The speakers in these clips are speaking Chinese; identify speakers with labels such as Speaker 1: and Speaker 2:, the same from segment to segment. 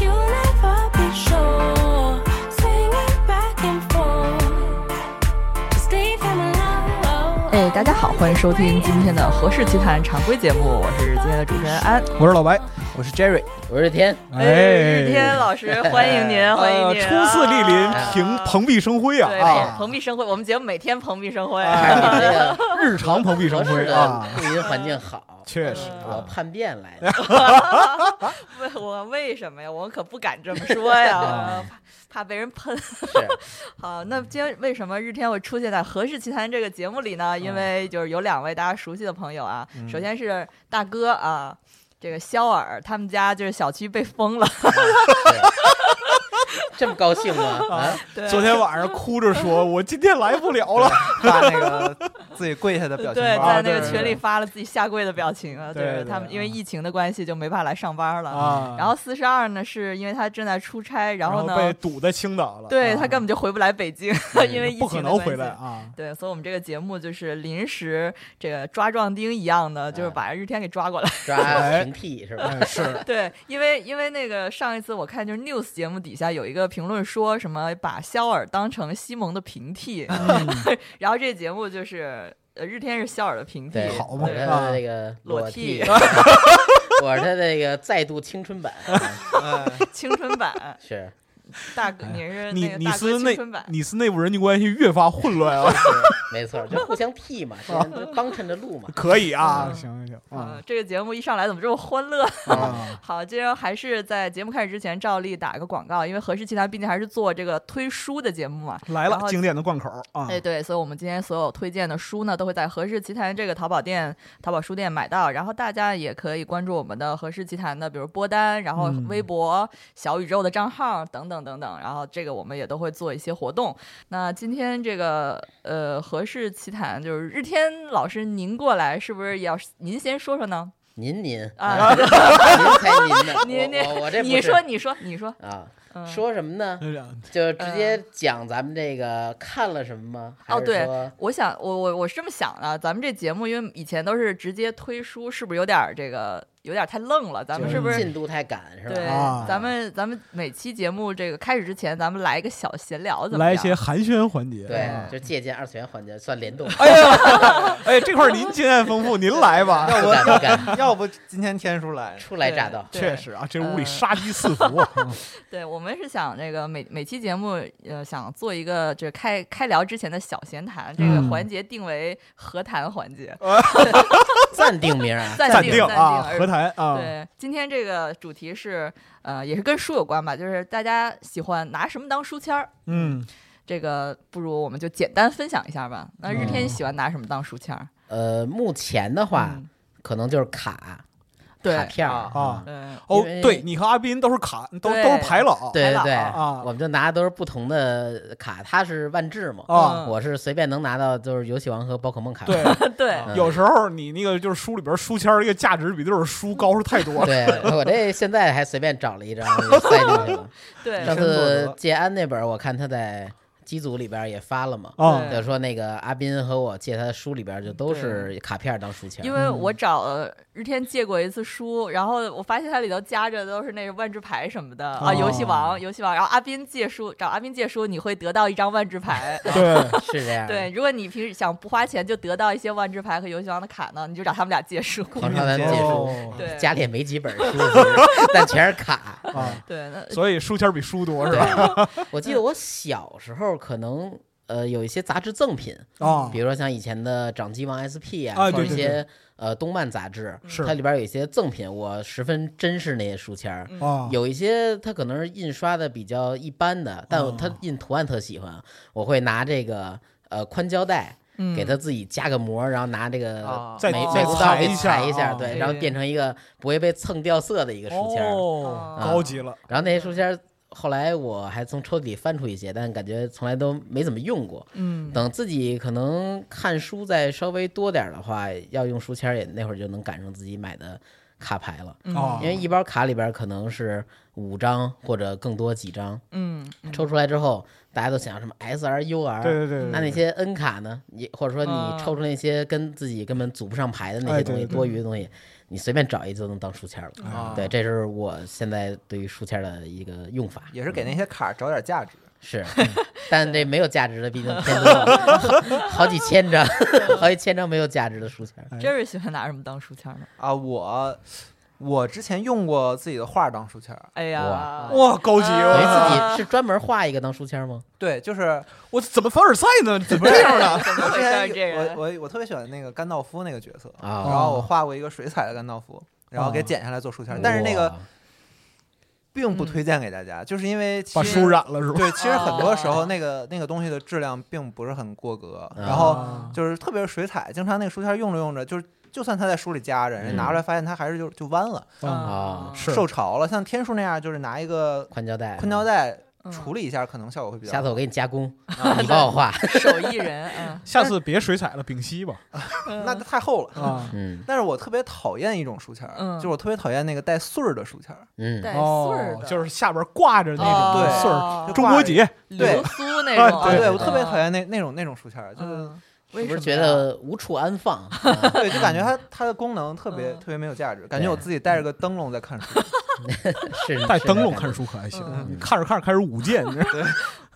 Speaker 1: You'll never be sure. Swing it back and forth. Just leave him alone.
Speaker 2: 哎，大家好，欢迎收听今天的《何氏奇谈》常规节目，我是今天的主持人安。
Speaker 3: 我是老白，我是 Jerry，
Speaker 4: 我 是天，
Speaker 2: 日哎天老师，欢迎您，欢迎
Speaker 3: 呃，
Speaker 2: 您，
Speaker 3: 哎初次莅临
Speaker 2: 啊，
Speaker 3: 屏蓬荜生辉啊
Speaker 2: 对，蓬
Speaker 3: 啊，
Speaker 2: 蓬荜生辉，我们节目每天蓬荜生辉，
Speaker 4: 看你这个
Speaker 3: 日常蓬荜生
Speaker 4: 合适
Speaker 3: 辉
Speaker 4: 的
Speaker 3: 啊，
Speaker 4: 录音环境好，
Speaker 3: 确实
Speaker 4: 我
Speaker 3: 啊，
Speaker 4: 叛变来的，
Speaker 2: 为我为什么呀？我可不敢这么说
Speaker 3: 嗯
Speaker 2: 呀，怕怕被人喷。
Speaker 4: 是
Speaker 2: 好，那今天为什么日天会出现在《何氏奇谈》这个节目里
Speaker 3: 嗯
Speaker 2: 呢？因为就是有两位大家熟悉的朋友啊，首先是大哥啊，这个肖尔他们家就是小区被封了，
Speaker 4: 这么高兴吗？啊，
Speaker 2: 对
Speaker 3: 昨天晚上哭着说，我今天来不了了，
Speaker 5: 发那个自己跪下的表情
Speaker 2: 对，
Speaker 5: 包
Speaker 3: 啊
Speaker 2: 在
Speaker 5: 儿，
Speaker 2: 那个
Speaker 3: 对
Speaker 2: 群
Speaker 3: 对
Speaker 2: 里发了自己下跪的表情啊，
Speaker 3: 对
Speaker 2: 就是
Speaker 3: 对
Speaker 2: 他们因为
Speaker 3: 啊
Speaker 2: 疫情的关系就没法来上班了。
Speaker 3: 啊
Speaker 2: 然后四十二呢，是因为他正在出差，然
Speaker 3: 然
Speaker 2: 后呢，
Speaker 3: 被堵在青岛了，
Speaker 2: 对
Speaker 3: 啊
Speaker 2: 他根本就回不来北京， 因为疫情
Speaker 3: 不可
Speaker 2: 的
Speaker 3: 能
Speaker 2: 关
Speaker 3: 回
Speaker 2: 系
Speaker 3: 来。啊，
Speaker 2: 对，所以我们这个节目就是临时这个抓壮丁一样的，就是把日天给抓过来。
Speaker 4: 抓平替是吧？
Speaker 3: 哎是，
Speaker 2: 对，因为因为那个上一次我看就是 news 节目底下有一个评论说什么把肖尔当成西蒙的平替，
Speaker 3: 嗯
Speaker 2: 然后这节目就是呃日天是肖尔的平替
Speaker 4: 对，，
Speaker 3: 好嘛
Speaker 4: 我是他
Speaker 2: 啊
Speaker 4: 的那个
Speaker 2: 裸
Speaker 4: 替
Speaker 2: 替，
Speaker 4: 我是他那个再度青春 版，啊
Speaker 5: 哎
Speaker 2: 青春版。
Speaker 4: 是
Speaker 2: 大哥，你是
Speaker 3: 哎你
Speaker 2: 那个
Speaker 3: 你
Speaker 2: 大哥
Speaker 3: 司
Speaker 2: 青
Speaker 3: 内
Speaker 2: 春版，
Speaker 3: 你司内部人际关系越发混 乱啊，，
Speaker 4: 没错，就互相替嘛，
Speaker 2: 啊
Speaker 4: 这人就帮衬着录嘛
Speaker 3: 可以啊，
Speaker 2: 嗯
Speaker 3: 行行行
Speaker 2: 啊
Speaker 3: 啊，
Speaker 2: 这个节目一上来怎么这么欢乐？
Speaker 3: 啊，
Speaker 2: 好，今天还是在节目开始之前，照例打一个广告，因为《何氏奇谈》毕竟还是做这个推书的节目嘛。
Speaker 3: 来
Speaker 2: 然
Speaker 3: 了
Speaker 2: 后
Speaker 3: 经典的贯口啊，
Speaker 2: 哎，对，所以我们今天所有推荐的书呢，都会在《何氏奇谈》这个淘宝店、淘宝书店买到。然后大家也可以关注我们的《何氏奇谈》的，比如播单，然后
Speaker 3: 嗯
Speaker 2: 微博、小宇宙的账号等等等等。然后这个我们也都会做一些活动。那今天这个呃《何氏奇谈》就是日天老师您过来，是不是也要您先说说呢？
Speaker 4: 您您
Speaker 2: 啊，
Speaker 4: 您才您呢，
Speaker 2: 您您
Speaker 4: 我我我这不
Speaker 2: 你
Speaker 4: 是
Speaker 2: 说你说你说，
Speaker 4: 啊，
Speaker 2: 嗯，
Speaker 4: 说什么呢？
Speaker 3: 哎就这样
Speaker 4: 就直接讲咱们这个看了什么吗？还
Speaker 2: 哦，
Speaker 4: 是
Speaker 2: 对
Speaker 4: 说，
Speaker 2: 我想我我我是这么想的，咱们这节目因为以前都是直接推书，是不是有点儿这个有点儿太愣了？咱们
Speaker 4: 就是
Speaker 2: 不是？
Speaker 4: 进度太赶是吧？
Speaker 2: 对，
Speaker 3: 啊
Speaker 2: 咱们咱们每期节目这个开始之前，咱们来一个小闲聊，怎么
Speaker 3: 来一
Speaker 2: 样
Speaker 3: 些寒暄环节，
Speaker 4: 对，
Speaker 3: 啊
Speaker 4: 就借鉴二次元环节算联动。
Speaker 3: 哎，这块儿您经验丰富，您来吧，
Speaker 5: 要
Speaker 4: 不敢不
Speaker 5: 不
Speaker 4: 敢，
Speaker 5: 要不今天天叔来，
Speaker 4: 初来乍到，
Speaker 2: 对
Speaker 3: 确实啊，这屋里杀机四伏啊，
Speaker 5: 嗯
Speaker 2: 对，我们是想这个每每期节目，呃，想做一个这开开聊之前的小闲谈，这个
Speaker 3: 嗯
Speaker 2: 环节定为和谈环节，
Speaker 4: 啊暂定名啊，
Speaker 2: 暂
Speaker 3: 暂
Speaker 2: 定
Speaker 3: 啊，
Speaker 2: 而
Speaker 3: 和谈啊，
Speaker 2: 对，今天这个主题是，呃，也是跟书有关吧，就是大家喜欢拿什么当书签儿。
Speaker 3: 嗯，
Speaker 2: 这个不如我们就简单分享一下吧。那日天
Speaker 3: 嗯
Speaker 2: 喜欢拿什么当书签儿？
Speaker 4: 呃，目前的话，
Speaker 2: 嗯
Speaker 4: 可能就是卡，卡
Speaker 2: 对
Speaker 4: 片儿
Speaker 5: 啊
Speaker 3: 啊
Speaker 2: 对
Speaker 3: 哦
Speaker 4: 因为，
Speaker 3: 对你和阿斌都是卡，都都
Speaker 2: 对
Speaker 3: 是排老，
Speaker 4: 对
Speaker 2: 了
Speaker 4: 对对
Speaker 3: 啊
Speaker 4: 我们就拿的都是不同的卡，他是万智嘛，
Speaker 3: 啊
Speaker 2: 嗯
Speaker 4: 我是随便能拿到就是游戏王和宝可梦卡片
Speaker 3: 对
Speaker 4: 儿。
Speaker 2: 对
Speaker 4: 嗯
Speaker 3: 有时候你那个就是书里边书签儿，这个价值比就是啊书高出太多了。
Speaker 4: 对，我这现在还随便找了 一张塞进去了。
Speaker 2: 对
Speaker 4: 上
Speaker 5: 深作
Speaker 4: 次
Speaker 5: 得
Speaker 4: 建安那本儿，我看他在机组里边儿也发了嘛，
Speaker 3: 啊
Speaker 4: 就说那个阿斌和我借他的书里边儿就都是卡片儿当书签儿。
Speaker 2: 因为
Speaker 4: 嗯
Speaker 2: 我找呃日天借过一次书，然后我发现它里头夹着都是那个万智牌什么的啊，
Speaker 3: 哦
Speaker 2: 游戏王、游戏王。然后阿斌借书，找阿斌借书，你会得到一张万智 牌。
Speaker 3: 对，
Speaker 4: 是这样，
Speaker 2: 对，，如果你平时想不花钱就得到一些万智牌和游戏王的卡呢，你就找他们俩借书。
Speaker 4: 狂潮咱借书，
Speaker 3: 哦
Speaker 2: 对
Speaker 4: 家里也没几本书，其实但全是 卡。
Speaker 3: 啊，
Speaker 2: 对，那
Speaker 3: 所以书签儿比书多是 吧？
Speaker 4: 对，我记得我小时候可能呃有一些杂志赠品，
Speaker 3: 啊
Speaker 4: 比如说像以前的《掌机王 SP》啊，
Speaker 3: 啊
Speaker 4: 或者
Speaker 3: 对
Speaker 4: 一
Speaker 3: 对
Speaker 4: 些呃动漫杂志，
Speaker 2: 嗯
Speaker 3: 是
Speaker 4: 它里边有一些赠品，我十分珍视那些书签
Speaker 2: 嗯
Speaker 4: 儿。
Speaker 3: 啊，
Speaker 4: 有一些它可能是印刷的比较一般的，但
Speaker 3: 啊
Speaker 4: 它印图案特喜欢，我会拿这个呃宽胶带
Speaker 2: 嗯
Speaker 4: 给它自己加个膜，然后拿这个
Speaker 5: 啊
Speaker 3: 再
Speaker 4: 美
Speaker 3: 再
Speaker 4: 美工刀
Speaker 3: 裁
Speaker 4: 给
Speaker 3: 一下
Speaker 4: 裁一下，
Speaker 3: 啊
Speaker 4: 对，
Speaker 2: 对
Speaker 4: 然后变成一个不会被蹭掉色的一个书签儿。
Speaker 3: 哦，
Speaker 2: 嗯
Speaker 3: 高级了
Speaker 4: 然后那些书签儿后来我还从抽屉里翻出一些，但感觉从来都没怎么用过。
Speaker 2: 嗯，
Speaker 4: 等自己可能看书再稍微多点儿的话，要用书签儿也那会儿就能赶上自己买的卡牌了，
Speaker 2: 嗯
Speaker 3: 啊
Speaker 4: 因为一包卡里边儿可能是五张或者更多几张，
Speaker 2: 嗯，嗯
Speaker 4: 抽出来之后大家都想要什么 S R U R，
Speaker 3: 对对对对
Speaker 4: 那那些 N 卡呢？你或者说
Speaker 2: 啊
Speaker 4: 你抽出那些跟自己根本组不上牌的那
Speaker 3: 哎对
Speaker 4: 些东西，
Speaker 3: 对
Speaker 4: 多余的东西，你随便找一就能当书签儿了。
Speaker 5: 啊
Speaker 4: 对，这是我现在对于书签儿的一个用法，
Speaker 5: 也是给那些卡找点价值。
Speaker 4: 是，但这没有价值的，毕竟天多了，好几千 张，好几千张没有价值的书签儿。
Speaker 2: 这是喜欢拿什么当书签呢？
Speaker 5: 啊，我我之前用过自己的画当书签儿，
Speaker 2: 哎呀，
Speaker 3: 哇，高级
Speaker 4: 等
Speaker 2: 啊
Speaker 4: 于
Speaker 3: 了！
Speaker 4: 自己是专门画一个当书签儿吗？
Speaker 5: 对，哎就是
Speaker 3: 我怎么凡尔赛呢？怎么这样 呢？
Speaker 2: 怎么
Speaker 5: 我
Speaker 2: 回
Speaker 5: 之
Speaker 2: 事儿？
Speaker 5: 前
Speaker 2: 这人
Speaker 5: 哎我我我特别喜欢那个甘道夫那个角色，然
Speaker 4: 啊，
Speaker 5: 后我画过一个水彩的甘道夫，然后给
Speaker 3: 啊
Speaker 5: 剪下来做书签儿， 但是那个
Speaker 4: 哇
Speaker 5: 并不
Speaker 2: 嗯
Speaker 5: 推荐给大家，就是因为其
Speaker 3: 把
Speaker 5: 实
Speaker 3: 书染了是吧？
Speaker 5: 对，其实很多时
Speaker 2: 哦
Speaker 5: 候那个那个东西的质量并不是很过格，然后
Speaker 3: 啊
Speaker 5: 就是特别是水彩，经常那个书签用着用着，就是就算它在书里夹着，人
Speaker 4: 嗯
Speaker 5: 家拿出来发现它还是就就弯了，
Speaker 3: 嗯
Speaker 4: 啊
Speaker 3: 是
Speaker 5: 受潮了。像天书那样，就是拿一个
Speaker 4: 宽胶带，
Speaker 5: 宽胶
Speaker 3: 哎
Speaker 5: 带
Speaker 2: 嗯
Speaker 5: 处理一下，可能效果会比较
Speaker 4: 下
Speaker 5: 好。
Speaker 4: 次我给你加工，
Speaker 5: 啊
Speaker 4: 你帮我画。
Speaker 2: 手艺人， 嗯
Speaker 3: 下次别水彩了，丙烯吧。
Speaker 2: 嗯，
Speaker 5: 那太厚了。
Speaker 3: 啊，
Speaker 4: 嗯
Speaker 5: 但是我特别讨厌一种书签儿，
Speaker 2: 嗯
Speaker 5: 就是我特别讨厌那个带穗儿的书签儿，
Speaker 4: 嗯，
Speaker 2: 带穗儿
Speaker 3: 哦
Speaker 2: 的，，
Speaker 3: 就是下边挂着那种
Speaker 5: 对
Speaker 3: 穗儿，
Speaker 2: 哦
Speaker 5: 就
Speaker 3: 中国结
Speaker 5: 对
Speaker 2: 流苏 那种，
Speaker 3: 啊对
Speaker 5: 对我特别讨厌那那种那种书签儿，就是
Speaker 2: 嗯。
Speaker 4: 是
Speaker 2: 为什
Speaker 4: 不是
Speaker 2: 么
Speaker 4: 觉
Speaker 2: 呀
Speaker 4: 得无处安放？ 啊
Speaker 5: 对，就感觉它 它的功能特别
Speaker 2: 嗯
Speaker 5: 特别没有价值，感觉
Speaker 4: 对
Speaker 5: 我自己带着个灯笼在看书。
Speaker 4: 是
Speaker 3: 带
Speaker 4: 是
Speaker 3: 灯
Speaker 4: 这
Speaker 3: 笼
Speaker 4: 感
Speaker 3: 看
Speaker 4: 觉
Speaker 3: 书可还行
Speaker 2: 嗯，
Speaker 3: 你看着看着开始舞剑，你知 道吗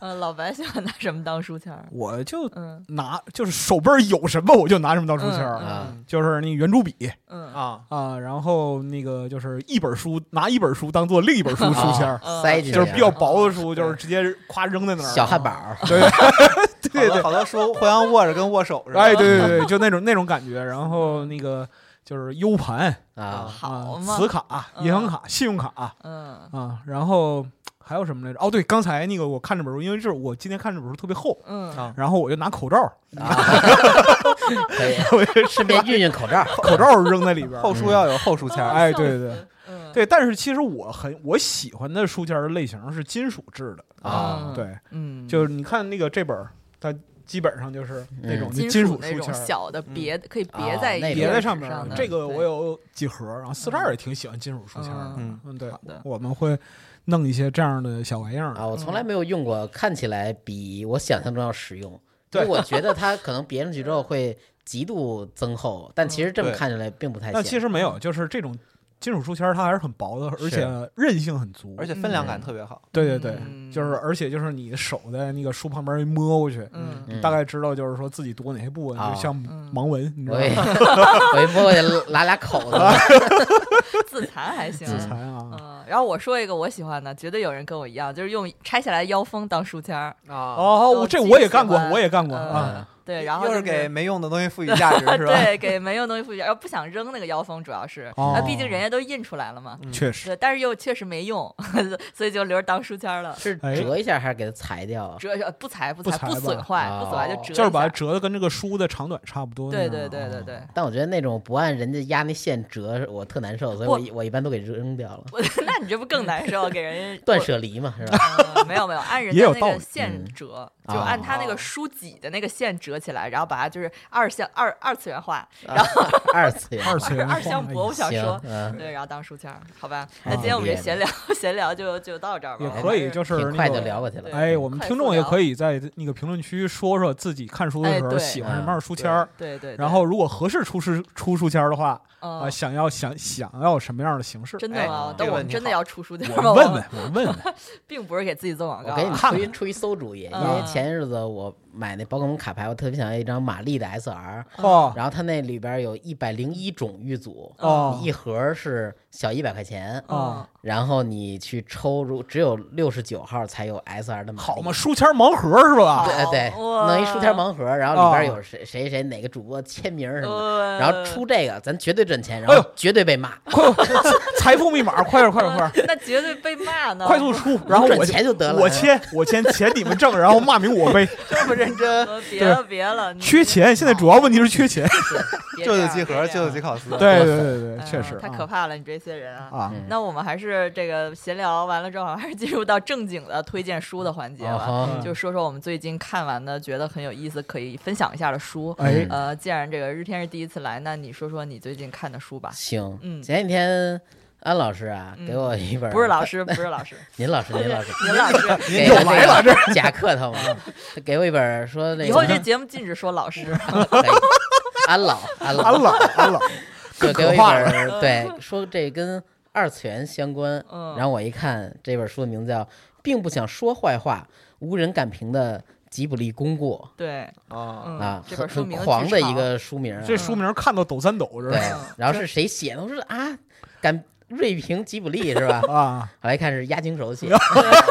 Speaker 2: 呃，老白喜欢拿什么当书签儿？
Speaker 3: 我就
Speaker 2: 嗯
Speaker 3: 拿就是手边有什么我就拿什么当书签
Speaker 2: 嗯
Speaker 3: 儿，
Speaker 4: 啊，
Speaker 3: 就是那圆珠笔
Speaker 2: 嗯，
Speaker 5: 啊，
Speaker 3: 啊，然后那个就是一本书拿一本书当做另一本书书签儿，
Speaker 2: 嗯
Speaker 4: 啊塞 进去
Speaker 3: 就是比较薄的书，
Speaker 5: 对
Speaker 3: 就是直接夸扔在那儿。
Speaker 4: 小汉堡儿，
Speaker 3: 对
Speaker 5: 好
Speaker 3: 对
Speaker 5: 多，好多书互相握着跟握手似的。
Speaker 3: 哎，对对对，就那种那种感觉。然后那个就是 U 盘
Speaker 4: 啊，
Speaker 2: 嗯好
Speaker 3: 啊、
Speaker 2: 嘛，
Speaker 3: 磁卡、
Speaker 2: 嗯
Speaker 3: 银行卡、信用卡
Speaker 2: 嗯
Speaker 3: 啊，然后还有什么来着？哦，对，刚才那个我看这本书，因为这是我今天看这本书特别厚，啊
Speaker 2: 嗯，
Speaker 3: 然后我就拿口罩，
Speaker 4: 可以
Speaker 3: 我就
Speaker 4: 顺便熨熨口 罩儿。
Speaker 3: 口罩扔在里边儿。
Speaker 5: 后书要有后书签儿，
Speaker 3: 哎
Speaker 2: 哦笑
Speaker 3: 对
Speaker 2: 死
Speaker 3: 对，
Speaker 2: 嗯，
Speaker 3: 对，但是其实我很我喜欢的书签儿类型是金属制的，
Speaker 4: 啊
Speaker 2: 嗯，
Speaker 3: 对，
Speaker 2: 嗯，
Speaker 3: 就是你看那个这本儿，它基本上就是那种就
Speaker 2: 金
Speaker 3: 金属
Speaker 2: 那
Speaker 3: 书
Speaker 2: 种
Speaker 3: 签儿。嗯
Speaker 2: 小的别可以别
Speaker 4: 啊
Speaker 2: 在
Speaker 4: 那
Speaker 2: 一
Speaker 3: 别
Speaker 2: 个
Speaker 3: 在
Speaker 2: 上
Speaker 3: 面
Speaker 2: 的
Speaker 3: 儿，这个我
Speaker 2: 对
Speaker 3: 有几盒儿，然后四十二也挺喜欢金属书签儿的。
Speaker 2: 嗯
Speaker 5: 嗯
Speaker 3: 嗯，对
Speaker 2: 好的，
Speaker 3: 我们会弄一些这样的小玩意儿
Speaker 4: 啊，我从来没有用过，看起来比我想象中要实用。因
Speaker 3: 对
Speaker 4: 为我觉得它可能别上去之后会极度增厚，但其实这么
Speaker 5: 对
Speaker 4: 看起来并不太
Speaker 3: 但
Speaker 4: 显。
Speaker 3: 其实
Speaker 2: 嗯
Speaker 3: 没有，就是这种金属书签儿它还是很薄的，而
Speaker 4: 是
Speaker 3: 且韧性很足。
Speaker 5: 而且分量感特别好。
Speaker 3: 对对对，
Speaker 2: 嗯
Speaker 3: 就是而且就是你手在那个书旁边一摸过去，
Speaker 2: 嗯
Speaker 3: 你大概知道就是说自己读哪些部位，
Speaker 4: 啊
Speaker 3: 就像
Speaker 2: 嗯
Speaker 3: 盲文，你知道
Speaker 4: 我也
Speaker 3: 吗？
Speaker 4: 我一摸过去拉俩口 子，
Speaker 2: 自残还行。
Speaker 3: 自
Speaker 4: 嗯
Speaker 3: 残啊，
Speaker 2: 嗯，然后我说一个我喜欢的，绝对有人跟我一样，就是用拆下来腰封当书签儿。
Speaker 5: 啊，
Speaker 3: 哦，
Speaker 2: 我
Speaker 3: 我这
Speaker 2: 自己
Speaker 3: 我也
Speaker 2: 喜
Speaker 3: 干过
Speaker 2: 欢，
Speaker 3: 我也干过
Speaker 2: 嗯
Speaker 3: 啊，
Speaker 2: 对，然后
Speaker 5: 又
Speaker 2: 就是
Speaker 5: 给没用的东西赋予价 值，是吧？
Speaker 2: 啊对给没用东西附加，然后不想扔那个腰封，主要是
Speaker 3: 哦
Speaker 2: 啊，毕竟人家都印出来了嘛。
Speaker 5: 嗯
Speaker 3: 确实，
Speaker 2: 对，但是又确实没用，所以就留着当书签儿了。
Speaker 4: 是
Speaker 3: 哎
Speaker 4: 折一下还是给它裁掉啊？
Speaker 2: 折呃不裁不
Speaker 3: 不
Speaker 2: 裁
Speaker 3: 裁
Speaker 2: 不
Speaker 3: 吧啊
Speaker 2: 损坏
Speaker 4: 哦
Speaker 2: 不损坏就折一
Speaker 3: 就是把它
Speaker 2: 下
Speaker 3: 折的跟这个书的长短差不多那
Speaker 2: 对
Speaker 3: 样。
Speaker 2: 对
Speaker 3: 啊
Speaker 2: 对对对。
Speaker 4: 但我觉得那种不按人家压那线折，我特难受，所以我
Speaker 2: 不
Speaker 4: 一我一般都给扔掉了，
Speaker 2: 我 那你这不更难受？给 人
Speaker 4: 断
Speaker 2: 我
Speaker 4: 舍离嘛，是吧？
Speaker 2: 呃没有没有，按人
Speaker 3: 也
Speaker 2: 家
Speaker 3: 有
Speaker 2: 那
Speaker 3: 道
Speaker 2: 个
Speaker 3: 理
Speaker 2: 线
Speaker 4: 嗯
Speaker 2: 折，
Speaker 4: 啊
Speaker 2: 就按他那个书脊的那个线折起来，然后把它就是二向二二次元化，
Speaker 4: 二次元，
Speaker 3: 二次 元哎
Speaker 2: 二向
Speaker 3: 化
Speaker 2: 箔，我想
Speaker 4: 行
Speaker 2: 说，。
Speaker 4: 嗯，
Speaker 2: 对，然后当书签儿，好吧？
Speaker 4: 哎
Speaker 2: 那今天我们这
Speaker 4: 厉害
Speaker 2: 闲聊 闲聊就就到这儿吧，
Speaker 3: 也
Speaker 2: 我们
Speaker 3: 可以，
Speaker 2: 哎还
Speaker 3: 就是
Speaker 4: 挺
Speaker 3: 那
Speaker 4: 快
Speaker 3: 个
Speaker 4: 就聊过去了。
Speaker 2: 对
Speaker 3: 哎，我们
Speaker 2: 快
Speaker 3: 听
Speaker 2: 速
Speaker 3: 众也
Speaker 2: 聊
Speaker 3: 可以在那个评论区说说自己看书的
Speaker 2: 哎
Speaker 3: 时候
Speaker 2: 对
Speaker 3: 喜欢什
Speaker 4: 嗯
Speaker 3: 么样的书签儿，
Speaker 2: 对对，对
Speaker 3: 然后如果合适出书出书签儿的话，啊，
Speaker 2: 嗯，
Speaker 3: 想要想想要什么样的形式？
Speaker 2: 真的
Speaker 5: 哎
Speaker 2: 吗？
Speaker 5: 这
Speaker 2: 但
Speaker 5: 个
Speaker 2: 我
Speaker 5: 问
Speaker 2: 们
Speaker 5: 题
Speaker 2: 真的
Speaker 5: 好
Speaker 2: 要出书签
Speaker 3: 我
Speaker 2: 吗？
Speaker 3: 问
Speaker 2: 们
Speaker 3: 问，我问问，
Speaker 2: 并不是给自己做广告
Speaker 4: 我给你
Speaker 2: 啊，
Speaker 4: 出于出于馊主意，因为
Speaker 2: 嗯
Speaker 4: 前日子我买那宝可梦卡牌，我特别想要一张玛丽的 SR，
Speaker 3: 哦
Speaker 4: 然后它那里边有一百零一种玉组，
Speaker 3: 哦
Speaker 4: 你一盒是小一百块钱，
Speaker 3: 啊
Speaker 4: 然后你去抽，如只有六十九号才有 SR 的玛丽，
Speaker 3: 好嘛，书签儿盲盒是吧？
Speaker 4: 对对，
Speaker 2: 哇
Speaker 4: 弄一书签盲盒，然后里边
Speaker 3: 哦
Speaker 4: 有谁谁谁哪个主播签名什么
Speaker 2: 呃
Speaker 4: 的，然后出这个，咱绝对挣钱，然
Speaker 3: 哎呦
Speaker 4: 后绝对被骂，
Speaker 3: 快， 财富密码，快点，快点，快
Speaker 2: 嗯，
Speaker 3: 点。
Speaker 2: 那绝对被骂
Speaker 4: 嗯
Speaker 2: 呢，
Speaker 3: 快速出，然后我
Speaker 4: 赚钱就得了哦嗯
Speaker 3: 我签，我签，钱你们挣，然后骂名 我背。
Speaker 4: 这么认真，
Speaker 2: 呃别了别了，你
Speaker 3: 缺钱，现在主要问题是缺钱。
Speaker 2: 别
Speaker 5: 救
Speaker 2: 这
Speaker 5: 救
Speaker 2: 样
Speaker 5: 集
Speaker 2: 别
Speaker 5: 合，
Speaker 2: 这
Speaker 5: 救救
Speaker 2: 样
Speaker 5: 吉考斯，
Speaker 3: 对对对对，
Speaker 2: 哎
Speaker 3: 确
Speaker 2: 呀
Speaker 3: 实
Speaker 2: 太
Speaker 3: 啊
Speaker 2: 可怕了，你这些人啊。
Speaker 3: 啊。
Speaker 4: 嗯
Speaker 2: 那我们还是这个闲聊完了之后，还是进入到正经的推荐书的环节
Speaker 4: 啊
Speaker 2: 吧，
Speaker 4: 哈，
Speaker 2: 就说说我们最近看完的，觉得很有意思，可以分享一下的书。
Speaker 3: 哎，
Speaker 2: 呃，既然这个日天是第一次来，那你说说你最近看的书吧。
Speaker 4: 行，
Speaker 2: 嗯
Speaker 4: 前几天安老师啊，给我一本，
Speaker 2: 不是老师，不是老师，
Speaker 4: 您老师，您老师，
Speaker 2: 您老师，
Speaker 4: 给又来了这假客 套嘛，给我一本说那个
Speaker 2: 以后这 节目禁止说老师。
Speaker 4: 可以安老安老
Speaker 3: 安老安老，
Speaker 4: 就 给我一
Speaker 3: 可怕
Speaker 4: 本儿对，说这跟二次元相关。
Speaker 2: 嗯
Speaker 4: 然后我一看这本书的名字叫《并不想说坏话，无人敢评的吉卜力功过
Speaker 2: 对，
Speaker 5: 啊，
Speaker 2: 嗯，》
Speaker 4: 啊，
Speaker 2: 这本
Speaker 4: 很
Speaker 2: 书名
Speaker 4: 很
Speaker 2: 字
Speaker 4: 狂的
Speaker 2: 巨长嗯
Speaker 4: 一个书名啊。
Speaker 3: 这书名看到抖三抖是
Speaker 4: 对
Speaker 3: 吧？，？
Speaker 4: 然后是谁写的？我说啊，敢锐评吉卜力 是吧
Speaker 3: 啊，
Speaker 4: 后来看是押井守写，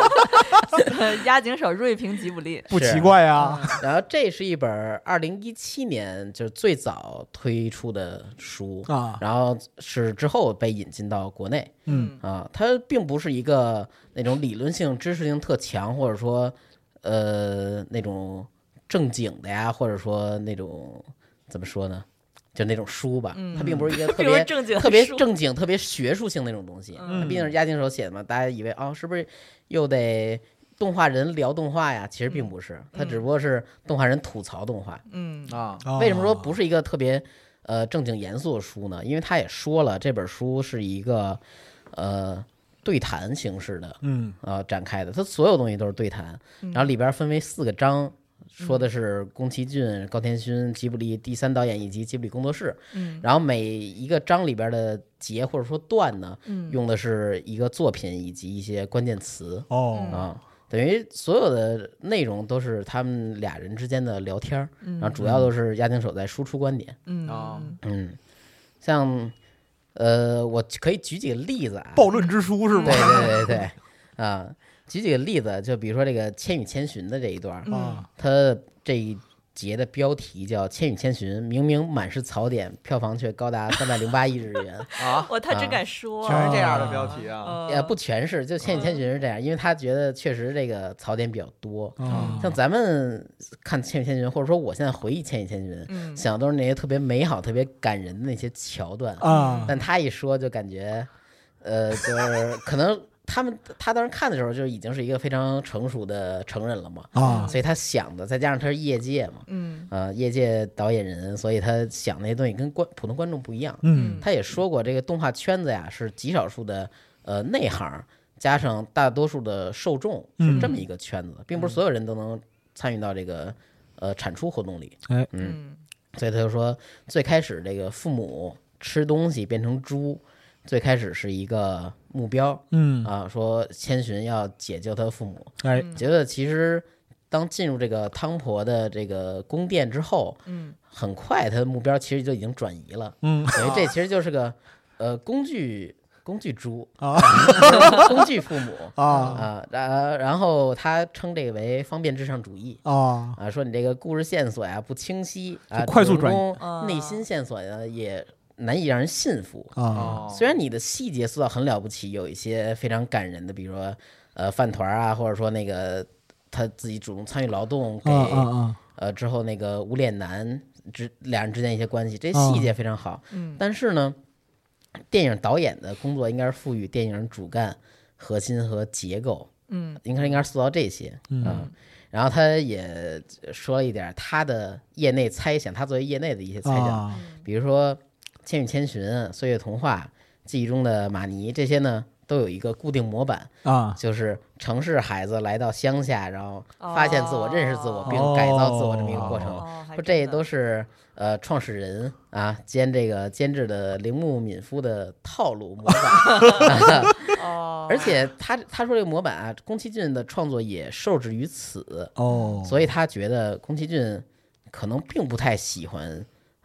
Speaker 2: 押井守瑞平吉卜力。
Speaker 3: 不
Speaker 4: 是
Speaker 3: 奇怪啊呀。
Speaker 4: 然后这是一本二零一七年就是最早推出的书
Speaker 3: 啊
Speaker 4: 然后是之后被引进到国内。
Speaker 3: 嗯，
Speaker 4: 啊，它并不是一个那种理论性、知识性特强，或者说呃那种正经的呀，或者说那种怎么说呢，就那种书吧。
Speaker 2: 嗯
Speaker 4: 它并 不是一个特
Speaker 2: 并不是
Speaker 4: 别
Speaker 2: 正经的
Speaker 4: 特别
Speaker 2: 书嗯
Speaker 4: 正经、特别学术性那种东西。它毕竟是押金手写的嘛，大家以为哦，是不是又得？动画人聊动画呀，其实并不是，它只不过是动画人吐槽动画。
Speaker 2: 嗯
Speaker 5: 啊，
Speaker 3: 哦
Speaker 4: 为什么说不是一个特别呃正经严肃的书呢？因为他也说了，这本书是一个呃对谈形式的
Speaker 3: 嗯
Speaker 4: 呃展开的，它所有东西都是对谈，
Speaker 2: 嗯
Speaker 4: 然后里边分为四个章。说的是宫崎骏、高田勋、吉卜力第三导演以及吉卜力工作室，
Speaker 2: 嗯
Speaker 4: 然后每一个章里边的节或者说段呢，
Speaker 2: 嗯
Speaker 4: 用的是一个作品以及一些关键词
Speaker 3: 哦
Speaker 4: 啊，等于所有的内容都是他们俩人之间的聊天儿，然后主要都是押井守在输出观点。
Speaker 2: 嗯
Speaker 5: 啊
Speaker 2: 嗯
Speaker 4: 嗯，像呃，我可以举几个例子啊。
Speaker 3: 暴论之书是
Speaker 4: 对
Speaker 3: 吧？
Speaker 4: 对对对，啊、举几个例子，就比如说这个《千与千寻》的这一段儿，
Speaker 2: 嗯
Speaker 3: 啊，
Speaker 4: 它这一节的标题叫《千与千寻》，明明满是槽点，票房却高达三百零八亿日元。
Speaker 5: 啊，
Speaker 2: 我他真敢说，
Speaker 5: 全是这样的标题啊，
Speaker 2: 呃，
Speaker 4: 也不全是，就《千与千寻》是这样，因为他觉得确实这个槽点比较多。
Speaker 3: 啊
Speaker 4: 像咱们看《千与千寻》，或者说我现在回忆《千与千寻》，
Speaker 2: 嗯
Speaker 4: 想的都是那些特别美好、特别感人的那些桥段
Speaker 3: 啊
Speaker 4: 但他一说就感觉，呃，就是可能他们他当时看的时候就已经是一个非常成熟的成人了嘛，
Speaker 3: 啊
Speaker 4: 所以他想的，再加上他是业界嘛，
Speaker 2: 嗯
Speaker 4: 呃，业界导演人，所以他想那些东西跟观普通观众不一样。
Speaker 3: 嗯
Speaker 4: 他也说过，这个动画圈子呀是极少数的呃内行加上大多数的受众是这么一个圈子，并不是所有人都能参与到这个呃产出活动里。
Speaker 2: 嗯
Speaker 4: 所以他就说，最开始这个父母吃东西变成猪，最开始是一个目标
Speaker 3: 嗯，
Speaker 4: 啊，说千寻要解救他父母。
Speaker 3: 哎
Speaker 4: 觉得其实当进入这个汤婆的这个宫殿之后，
Speaker 2: 嗯，
Speaker 4: 很快他的目标其实就已经转移了，
Speaker 3: 嗯
Speaker 4: 等于这其实就是个呃工具工具猪
Speaker 3: 啊，
Speaker 4: 工具父母
Speaker 3: 啊
Speaker 4: 啊，然然后他称这个为方便至上主义。
Speaker 3: 啊
Speaker 4: 啊，说你这个故事线索呀、不清晰啊，
Speaker 3: 就快速
Speaker 4: 主人
Speaker 3: 转移
Speaker 4: 公
Speaker 2: 啊
Speaker 4: 内心线索呀也难以让人信服。
Speaker 3: 啊
Speaker 5: 哦，
Speaker 4: 虽然你的细节塑造很了不起，有一些非常感人的，比如说呃饭团儿啊，或者说那个他自己主动参与劳动
Speaker 3: 啊
Speaker 4: 给
Speaker 3: 啊
Speaker 4: 呃之后那个无脸男之俩人之间一些关系，这些
Speaker 3: 啊
Speaker 4: 细节非常好。
Speaker 2: 嗯
Speaker 4: 但是呢，电影导演的工作应该是赋予电影主干核心和结构，
Speaker 2: 嗯
Speaker 4: 应该应该是塑造这些，啊
Speaker 3: 嗯
Speaker 4: 然后他也说了一点儿他的业内猜想，他作为业内的一些
Speaker 3: 啊
Speaker 4: 猜想，
Speaker 2: 嗯
Speaker 4: 比如说《千与千寻》《岁月童话》《记忆中的玛尼》这些呢，都有一个固定模板，
Speaker 3: 啊
Speaker 4: 就是城市孩子来到乡下，然后发现自我、
Speaker 2: 哦
Speaker 4: 认识自我，并改造自我这么一个过程。
Speaker 2: 哦，还
Speaker 4: 说这
Speaker 2: 真的
Speaker 4: 都是呃创始人啊兼这个监制的铃木敏夫的套路模 板，
Speaker 2: 哦，
Speaker 4: 而且他他说这个模板啊，宫崎骏的创作也受制于此，
Speaker 3: 哦，
Speaker 4: 所以他觉得宫崎骏可能并不太喜欢《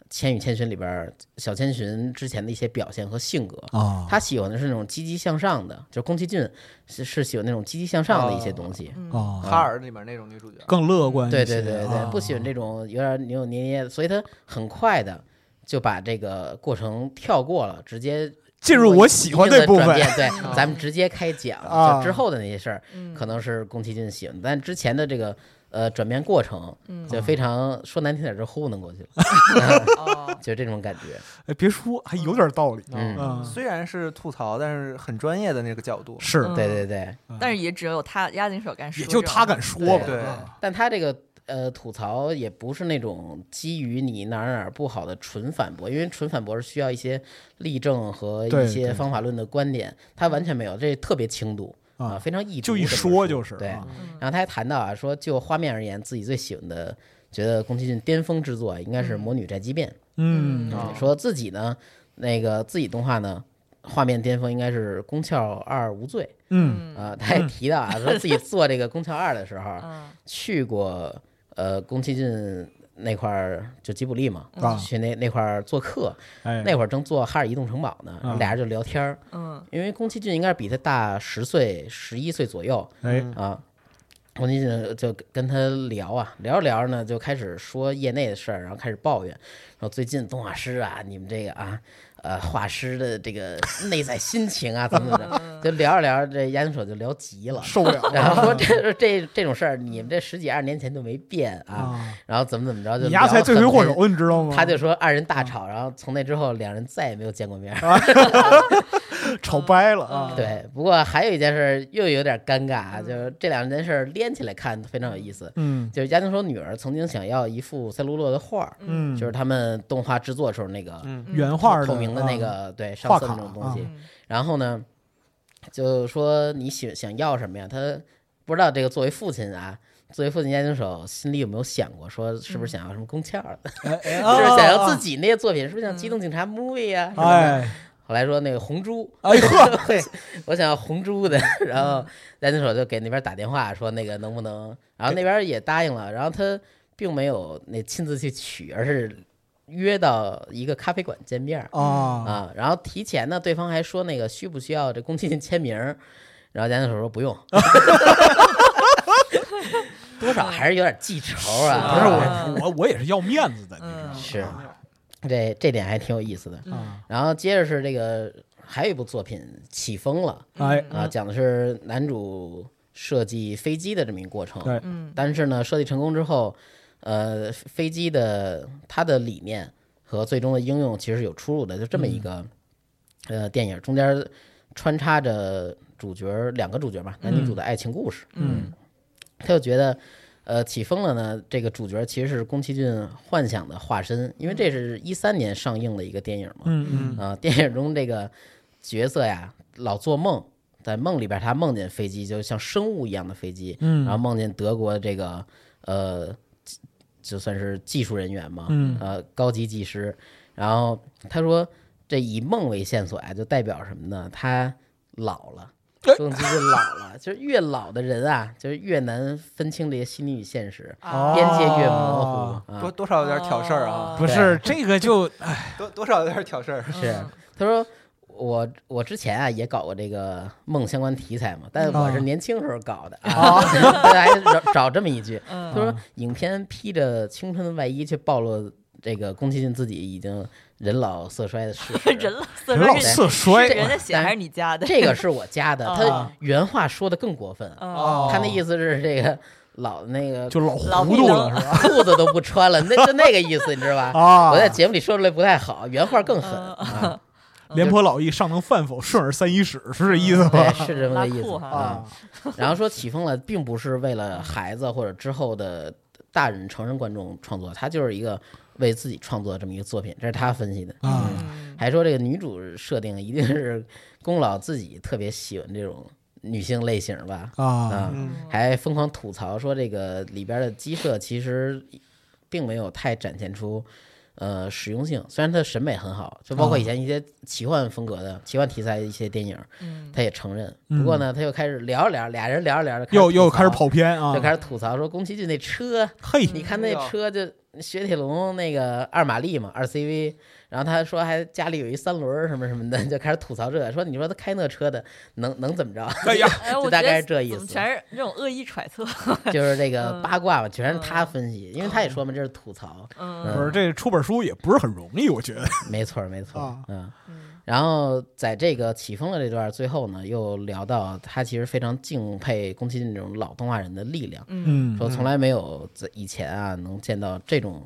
Speaker 4: 千与千寻》里边儿小千寻之前的一些表现和性格。
Speaker 3: 啊
Speaker 4: 他喜欢的是那种积极向上的，就是宫崎骏是是喜欢那种积极向上的一些东西。
Speaker 3: 啊
Speaker 5: 哈尔里面那种女主角，
Speaker 3: 更乐观一
Speaker 4: 对
Speaker 3: 些，
Speaker 4: 对对对，
Speaker 3: 啊
Speaker 4: 不喜欢这种有点扭扭捏捏的，所以他很快的就把这个过程跳过了，直接
Speaker 3: 进入我喜欢
Speaker 4: 一定的
Speaker 3: 部
Speaker 4: 转
Speaker 3: 分
Speaker 4: 变。对，咱们直接开讲，
Speaker 3: 啊
Speaker 4: 就之后的那些事儿，
Speaker 2: 嗯
Speaker 4: 可能是宫崎骏喜欢，但之前的这个呃转变过程，
Speaker 2: 嗯
Speaker 4: 就非常说难听点儿，就糊弄过去了，
Speaker 2: 哦
Speaker 4: 就这种感觉。
Speaker 3: 哎，别说，还有点道理。
Speaker 4: 嗯
Speaker 3: 嗯
Speaker 5: 虽然是吐槽，但是很专业的那个角度。
Speaker 3: 是，
Speaker 2: 嗯
Speaker 4: 对对对，
Speaker 2: 但是也只有他押井守敢说
Speaker 3: 也
Speaker 2: 这
Speaker 3: 就
Speaker 2: 种，
Speaker 3: 他敢说吧。
Speaker 5: 对
Speaker 3: 啊
Speaker 4: 但他这个呃吐槽也不是那种基于你哪儿哪儿不好的纯反驳，因为纯反驳是需要一些例证和
Speaker 3: 对
Speaker 4: 一些
Speaker 3: 对
Speaker 4: 方法论的观点，他完全没有，这特别轻度
Speaker 3: 啊
Speaker 4: 非常易
Speaker 3: 就
Speaker 4: 读
Speaker 3: 一
Speaker 4: 这本
Speaker 3: 说
Speaker 4: 书
Speaker 3: 就是
Speaker 4: 对。
Speaker 3: 啊
Speaker 4: 然后他还谈到啊，说就画面而言，自己最喜欢的，觉得宫崎骏巅峰之作啊应该是《魔女宅急便》
Speaker 3: 嗯
Speaker 5: 哦
Speaker 4: 说自己呢，那个自己动画呢。画面巅峰应该是《宫壳二无罪》
Speaker 3: 嗯
Speaker 4: 啊、他也提到啊，说自己做这个《宫壳二》的时候，
Speaker 2: 嗯
Speaker 4: 去过呃宫崎骏那块儿，就吉卜力嘛，
Speaker 2: 嗯
Speaker 3: 啊
Speaker 4: 去那那块儿做客，
Speaker 3: 哎
Speaker 4: 那会儿正做《哈尔移动城堡》呢，
Speaker 3: 啊
Speaker 4: 俩人就聊天儿，
Speaker 2: 嗯
Speaker 4: 因为宫崎骏应该是比他大十岁、十一岁左右
Speaker 3: 哎
Speaker 4: 啊。宫崎骏就跟他聊啊，聊着聊着呢，就开始说业内的事儿，然后开始抱怨，然后最近动画师啊，你们这个啊，呃，画师的这个内在心情啊，怎么怎么
Speaker 2: 嗯
Speaker 4: 着，就聊着聊着，这押井守就聊急了，
Speaker 3: 受不 了
Speaker 4: 然后说这这这种事儿，你们这十几二十年前就没变啊，
Speaker 3: 啊！
Speaker 4: 然后怎么怎么着就
Speaker 3: 你丫
Speaker 4: 聊
Speaker 3: 才
Speaker 4: 了
Speaker 3: 罪
Speaker 4: 很
Speaker 3: 魁祸
Speaker 4: 多
Speaker 3: 首，你知道吗？
Speaker 4: 他就说二人大吵，然后从那之后两人再也没有见过面儿。
Speaker 3: 啊吵掰了啊！
Speaker 4: 嗯对，不过还有一件事儿又有点尴尬啊，就是这两件事儿连起来看非常有意思。
Speaker 3: 嗯
Speaker 4: 就是家庭说女儿曾经想要一幅赛璐珞的画儿，
Speaker 3: 嗯，
Speaker 4: 就是他们动画制作时候那个
Speaker 3: 原画
Speaker 4: 透明的
Speaker 3: 的
Speaker 4: 那
Speaker 3: 啊
Speaker 4: 个对上
Speaker 3: 画
Speaker 4: 色那
Speaker 3: 卡
Speaker 4: 种
Speaker 3: 啊
Speaker 4: 东西。然后呢，就说你想想要什么呀？他不知道这个作为父亲啊，作为父亲家庭手，心里有没有想过说是不是想要什么宫壳儿的，
Speaker 3: 哎
Speaker 4: 是不是
Speaker 3: 啊
Speaker 4: 想要
Speaker 3: 啊
Speaker 4: 自己那些作品？是不是像《机动警察 Movie》呀？是吧
Speaker 3: 哎
Speaker 4: 后来说那个红猪，
Speaker 3: 哎呵，
Speaker 4: 对， 我想要红猪的，然后家庭手就给那边打电话说那个能不能，然后那边也答应了，然后他并没有那亲自去取，而是约到一个咖啡馆见面儿。
Speaker 3: 啊
Speaker 4: 啊，然后提前呢，对方还说那个需不需要这宫崎骏签名儿，然后家庭手说 不用，多少还是有点记仇啊，
Speaker 3: 不是
Speaker 6: 嗯
Speaker 3: 我我我也是要面子的，
Speaker 2: 嗯
Speaker 3: 你知
Speaker 4: 是这这点还挺有意思的。啊
Speaker 3: 道吗？
Speaker 4: 然后接着是这个还有一部作品《起风了
Speaker 3: 啊哎》
Speaker 4: 啊，讲的是男主设计飞机的这么一个过程，
Speaker 3: 对
Speaker 2: 嗯
Speaker 4: 但是呢，设计成功之后，呃，飞机的它的理念和最终的应用其实有出入的，就这么一个、呃电影，中间穿插着主角儿两个主角吧，男女主的爱情故事。
Speaker 3: 嗯
Speaker 4: 他就觉得，呃，起风了呢，这个主角其实是宫崎骏幻想的化身，因为这是一三年上映的一个电影嘛。
Speaker 3: 嗯嗯
Speaker 4: 啊、电影中这个角色呀，老做梦，在梦里边他梦见飞机，就像生物一样的飞机，
Speaker 3: 嗯
Speaker 4: 然后梦见德国这个呃，技就算是技术人员嘛，
Speaker 3: 嗯
Speaker 4: 呃，高级技师，然后他说这以梦为线索呀，啊就代表什么呢？他老了。
Speaker 3: 哎
Speaker 4: 更接近老了，就是越老的人啊，就是越难分清这些心理与现实，
Speaker 3: 哦
Speaker 2: 啊
Speaker 4: 边界越模糊
Speaker 5: 多
Speaker 4: 啊。
Speaker 5: 多少有点挑事儿 啊，
Speaker 3: 不是这个就哎
Speaker 2: 哦嗯
Speaker 5: 多多少有点挑事儿。
Speaker 4: 是，他说我我之前啊也搞过这个梦相关题材嘛，但是
Speaker 3: 嗯哦
Speaker 4: 我是年轻时候搞的啊， 对，还找找这么一句，他
Speaker 2: 嗯
Speaker 4: 说影片披着青春的外衣，却暴露了这个宫崎骏自己已经人老色衰的事 实。
Speaker 2: 人老色
Speaker 3: 人老
Speaker 2: 衰是
Speaker 3: 色衰
Speaker 2: 是人家写
Speaker 4: 但
Speaker 2: 还是你加的？
Speaker 4: 这个是我加的，他
Speaker 2: 啊
Speaker 4: 原话说的更过分，啊
Speaker 2: 嗯，
Speaker 3: 哦
Speaker 4: 他那意思是这个老的那个
Speaker 3: 就老
Speaker 2: 老
Speaker 3: 糊
Speaker 2: 糊
Speaker 3: 涂
Speaker 2: 弄
Speaker 3: 了是吧？
Speaker 4: 裤子都不穿了，那就那个意思，你知道吧？
Speaker 3: 啊，
Speaker 4: 我在节目里说出来不太好，原话更狠
Speaker 2: 嗯
Speaker 4: 啊，
Speaker 3: 廉颇老矣尚能饭否，顺耳三一使，是这意思吗？
Speaker 4: 对，是这么个意
Speaker 2: 拉
Speaker 4: 思
Speaker 2: 裤哈
Speaker 4: 啊。
Speaker 3: 啊，
Speaker 4: 然后说起风了，并不是为了孩子或者之后的大人、成人观众创作，他就是一个为自己创作的这么一个作品，这是他分析的。
Speaker 3: 啊
Speaker 2: 嗯
Speaker 4: 还说这个女主设定一定是宫老自己特别喜欢这种女性类型吧？
Speaker 3: 啊
Speaker 4: 啊，还疯狂吐槽说这个里边的鸡舍其实并没有太展现出。呃，实用性虽然它的审美很好，就
Speaker 3: 啊
Speaker 4: 包括以前一些奇幻风格的、奇幻题材的一些电影，
Speaker 2: 嗯
Speaker 4: 他也承认。不过呢，他又开始聊着聊着，俩人聊着聊着，
Speaker 3: 又又
Speaker 4: 吐槽
Speaker 3: 开始跑偏啊
Speaker 4: 就，开始吐槽说宫崎骏那车，
Speaker 2: 嗯
Speaker 3: 嘿，
Speaker 4: 你看那车就雪铁龙那个二马力嘛，二 CV，然后他说还家里有一三轮儿什么什么的， 就开始吐槽这个，说你说他开那车的能能怎么着？
Speaker 6: 哎呀，
Speaker 2: 哎，我
Speaker 4: 就大
Speaker 2: 觉得
Speaker 4: 概是这意
Speaker 2: 怎么
Speaker 4: 思
Speaker 2: 全是这种恶意揣测。
Speaker 4: 就是这个
Speaker 2: 嗯
Speaker 4: 八卦嘛，全是他
Speaker 2: 嗯
Speaker 4: 分析，因为他也说嘛，这是吐槽，
Speaker 2: 嗯
Speaker 3: 不是这出本书也不是很容易，我觉得
Speaker 4: 没错儿没错儿
Speaker 3: 啊，
Speaker 4: 嗯。
Speaker 2: 嗯
Speaker 4: 然后在这个起风的这段最后呢，又聊到他其实非常敬佩宫崎骏这种老动画人的力量，
Speaker 2: 嗯
Speaker 4: 说从来没有在以前啊能见到这种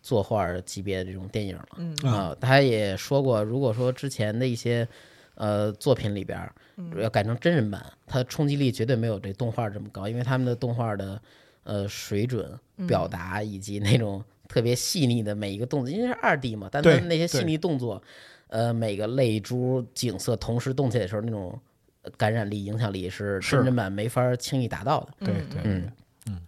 Speaker 4: 作画儿级别的这种电影了。
Speaker 2: 嗯
Speaker 3: 嗯
Speaker 4: 啊，他也说过，如果说之前的一些呃作品里边儿要改成真人版，它冲击力绝对没有这动画这么高，因为他们的动画的呃水准、表达以及那种特别细腻的每一个动作，因为是二 D 嘛，但他
Speaker 3: 对
Speaker 4: 们那些细
Speaker 3: 对
Speaker 4: 腻动作，呃，每个泪珠、景色同时动起来的时候，那种呃感染力、影响力是
Speaker 3: 是
Speaker 4: 真人版没法儿轻易达到的。
Speaker 3: 对对
Speaker 4: 嗯，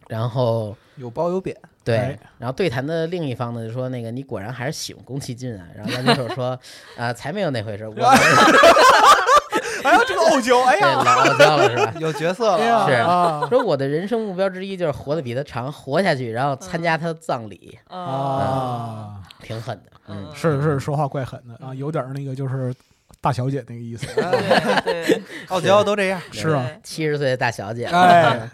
Speaker 4: 然后。
Speaker 5: 有褒有贬，
Speaker 4: 对
Speaker 3: 哎，
Speaker 4: 然后对谈的另一方呢，就说那个你果然还是喜欢宫崎骏啊。然后杨金手说， 啊，才没有那回事，我对
Speaker 3: 哎呀，这个傲娇，哎
Speaker 4: 老傲娇了是吧？
Speaker 5: 有角色 了啊。
Speaker 4: 是
Speaker 3: 啊
Speaker 4: 说我的人生目标之一就是活得比他长，活下去，然后参加他的葬礼，
Speaker 2: 哦
Speaker 3: 啊，
Speaker 4: 挺狠的。嗯，
Speaker 3: 是是，说话怪狠的啊，有点儿那个就是大小姐那个意思，
Speaker 2: 对对，
Speaker 5: 傲娇都这样，
Speaker 3: 是啊，
Speaker 4: 七十岁的大小姐了。
Speaker 3: 哎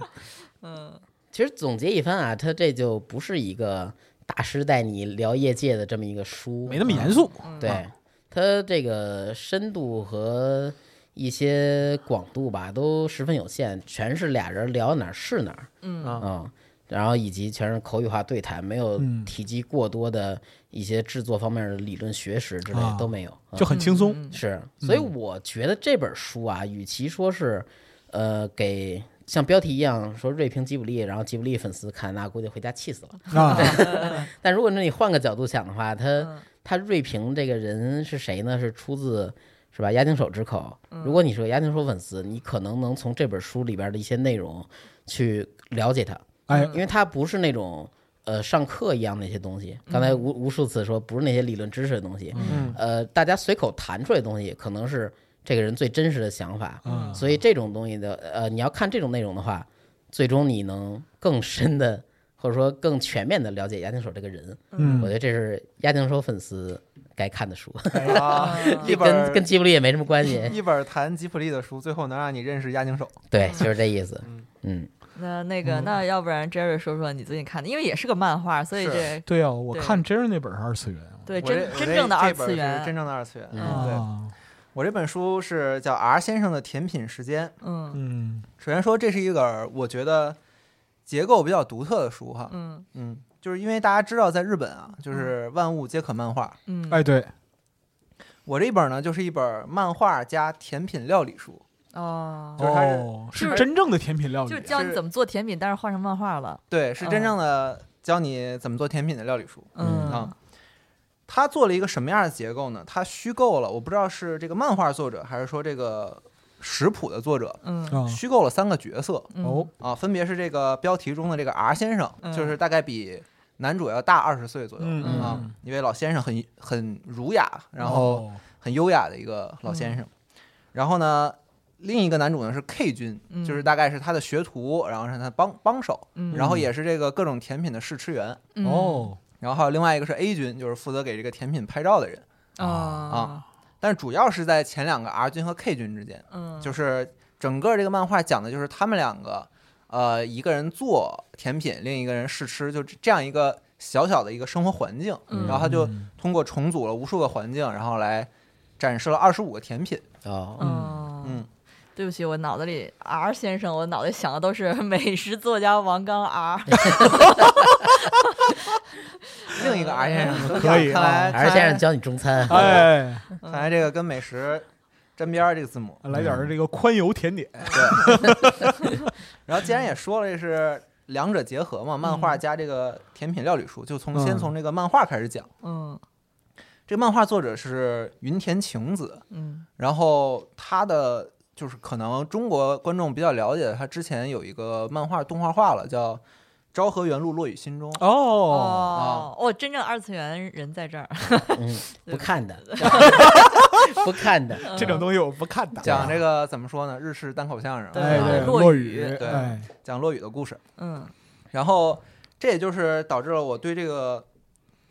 Speaker 2: 嗯
Speaker 4: 其实总结一番啊，他这就不是一个大师带你聊业界的这么一个书，
Speaker 3: 没那么
Speaker 4: 啊
Speaker 3: 严肃，
Speaker 4: 对，它这个深度和一些广度吧，都十分有限，全是俩人聊哪儿是哪儿，
Speaker 2: 嗯
Speaker 5: 啊
Speaker 4: 嗯，然后以及全是口语化对谈，没有
Speaker 3: 嗯
Speaker 4: 提及过多的一些制作方面的理论学识之类的
Speaker 3: 啊
Speaker 4: 都没有，嗯
Speaker 3: 就很轻松，
Speaker 2: 嗯
Speaker 4: 是，所以我觉得这本书啊，与其说是，呃，给像标题一样说锐评吉卜力，然后吉卜力粉丝看，那估计回家气死了。
Speaker 3: 啊，
Speaker 4: 但如果说你换个角度想的话，他
Speaker 2: 嗯
Speaker 4: 他瑞平这个人是谁呢？是出自是吧？押井守之口。
Speaker 3: 嗯
Speaker 4: 如果你是个押井守粉丝，你可能能从这本书里边的一些内容去了解他，
Speaker 3: 哎
Speaker 4: 因为他不是那种呃上课一样那些东西。刚才无无数次说，不是那些理论知识的东西，
Speaker 3: 嗯
Speaker 4: 呃，大家随口谈出来的东西，可能是这个人最真实的想法。
Speaker 3: 嗯
Speaker 4: 所以这种东西的，呃，你要看这种内容的话，最终你能更深的或者说更全面的了解押井守这个人。我觉
Speaker 3: 嗯，
Speaker 4: 得这是押井守粉丝该看的书，
Speaker 5: 啊，一
Speaker 4: 跟跟
Speaker 5: 本
Speaker 4: 吉卜力也没哎什么关 系。
Speaker 5: 一本谈吉普力的书，最后能让你认识押井守。
Speaker 4: 对，就是这意思。嗯，
Speaker 2: 那那个，那要不然 Jerry 说说你最近看的，因为也是个漫画，所以
Speaker 5: 是
Speaker 2: 这
Speaker 3: 对啊，我
Speaker 2: 对
Speaker 3: 看真是那本是二次元
Speaker 2: 对
Speaker 5: 我这
Speaker 2: 真
Speaker 5: 我
Speaker 2: 真
Speaker 5: 这
Speaker 2: 正的
Speaker 5: 这
Speaker 2: 二
Speaker 5: 本
Speaker 2: 次
Speaker 5: 是
Speaker 2: 元，
Speaker 5: 真正的二次元。
Speaker 4: 嗯
Speaker 5: 对，
Speaker 3: 啊，
Speaker 5: 我这本书是叫《R 先生的甜品时间》。
Speaker 2: 嗯
Speaker 3: 嗯
Speaker 5: 首先说，这是一本我觉得结构比较独特的书哈。
Speaker 2: 嗯
Speaker 5: 嗯，就是因为大家知道，在日本啊，就是万物皆可漫画。
Speaker 2: 嗯，
Speaker 3: 哎对，
Speaker 5: 我这本呢，就是一本漫画加甜品料理书。
Speaker 2: 哦，
Speaker 5: 就是它是
Speaker 3: 哦，
Speaker 2: 就是
Speaker 3: 是真正的甜品
Speaker 5: 哦
Speaker 3: 料理啊
Speaker 2: 就是，教你怎么做甜品，但是换成漫画了，
Speaker 5: 对，是真正的教你怎么做甜品的料理书。
Speaker 4: 嗯
Speaker 2: 嗯
Speaker 5: 啊他做了一个什么样的结构呢？他虚构了，我不知道是这个漫画作者还是说这个食谱的作者
Speaker 2: 嗯
Speaker 3: 啊
Speaker 5: 虚构了三个角色
Speaker 3: 哦，
Speaker 5: 啊，分别是这个标题中的这个 R 先生，
Speaker 2: 嗯
Speaker 5: 就是大概比男主要大二十岁左右、
Speaker 3: 嗯
Speaker 2: 嗯
Speaker 5: 啊
Speaker 3: 嗯，哦
Speaker 5: 一位老先生很很儒雅，然后很优雅的一个老先生。然后呢，另一个男主呢是 K 君，
Speaker 2: 嗯
Speaker 5: 就是大概是他的学徒，然后是他的帮帮手，
Speaker 2: 嗯
Speaker 5: 然后也是这个各种甜品的试吃员。
Speaker 2: 嗯
Speaker 3: 哦
Speaker 5: 然后还有另外一个是 A 君，就是负责给这个甜品拍照的人。
Speaker 2: 啊
Speaker 5: 啊但主要是在前两个 R 君和 K 君之间，
Speaker 2: 嗯，
Speaker 5: 就是整个这个漫画讲的就是他们两个，呃，一个人做甜品，另一个人试吃，就这这样一个小小的一个生活环境。
Speaker 2: 嗯
Speaker 5: 然后他就通过重组了无数个环境，然后来展示了二十五个甜品。
Speaker 4: 哦，
Speaker 2: 嗯
Speaker 5: 嗯，
Speaker 2: 对不起，我脑子里 R 先生，我脑袋想的都是美食作家王刚 R。
Speaker 5: 哎另一个 R 先生
Speaker 3: 可以
Speaker 5: 看来
Speaker 4: 还是先生
Speaker 5: 看
Speaker 4: 教你中 餐，
Speaker 3: 哎，
Speaker 5: 来看来这个跟美食沾边儿这个字母。
Speaker 3: 来点儿这个宽油甜点，
Speaker 5: 对，然后既然也说了，这是两者结合嘛，漫
Speaker 2: 嗯
Speaker 5: 画加这个甜品料理书，就从先
Speaker 3: 嗯
Speaker 5: 从这个漫画开始讲。
Speaker 2: 嗯
Speaker 5: 这个漫画作者是云田晴子，
Speaker 2: 嗯
Speaker 5: 然后他的就是可能中国观众比较了解的，他之前有一个漫画动画化了，叫《昭和元禄落雨心中》。啊
Speaker 3: 哦，
Speaker 2: 哦哦，真正二次元人在这儿。
Speaker 4: 嗯，不看 的，不看的，
Speaker 3: 这种东西我不看的，
Speaker 5: 讲这个怎么说呢？日式单口相声，
Speaker 3: 哎，
Speaker 2: 啊对
Speaker 3: 对，
Speaker 2: 落
Speaker 3: 落
Speaker 2: 雨
Speaker 3: 雨，
Speaker 5: 对
Speaker 3: 哎，
Speaker 5: 讲落雨的故事。
Speaker 2: 嗯
Speaker 5: 然后这也就是导致了我对这个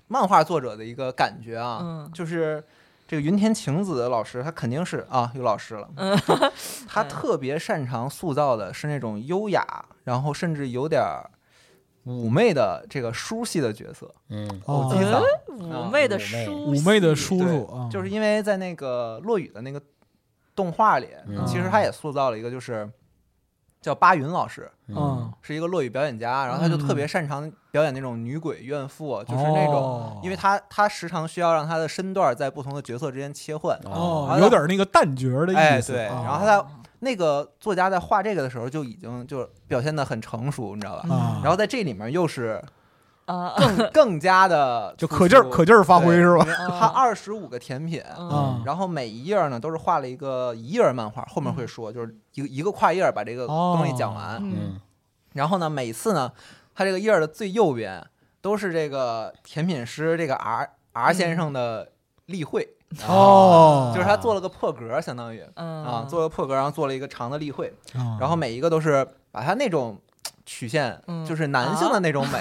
Speaker 5: 漫画作者的一个感觉啊，
Speaker 2: 嗯
Speaker 5: 就是这个云田晴子老师，他肯定是啊，有老师了，
Speaker 2: 嗯
Speaker 5: 他
Speaker 2: 嗯
Speaker 5: 特别擅长塑造的是那种优雅，然后甚至有点儿妩媚的这个书系的角色。
Speaker 4: 嗯，
Speaker 3: 哦
Speaker 5: 记得
Speaker 2: 妩媚的
Speaker 4: 妩媚
Speaker 2: 书系，
Speaker 3: 妩媚的叔
Speaker 5: 嗯对
Speaker 3: 叔啊，
Speaker 5: 就是因为在那个落雨的那个动画里，
Speaker 4: 嗯
Speaker 5: 其实他也塑造了一个就是叫巴云老师，
Speaker 3: 嗯，
Speaker 5: 是一个落语表演家，然后他就特别擅长表演那种女鬼、怨妇，就是那种，
Speaker 3: 哦
Speaker 5: 因为他他时常需要让他的身段在不同的角色之间切换。
Speaker 3: 哦
Speaker 5: 然后，
Speaker 3: 有
Speaker 5: 啊他
Speaker 3: 点儿那个旦角儿的
Speaker 5: 哎，
Speaker 3: 意思，
Speaker 5: 对，
Speaker 3: 啊
Speaker 5: 然后他在那个作家在画这个的时候就已经就表现的很成熟，你知道吧？
Speaker 3: 啊，
Speaker 5: 嗯然后在这里面又是
Speaker 2: 啊，
Speaker 5: 更更加的
Speaker 3: 就可劲儿可劲儿发挥
Speaker 5: 对
Speaker 3: 是吧？
Speaker 2: 哦
Speaker 5: 他二十五个甜品，
Speaker 3: 啊，
Speaker 5: 然后每一页儿呢都是画了一个一页儿漫画，后面会说就是一个一个跨页儿把这个
Speaker 3: 嗯哦
Speaker 5: 东西讲完。
Speaker 4: 嗯，
Speaker 5: 然后呢，每次呢，它这个页儿的最右边都是这个甜品师这个 R R 先生的例会，
Speaker 3: 哦，
Speaker 4: 嗯
Speaker 5: 就是他做了个破格，相当于
Speaker 2: 嗯
Speaker 5: 啊，做了个破格，然后做了一个长的例会，
Speaker 4: 嗯
Speaker 3: 啊，
Speaker 5: 然后每一个都是把他那种曲线
Speaker 2: 嗯，
Speaker 5: 就是男性的那种美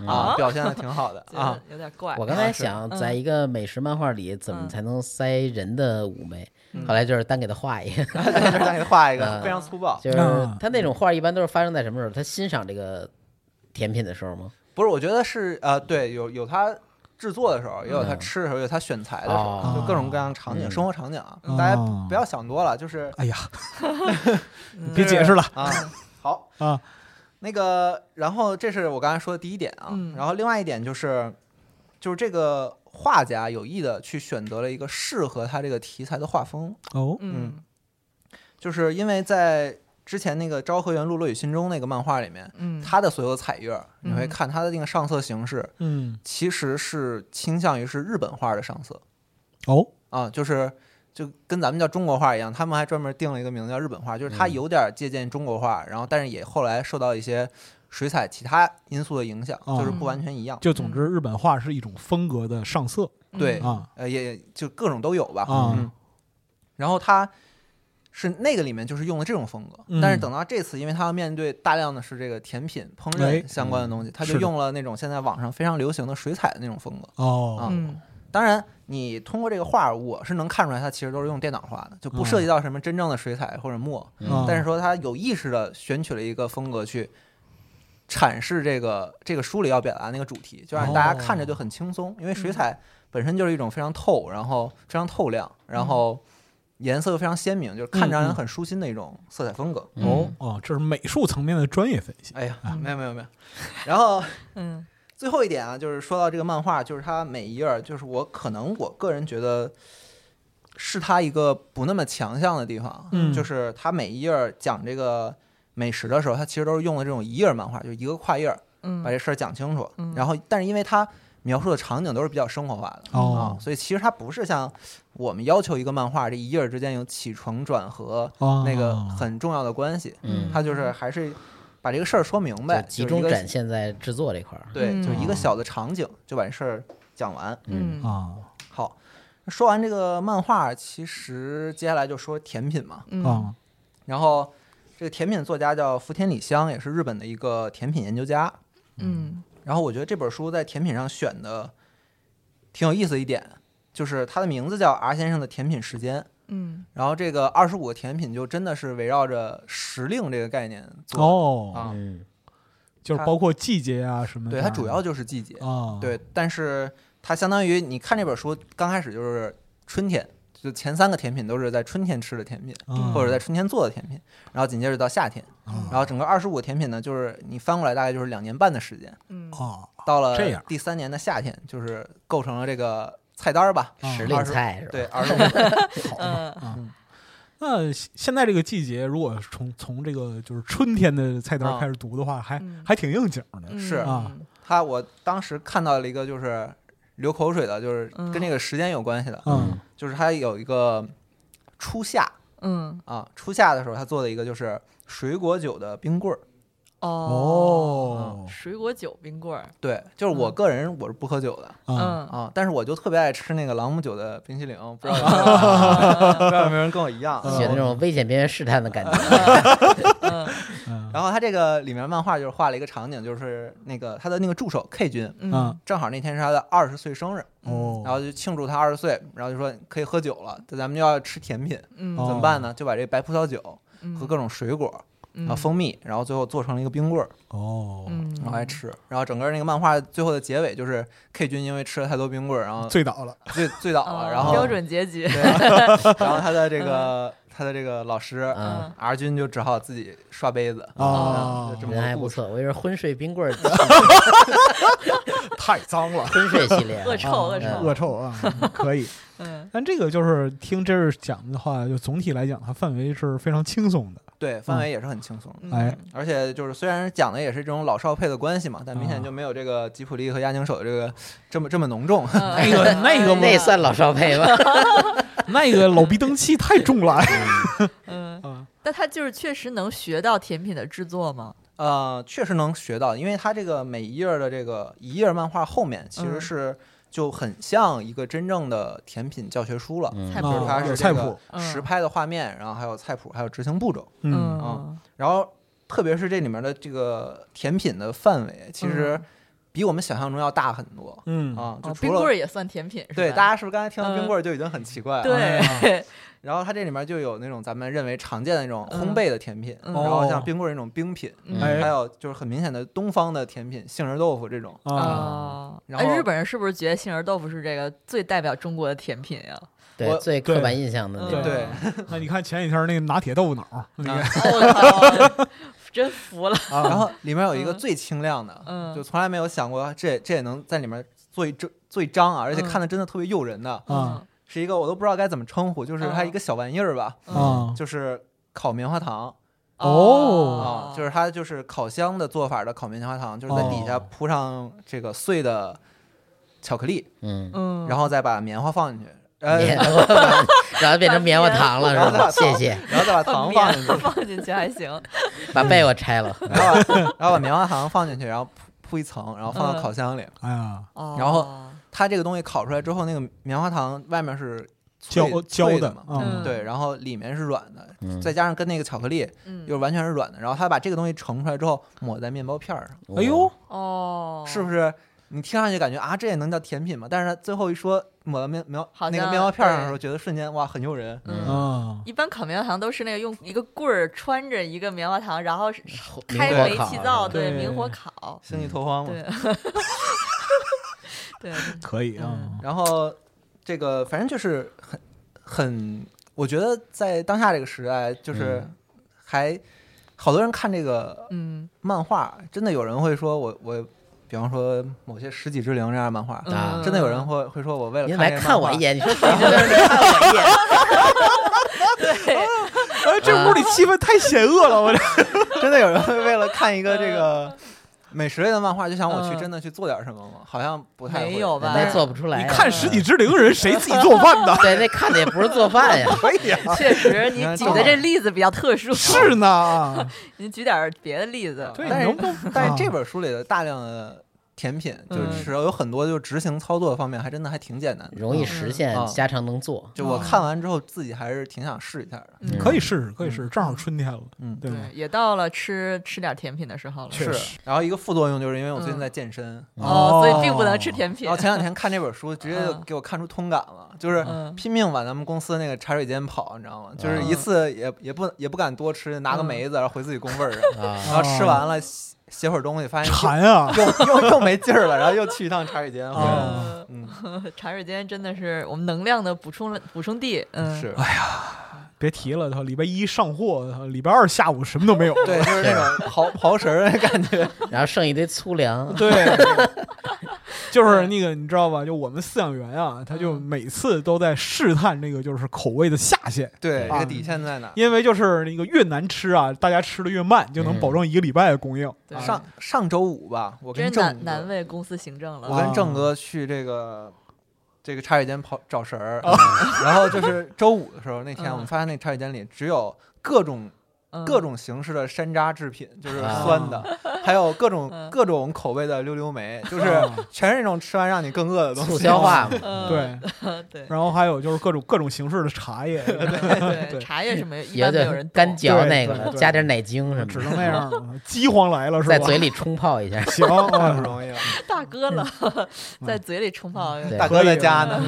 Speaker 4: 嗯
Speaker 5: 啊，表现的挺好 的
Speaker 2: 觉
Speaker 5: 啊
Speaker 2: 得。有点怪
Speaker 4: 我。刚才
Speaker 5: 啊是
Speaker 4: 想，
Speaker 2: 嗯
Speaker 4: 在一个美食漫画里，怎么
Speaker 2: 嗯
Speaker 4: 才能塞人的妩媚？
Speaker 5: 嗯
Speaker 4: 后来就是单给他画一个，
Speaker 5: 对就是让你画一个
Speaker 4: 嗯
Speaker 5: 非常粗暴，
Speaker 4: 就是
Speaker 3: 嗯
Speaker 4: 他那种画一般都是发生在什么时候？他欣赏这个甜品的时候吗？
Speaker 5: 不是，我觉得是呃，对，有有他制作的时候，也有他
Speaker 4: 嗯
Speaker 5: 吃的时候，也有他选材的时
Speaker 4: 哦
Speaker 5: 候，就各种各样的场景，
Speaker 4: 嗯
Speaker 5: 生活场景啊
Speaker 3: 哦，
Speaker 5: 大家不要想多了，就是
Speaker 3: 哎呀，别解释了
Speaker 5: 啊，好
Speaker 3: 啊，
Speaker 5: 那个，然后这是我刚才说的第一点啊
Speaker 2: 嗯，
Speaker 5: 然后另外一点就是，就是这个画家有意的去选择了一个适合他这个题材的画风，
Speaker 3: 哦，
Speaker 2: 嗯
Speaker 5: 就是因为在之前那个《昭和元禄落雨心中》那个漫画里面，
Speaker 2: 嗯，
Speaker 5: 他的所有彩页，你会
Speaker 2: 嗯
Speaker 5: 看他的那个上色形式，
Speaker 3: 嗯，
Speaker 5: 其实是倾向于是日本画的上色
Speaker 3: 哦，
Speaker 5: 啊，就是就跟咱们叫中国画一样，他们还专门定了一个名字叫日本画，就是它
Speaker 4: 嗯
Speaker 5: 有点借鉴中国画，然后但是也后来受到一些水彩其他因素的影响，
Speaker 3: 哦
Speaker 5: 就是不完全一样。
Speaker 3: 就总之日本画是一种风格的上色
Speaker 5: 对
Speaker 2: 嗯
Speaker 3: 啊，
Speaker 5: 呃，也就各种都有吧。
Speaker 3: 啊
Speaker 5: 嗯，然后它是那个里面就是用的这种风格，
Speaker 3: 嗯
Speaker 5: 但是等到这次，因为它要面对大量的是这个甜品烹
Speaker 3: 哎
Speaker 5: 饪相关的东西，它
Speaker 3: 是
Speaker 5: 就
Speaker 3: 的
Speaker 5: 用了那种现在网上非常流行的水彩的那种风格。
Speaker 3: 哦，
Speaker 2: 嗯
Speaker 5: 当然，你通过这个画，我是能看出来，它其实都是用电脑画的，就不涉及到什么真正的水彩或者墨。
Speaker 3: 嗯
Speaker 5: 但是说，它有意识的选取了一个风格去阐释这个这个书里要表达那个主题，就让大家看着就很轻松，因为水彩本身就是一种非常透，然后非常透亮，然后颜色又非常鲜明，就是看着让人很舒心的一种色彩风格。
Speaker 4: 嗯
Speaker 3: 哦，哦，这是美术层面的专业分析，
Speaker 5: 哎呀，没有没有没有。然后
Speaker 2: 嗯
Speaker 5: 最后一点啊，就是说到这个漫画，就是它每一页儿，就是我可能我个人觉得是它一个不那么强项的地方，
Speaker 3: 嗯
Speaker 5: 就是它每一页儿讲这个美食的时候，它其实都是用的这种一页儿漫画，就一个跨页儿
Speaker 2: 嗯
Speaker 5: 把这事儿讲清楚。
Speaker 2: 嗯
Speaker 5: 然后，但是因为它描述的场景都是比较生活化的。啊
Speaker 3: 哦，
Speaker 5: 所以其实它不是像我们要求一个漫画这一页儿之间有起承转合
Speaker 3: 哦，
Speaker 5: 那个很重要的关系，
Speaker 4: 嗯
Speaker 5: 它就是还是把这个事儿说明白，
Speaker 4: 就集
Speaker 5: 就是一
Speaker 4: 中
Speaker 5: 个
Speaker 4: 展现在制作这块儿。
Speaker 5: 对，就一个
Speaker 3: 嗯
Speaker 5: 小的场景就把这事儿讲完。
Speaker 4: 嗯
Speaker 2: 嗯
Speaker 3: 啊
Speaker 5: 好，说完这个漫画，其实接下来就说甜品嘛。
Speaker 2: 嗯
Speaker 3: 啊，
Speaker 5: 然后这个甜品作家叫福田理香，也是日本的一个甜品研究家。
Speaker 2: 嗯
Speaker 5: 然后我觉得这本书在甜品上选的挺有意思一点，就是它的名字叫 R 先生的甜品时间。
Speaker 2: 嗯，
Speaker 5: 然后这个二十五个甜品就真的是围绕着时令这个概念做的
Speaker 3: 哦，
Speaker 5: 啊，
Speaker 4: 嗯，
Speaker 3: 就是包括季节啊什么的。
Speaker 5: 对，它主要就是季节，
Speaker 3: 啊，，
Speaker 5: 对，但是它相当于你看这本书刚开始就是春天，就前三个甜品都是在春天吃的甜品，
Speaker 3: 嗯哦
Speaker 5: 或者在春天做的甜品，然后紧接着到夏天，然后整个二十五甜品呢，就是你翻过来大概就是两年半的时间，
Speaker 2: 嗯
Speaker 3: 啊，
Speaker 5: 到了
Speaker 3: 这样
Speaker 5: 第三年的夏天，就是构成了这个菜单儿吧，
Speaker 3: 啊
Speaker 4: 时令菜是吧？
Speaker 5: 对，二十五，
Speaker 4: 好嘛
Speaker 2: 嗯
Speaker 3: 那现现在这个季节，如果从从这个就是春天的菜单
Speaker 5: 啊
Speaker 3: 开始读的话，还
Speaker 2: 嗯
Speaker 3: 还挺应景的。
Speaker 2: 嗯
Speaker 5: 是
Speaker 3: 啊
Speaker 5: 它我当时看到了一个就是流口水的，就是跟这个时间有关系的，
Speaker 3: 嗯
Speaker 5: 就是它有一个初夏
Speaker 2: 嗯
Speaker 5: 啊，初夏的时候他做的一个就是水果酒的冰棍儿。
Speaker 3: 哦
Speaker 2: 水果酒冰棍儿，
Speaker 5: 对，就是我
Speaker 2: 嗯
Speaker 5: 个人我是不喝酒的、
Speaker 2: 嗯
Speaker 3: 啊
Speaker 5: 啊，但是我就特别爱吃那个朗姆酒的冰淇淋，不知道有没有人不
Speaker 2: 啊
Speaker 5: 知道有没有人跟我一样。
Speaker 4: 写那种危险边缘试探的感觉。
Speaker 2: 嗯
Speaker 3: 嗯
Speaker 5: 然后他这个里面漫画就是画了一个场景，就是那个他的那个助手 K 君，
Speaker 3: 啊
Speaker 2: 嗯
Speaker 5: 正好那天是他的二十岁生日，
Speaker 3: 哦，
Speaker 5: 然后就庆祝他二十岁，然后就说可以喝酒了，咱们就要吃甜品，
Speaker 2: 嗯，
Speaker 3: 哦
Speaker 5: 怎么办呢？就把这白葡萄酒
Speaker 2: 嗯
Speaker 5: 和各种水果、
Speaker 2: 嗯
Speaker 5: 啊蜂蜜，然后最后做成了一个冰棍儿，
Speaker 3: 哦，
Speaker 2: 嗯
Speaker 5: 然后来吃。然后整个那个漫画最后的结尾就是 K 君因为吃了太多冰棍儿，然后
Speaker 3: 醉倒了。
Speaker 5: 醉醉倒了，
Speaker 2: 啊
Speaker 5: 然后
Speaker 2: 标准嗯结 局，
Speaker 5: 对，然后他的这个他的这个老师
Speaker 4: 嗯
Speaker 5: R 君就只好自己刷杯子
Speaker 3: 哦
Speaker 5: 嗯就这么
Speaker 4: 人还
Speaker 5: 个
Speaker 4: 哎不
Speaker 5: 故事。
Speaker 4: 错，我以为是昏睡冰 棍儿
Speaker 3: 太脏了，
Speaker 4: 昏睡系列啊，
Speaker 2: 恶臭恶
Speaker 4: 嗯
Speaker 2: 臭，
Speaker 3: 恶臭啊，可以。
Speaker 2: 嗯
Speaker 3: 但这个就是听这儿讲的话，就总体来讲，它范围是非常轻松的。
Speaker 5: 对，氛围也是很轻松的，
Speaker 2: 嗯
Speaker 3: 哎
Speaker 5: 而且就是虽然讲的也是这种老少配的关系嘛，但明
Speaker 4: 嗯
Speaker 5: 显
Speaker 3: 啊
Speaker 5: 就没有这个吉普力和押井守的这个这么这么浓重。
Speaker 2: 那
Speaker 3: 个那个
Speaker 4: 哎那算老少配 吗？
Speaker 3: 那个老逼灯气太重了。
Speaker 2: 嗯，
Speaker 3: 啊
Speaker 2: 但他就是确实能学到甜品的制作吗？
Speaker 5: 呃，确实能学到，因为它这个每一页儿的这个一页儿漫画后面其实
Speaker 2: 嗯
Speaker 5: 是就很像一个真正的甜品教学书了，
Speaker 4: 嗯
Speaker 2: 哦菜谱
Speaker 3: 啊
Speaker 5: 就是它是
Speaker 3: 有
Speaker 5: 这
Speaker 3: 菜
Speaker 5: 个
Speaker 3: 谱
Speaker 2: 嗯
Speaker 5: 实拍的画面，然后还有菜谱，还有执行步骤。
Speaker 3: 嗯
Speaker 2: 嗯
Speaker 5: 然后特别是这里面的这个甜品的范围，其实比我们想象中要大很多、
Speaker 3: 嗯
Speaker 5: 啊。就
Speaker 2: 嗯哦，
Speaker 5: 除
Speaker 2: 冰棍
Speaker 5: 了
Speaker 2: 儿也算甜品是吧？
Speaker 5: 对，大家是不是刚才听到
Speaker 2: 嗯
Speaker 5: 冰棍儿就已经很奇怪了？
Speaker 2: 对，
Speaker 5: 然后它这里面就有那种咱们认为常见的那种
Speaker 2: 嗯
Speaker 5: 烘焙的甜品，
Speaker 2: 嗯
Speaker 5: 然后像冰棍儿那种冰品，
Speaker 4: 哎
Speaker 5: 还有就是很明显的东方的甜品杏仁豆腐这种。
Speaker 3: 啊，
Speaker 2: 哦，
Speaker 5: 然
Speaker 2: 哎
Speaker 5: 后
Speaker 2: 日本人是不是觉得杏仁豆腐是这个最代表中国的甜品呀？
Speaker 4: 对，
Speaker 5: 我
Speaker 4: 最刻板印象的那
Speaker 2: 嗯
Speaker 4: 种。
Speaker 5: 对，
Speaker 3: 那你看前几天那个拿铁豆腐脑，那个
Speaker 5: 啊
Speaker 2: 我操，真服 了。
Speaker 5: 然后里面有一个
Speaker 2: 嗯
Speaker 5: 最清亮的，
Speaker 2: 嗯
Speaker 5: 就从来没有想过这这也能在里面做一这做一张啊，而且
Speaker 2: 嗯
Speaker 5: 看的真的特别诱人的，
Speaker 3: 啊
Speaker 5: 是一个我都不知道该怎么称呼，就是它
Speaker 2: 嗯
Speaker 5: 一个小玩意儿吧，
Speaker 2: 嗯嗯
Speaker 3: 啊
Speaker 5: 就是烤棉花糖
Speaker 3: 哦
Speaker 5: 啊，就是它就是烤箱的做法的烤棉花糖，就是在底下
Speaker 3: 哦
Speaker 5: 铺上这个碎的巧克力，
Speaker 4: 嗯，
Speaker 2: 嗯，
Speaker 5: 然后再把棉花放进去，呃，
Speaker 3: 哎
Speaker 4: 棉花，然后变成棉花 糖了是吧？谢谢，
Speaker 5: 然后再把
Speaker 2: 把
Speaker 5: 糖
Speaker 2: 棉
Speaker 5: 放进 去，
Speaker 2: 放进去还 行，
Speaker 4: 把被我拆了。
Speaker 5: 然后把然后把棉花糖放进去，然后铺铺一层，然后放
Speaker 2: 嗯
Speaker 5: 到烤箱里。
Speaker 3: 哎呀，
Speaker 2: 哦
Speaker 5: 然后它这个东西烤出来之后，那个棉花糖外面是脆
Speaker 3: 焦
Speaker 5: 脆
Speaker 3: 焦
Speaker 5: 的
Speaker 3: 的
Speaker 5: 嘛，
Speaker 3: 啊
Speaker 2: 嗯
Speaker 5: 对，然后里面是软的，
Speaker 4: 嗯
Speaker 5: 再加上跟那个巧克力
Speaker 2: 嗯
Speaker 5: 又完全是软的，然后他把这个东西盛出来之后抹在面包片儿上，
Speaker 3: 哎呦，
Speaker 2: 哦，
Speaker 5: 是不是？你听上去感觉啊，这也能叫甜品吗？但是他最后一说抹到面面
Speaker 2: 好
Speaker 5: 那个
Speaker 2: 像
Speaker 5: 面包片儿上的
Speaker 2: 对
Speaker 5: 时候，觉得瞬间哇很诱人，
Speaker 4: 嗯，
Speaker 3: 啊，
Speaker 2: 一般烤棉花糖都是那个用一个棍儿穿着一个棉花糖，然后是
Speaker 4: 明
Speaker 2: 开煤
Speaker 4: 火
Speaker 2: 气灶，
Speaker 4: 烤是吧
Speaker 2: 对，
Speaker 3: 对
Speaker 2: 明火烤，
Speaker 5: 兴趣拓荒嘛。
Speaker 2: 对，对，
Speaker 3: 可以啊
Speaker 2: 嗯，
Speaker 5: 然后这个反正就是很很，我觉得在当下这个时代，就是
Speaker 4: 嗯
Speaker 5: 还好多人看这个
Speaker 2: 嗯
Speaker 5: 漫画，真的有人会说我我，比方说某些《十几之灵》这样的漫画，
Speaker 4: 啊
Speaker 2: 嗯，
Speaker 5: 真的有人会会说我为了
Speaker 4: 您
Speaker 5: 看
Speaker 4: 来
Speaker 5: 这个
Speaker 4: 看
Speaker 5: 漫
Speaker 4: 我
Speaker 5: 画
Speaker 4: 一眼，你说谁
Speaker 2: 哎
Speaker 4: 这
Speaker 2: 对，
Speaker 3: 哎，这
Speaker 4: 都是您看我一眼？
Speaker 3: 屋里气氛太险恶了，我这
Speaker 5: 真的有人会为了看一个这
Speaker 4: 嗯
Speaker 5: 个美食类的漫画，就想我去
Speaker 2: 嗯
Speaker 5: 真的去做点什么吗？好像不太
Speaker 2: 没
Speaker 5: 会
Speaker 2: 有吧？
Speaker 4: 那做不出来
Speaker 3: 你
Speaker 4: 呀。
Speaker 3: 看《十几之灵》人谁自己做饭的？
Speaker 4: 对，那看的也不是做饭 呀。
Speaker 3: 可以 啊，
Speaker 2: 确实，你
Speaker 5: 你看
Speaker 2: 举
Speaker 5: 这
Speaker 2: 的这
Speaker 5: 个
Speaker 2: 例子比较特殊，
Speaker 3: 是呢，啊
Speaker 2: 你举点儿别的例子，
Speaker 3: 对，
Speaker 5: 但
Speaker 3: 你
Speaker 5: 是
Speaker 3: 能不能啊
Speaker 5: 但是这本书里的大量的甜品，就
Speaker 2: 嗯
Speaker 5: 是有很多就执行操作方面还真的还挺简单的。
Speaker 4: 容易实现
Speaker 5: 嗯，
Speaker 4: 家常能做。
Speaker 5: 就我看完之后，自己还是挺想试一下的。
Speaker 2: 啊嗯
Speaker 3: 可以试试，可以试试，正好春天了，
Speaker 5: 嗯
Speaker 3: 对吗？
Speaker 2: 也到了吃吃点甜品的时候了。
Speaker 3: 确实
Speaker 5: 是，然后一个副作用就是因为我最近
Speaker 2: 嗯
Speaker 5: 在健身，
Speaker 2: 哦，所以并不能吃甜品
Speaker 4: 哦
Speaker 5: 然后。前两天看这本书，直接就
Speaker 2: 嗯
Speaker 5: 给我看出通感了，就是
Speaker 2: 嗯
Speaker 5: 拼命往咱们公司那个茶水间跑，你知道吗？就是一
Speaker 2: 嗯
Speaker 5: 次也也不也不敢多吃，拿个梅子，然后回自己工位儿上，
Speaker 4: 啊，
Speaker 5: 然后吃完了写写会儿东西，发现
Speaker 3: 馋 啊！
Speaker 5: 又又又又没劲儿了，然后又去一趟茶水间。回来
Speaker 3: 哦
Speaker 2: 嗯
Speaker 5: 嗯，
Speaker 2: 茶水间真的是我们能量的补充补充地。嗯，
Speaker 5: 是，
Speaker 3: 别提了，他礼拜一上货，操礼拜二下午什么都没有。
Speaker 5: 对，就是那种刨刨食儿的 感觉。
Speaker 4: 然后剩一堆粗粮，
Speaker 3: 对，就是那个你知道吧？就我们饲养员啊，他就
Speaker 2: 嗯
Speaker 3: 每次都在试探这个就是口味的下限，
Speaker 5: 对，这
Speaker 3: 啊
Speaker 5: 个底线在哪？
Speaker 3: 因为就是那个越难吃啊，大家吃的越慢，就能
Speaker 4: 嗯
Speaker 3: 保证一个礼拜的供应。啊
Speaker 2: 对
Speaker 5: 上
Speaker 3: 嗯
Speaker 5: 上周五吧，我跟
Speaker 2: 真
Speaker 5: 郑
Speaker 2: 难
Speaker 5: 哥
Speaker 2: 难为公司行政了。
Speaker 5: 我跟
Speaker 3: 哦
Speaker 5: 郑哥去这个这个茶水间跑找食儿，
Speaker 3: 哦
Speaker 5: 然后就是周五的时候，那天我们
Speaker 2: 嗯
Speaker 5: 发现那茶水间里只有各种
Speaker 2: 嗯
Speaker 5: 各种形式的山楂制品，就是
Speaker 3: 啊
Speaker 5: 酸的，还有各种
Speaker 2: 嗯
Speaker 5: 各种口味的溜溜梅，就是
Speaker 3: 啊
Speaker 5: 全是那种吃完让你更饿的东
Speaker 4: 促
Speaker 5: 西。
Speaker 4: 消化嘛。
Speaker 2: 嗯
Speaker 3: 对，
Speaker 2: 对
Speaker 3: 然后还有就是各种各种形式的茶叶，
Speaker 2: 对
Speaker 3: 对
Speaker 2: 对，茶叶是 没一
Speaker 4: 也
Speaker 2: 般没
Speaker 4: 得
Speaker 2: 有人动
Speaker 4: 干嚼那个
Speaker 3: 对
Speaker 4: 了，
Speaker 3: 对
Speaker 4: 加点奶精什
Speaker 3: 只
Speaker 4: 么
Speaker 3: 能
Speaker 4: 的，
Speaker 3: 那样了。饥荒来了是吧？。
Speaker 4: 在嘴里冲泡一下
Speaker 3: 行，
Speaker 5: 太
Speaker 3: 哎
Speaker 5: 不容易了，
Speaker 2: 大哥了，
Speaker 3: 嗯
Speaker 2: 在嘴里冲泡。
Speaker 4: 对
Speaker 5: 大哥在家呢，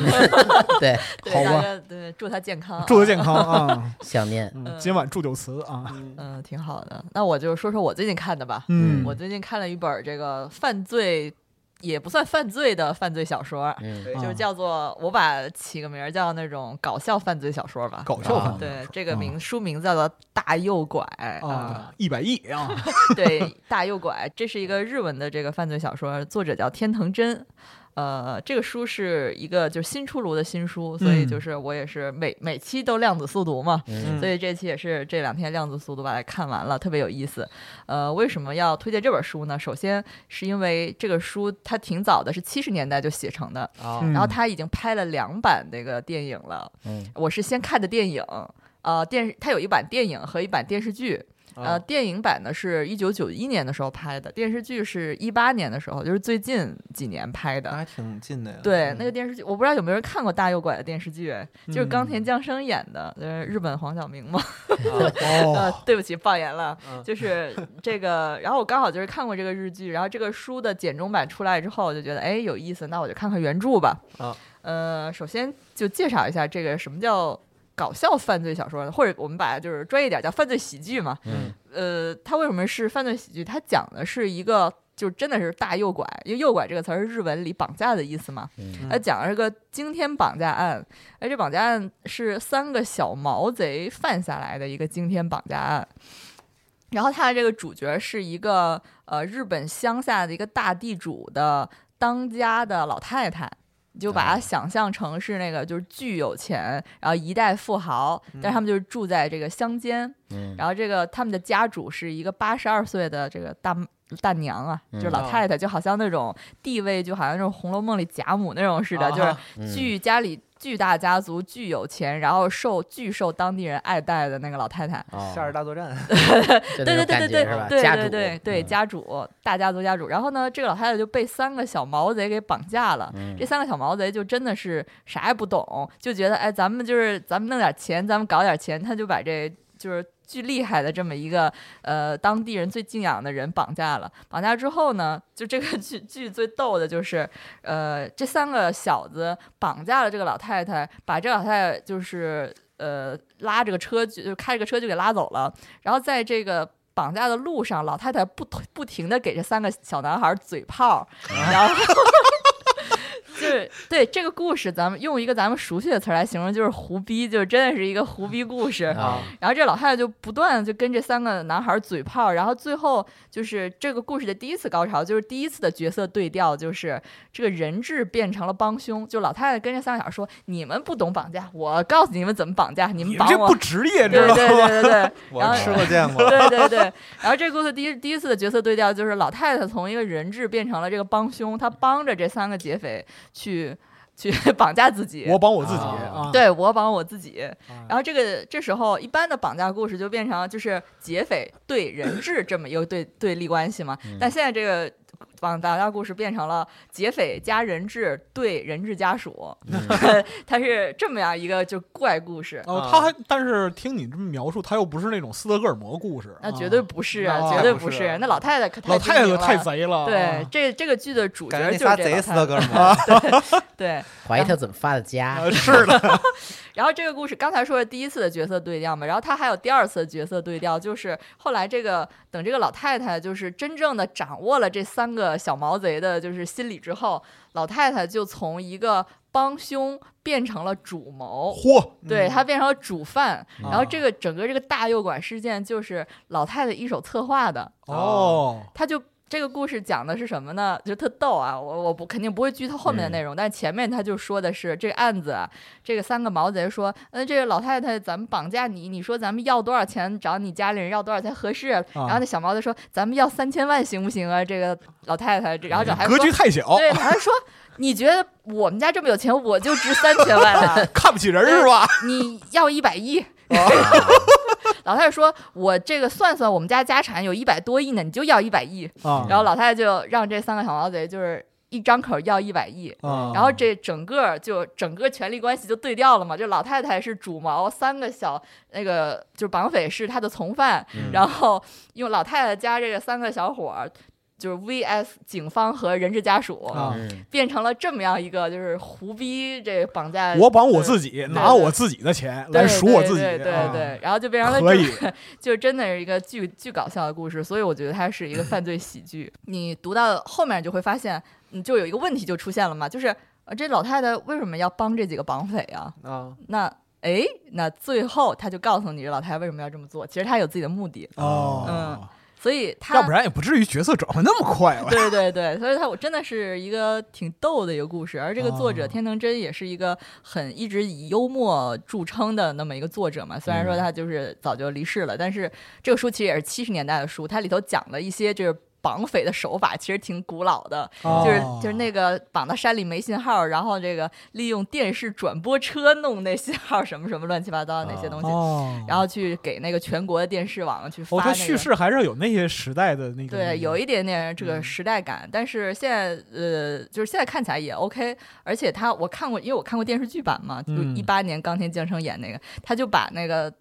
Speaker 4: 对，
Speaker 2: 对
Speaker 3: 好
Speaker 2: 大
Speaker 3: 吧
Speaker 2: 家对，祝他健康啊，
Speaker 3: 祝他健康啊！
Speaker 4: 想念
Speaker 3: 嗯
Speaker 2: 嗯
Speaker 3: 今晚祝酒词啊！
Speaker 2: 嗯，挺好的。那我就说说我最近看的吧。
Speaker 3: 嗯，
Speaker 2: 我最近看了一本这个犯罪，也不算犯罪的犯罪小说，
Speaker 4: 嗯，
Speaker 5: 对
Speaker 3: 啊
Speaker 2: 就是叫做我把起个名儿叫那种搞笑犯罪小说吧。
Speaker 3: 搞笑
Speaker 4: 啊
Speaker 3: 饭
Speaker 2: 对，这个名书名叫做《大右拐》啊，
Speaker 3: 啊，一百亿 啊！
Speaker 2: 对，《大右拐》这是一个日文的这个犯罪小说，作者叫天藤真。呃，这个书是一个就是新出炉的新书，所以
Speaker 3: 嗯
Speaker 2: 就是我也是每每期都量子速读嘛，
Speaker 4: 嗯
Speaker 2: 所以这期也是这两天量子速度把它看完了，特别有意思。呃，为什么要推荐这本书呢？首先是因为这个书它挺早的，是七十年代就写成的，
Speaker 5: 啊
Speaker 3: 嗯
Speaker 2: 然后它已经拍了两版那个电影了。
Speaker 4: 嗯
Speaker 2: 我是先看的电影，呃，电视它有一版电影和一版电视剧。呃，电影版呢是一九九一年的时候拍的，电视剧是一八年的时候，就是最近几年拍的
Speaker 5: 那。还挺近的呀。啊
Speaker 2: 对，那个电视剧，我不知道有没有人看过《大右拐》的电视剧，就是冈田将生演的，呃，日本黄晓明嘛。呃
Speaker 3: 哦，，
Speaker 2: 对不起，放言了，
Speaker 5: 嗯
Speaker 2: 就是这个。然后我刚好就是看过这个日剧，然后这个书的简中版出来之后，我就觉得哎有意思，那我就看看原著吧。
Speaker 5: 啊，
Speaker 2: 呃，首先就介绍一下这个什么叫搞笑犯罪小说，或者我们把它就是专业点叫犯罪喜剧嘛。
Speaker 4: 嗯，
Speaker 2: 呃，它为什么是犯罪喜剧？它讲的是一个。就真的是大诱拐，因为“诱拐”这个词儿是日文里绑架的意思嘛。
Speaker 4: 嗯
Speaker 2: 它呃讲的是个惊天绑架案，哎，这绑架案是三个小毛贼犯下来的一个惊天绑架案。然后他的这个主角是一个呃日本乡下的一个大地主的当家的老太太，你就把她想象成是那个就是巨有钱，然后一代富豪，但是他们就是住在这个乡间。
Speaker 4: 嗯
Speaker 2: 然后这个他们的家主是一个八十二岁的这个大妈大娘啊，就是老太太，就好像那种地位，就好像那种《红楼梦》里贾母那种似的，就是巨家里巨大家族、巨有钱，然后受巨受当地人爱戴的那个老太太。
Speaker 4: 哦，
Speaker 5: 夏日大作战，
Speaker 4: 对
Speaker 2: 对对对对
Speaker 4: 是吧？
Speaker 2: 对
Speaker 4: 家
Speaker 2: 对
Speaker 4: 主
Speaker 2: 对对，
Speaker 4: 嗯
Speaker 2: 家主大家族家主。然后呢，这个老太太就被三个小毛贼给绑架了。
Speaker 4: 嗯
Speaker 2: 这三个小毛贼就真的是啥也不懂，就觉得哎，咱们就是咱们弄点钱，咱们搞点钱，他就把这就是巨厉害的这么一个呃当地人最敬仰的人绑架了。绑架之后呢，就这个 剧剧最逗的就是，呃，这三个小子绑架了这个老太太，把这老太太就是呃拉这个车就就开着个车就给拉走了，然后在这个。绑架的路上，老太太不不停的给这三个小男孩嘴炮，然后 就是对这个故事，咱们用一个咱们熟悉的词儿来形容，就是胡逼，就是真的是一个胡逼故事。
Speaker 4: 啊，
Speaker 2: 然后这老太太就不断地就跟这三个男孩嘴炮，然后最后就是这个故事的第一次高潮，就是第一次的角色对调，就是这个人质变成了帮凶，就老太太跟这三个小孩说：“你们不懂绑架，我告诉你们怎么绑架，你们
Speaker 3: 你
Speaker 2: 绑
Speaker 3: 们这
Speaker 2: 我。
Speaker 3: 不”职业，知
Speaker 2: 对
Speaker 3: 道
Speaker 2: 对
Speaker 3: 吗？
Speaker 2: 对对对，
Speaker 5: 我
Speaker 2: 然后
Speaker 5: 吃过见过。
Speaker 2: 对对对。然后这故事第一第一次的角色对调就是老太太从一个人质变成了这个帮凶，她帮着这三个劫匪去去 绑架自己。
Speaker 3: 我帮我自己
Speaker 4: 啊
Speaker 3: 啊，
Speaker 2: 对我绑我自己，然后这个这时候一般的绑架故事就
Speaker 3: 嗯
Speaker 2: 变成就是劫匪对人质这么一个对对立关系嘛，但现在这个把百家故事变成了劫匪加人质对人质家属， 它是这么样一个就怪故事。
Speaker 3: 嗯哦
Speaker 5: 啊，
Speaker 3: 他还但是听你这么描述，他又不是那种斯德哥尔摩故事，
Speaker 2: 那
Speaker 3: 啊
Speaker 2: 绝对不是，
Speaker 3: 那
Speaker 2: 绝对
Speaker 5: 不
Speaker 2: 不
Speaker 5: 是
Speaker 2: 是。那老太太可
Speaker 3: 老太
Speaker 2: 精
Speaker 3: 太
Speaker 2: 明
Speaker 3: 太
Speaker 2: 了
Speaker 3: 贼了，
Speaker 2: 对
Speaker 3: 啊，
Speaker 2: 这这个剧的主角
Speaker 5: 感觉
Speaker 2: 就
Speaker 5: 那
Speaker 2: 是
Speaker 5: 仨
Speaker 2: 这老
Speaker 5: 贼斯
Speaker 2: 太太
Speaker 5: 德哥尔摩，
Speaker 2: 对，
Speaker 4: 怀疑他怎么发的家，
Speaker 3: 啊是的，
Speaker 2: 然后这个故事刚才说的第一次的角色对调嘛，然后他还有第二次的角色对调，就是后来这个等这个老太太就是真正的掌握了这三个小毛贼的就是心理之后，老太太就从一个帮凶变成了主谋。
Speaker 3: 嚯，
Speaker 2: 对，她变成了主犯，
Speaker 4: 嗯
Speaker 2: 然后这个整个这个大右管事件就是老太太一手策划的，
Speaker 3: 哦，
Speaker 2: 他就这个故事讲的是什么呢？就特逗啊！我我不肯定不会剧透后面
Speaker 3: 嗯
Speaker 2: 的内容，但前面他就说的是这个案子啊，这个三个毛贼说，嗯，这个老太太咱们绑架你，你说咱们要多少钱找你家里人要多少钱合适？
Speaker 3: 啊
Speaker 2: 然后那小毛贼说，咱们要三千万行不行啊？这个老太太，然后这 还
Speaker 3: 格
Speaker 2: 说，
Speaker 3: 局太小，
Speaker 2: 对，还说你觉得我们家这么有钱，我就值三千万 啊？
Speaker 3: 看不起人是吧？
Speaker 2: 你要一百一。
Speaker 3: 哦
Speaker 2: 老太太说：“我这个算算，我们家家产有一百多亿呢，你就要一百亿。”
Speaker 3: 啊
Speaker 2: 然后老太太就让这三个小毛贼就是一张口要一百亿，
Speaker 3: 啊，
Speaker 2: 然后这整个就整个权力关系就对调了嘛，就老太太是主谋，三个小那个就是绑匪是她的从犯，
Speaker 4: 嗯
Speaker 2: 然后用老太太加这个三个小伙儿。就是 VS 警方和人质家属，
Speaker 3: 啊
Speaker 4: 嗯
Speaker 2: 变成了这么样一个，就是胡逼这绑架。
Speaker 3: 我绑我自己，拿我自己的钱
Speaker 2: 对
Speaker 3: 来赎我自己，
Speaker 2: 对对对
Speaker 3: 啊
Speaker 2: 对，然后就变成了这
Speaker 3: 可以，
Speaker 2: 就真的是一个巨巨搞笑的故事，所以我觉得它是一个犯罪喜剧。 你读到后面就会发现，嗯，就有一个问题就出现了嘛，就是呃这老太太为什么要帮这几个绑匪啊？
Speaker 5: 啊，
Speaker 2: 那诶，那最后他就告诉你，老太太为什么要这么做，其实她有自己的目的，
Speaker 3: 哦
Speaker 2: 嗯，所以她
Speaker 3: 要不然也不至于角色转换那么快 吧？
Speaker 2: 对对对，所以他我真的是一个挺逗的一个故事，而这个作者
Speaker 3: 哦
Speaker 2: 天能真也是一个很一直以幽默著称的那么一个作
Speaker 3: 嗯
Speaker 2: 者嘛。虽然说他就是早就离世了，但是这个书其实也是七十年代的书，它里头讲了一些就是。绑匪的手法其实挺古老的，就是
Speaker 3: 哦
Speaker 2: 就是那个绑到山里没信号，然后这个利用电视转播车弄那信号，什么什么乱七八糟的那些东西，
Speaker 3: 哦，
Speaker 2: 然后去给那个全国的电视网去发、
Speaker 3: 哦，
Speaker 2: 那个。
Speaker 3: 它叙事还是有那些时代的那个，嗯
Speaker 2: 对，有一点点这个时代感，但是现在呃，就是现在看起来也 OK，而且他我看过，因为我看过电视剧版嘛，就
Speaker 3: 嗯
Speaker 2: 一八年冈田将生演那个，他就把那个。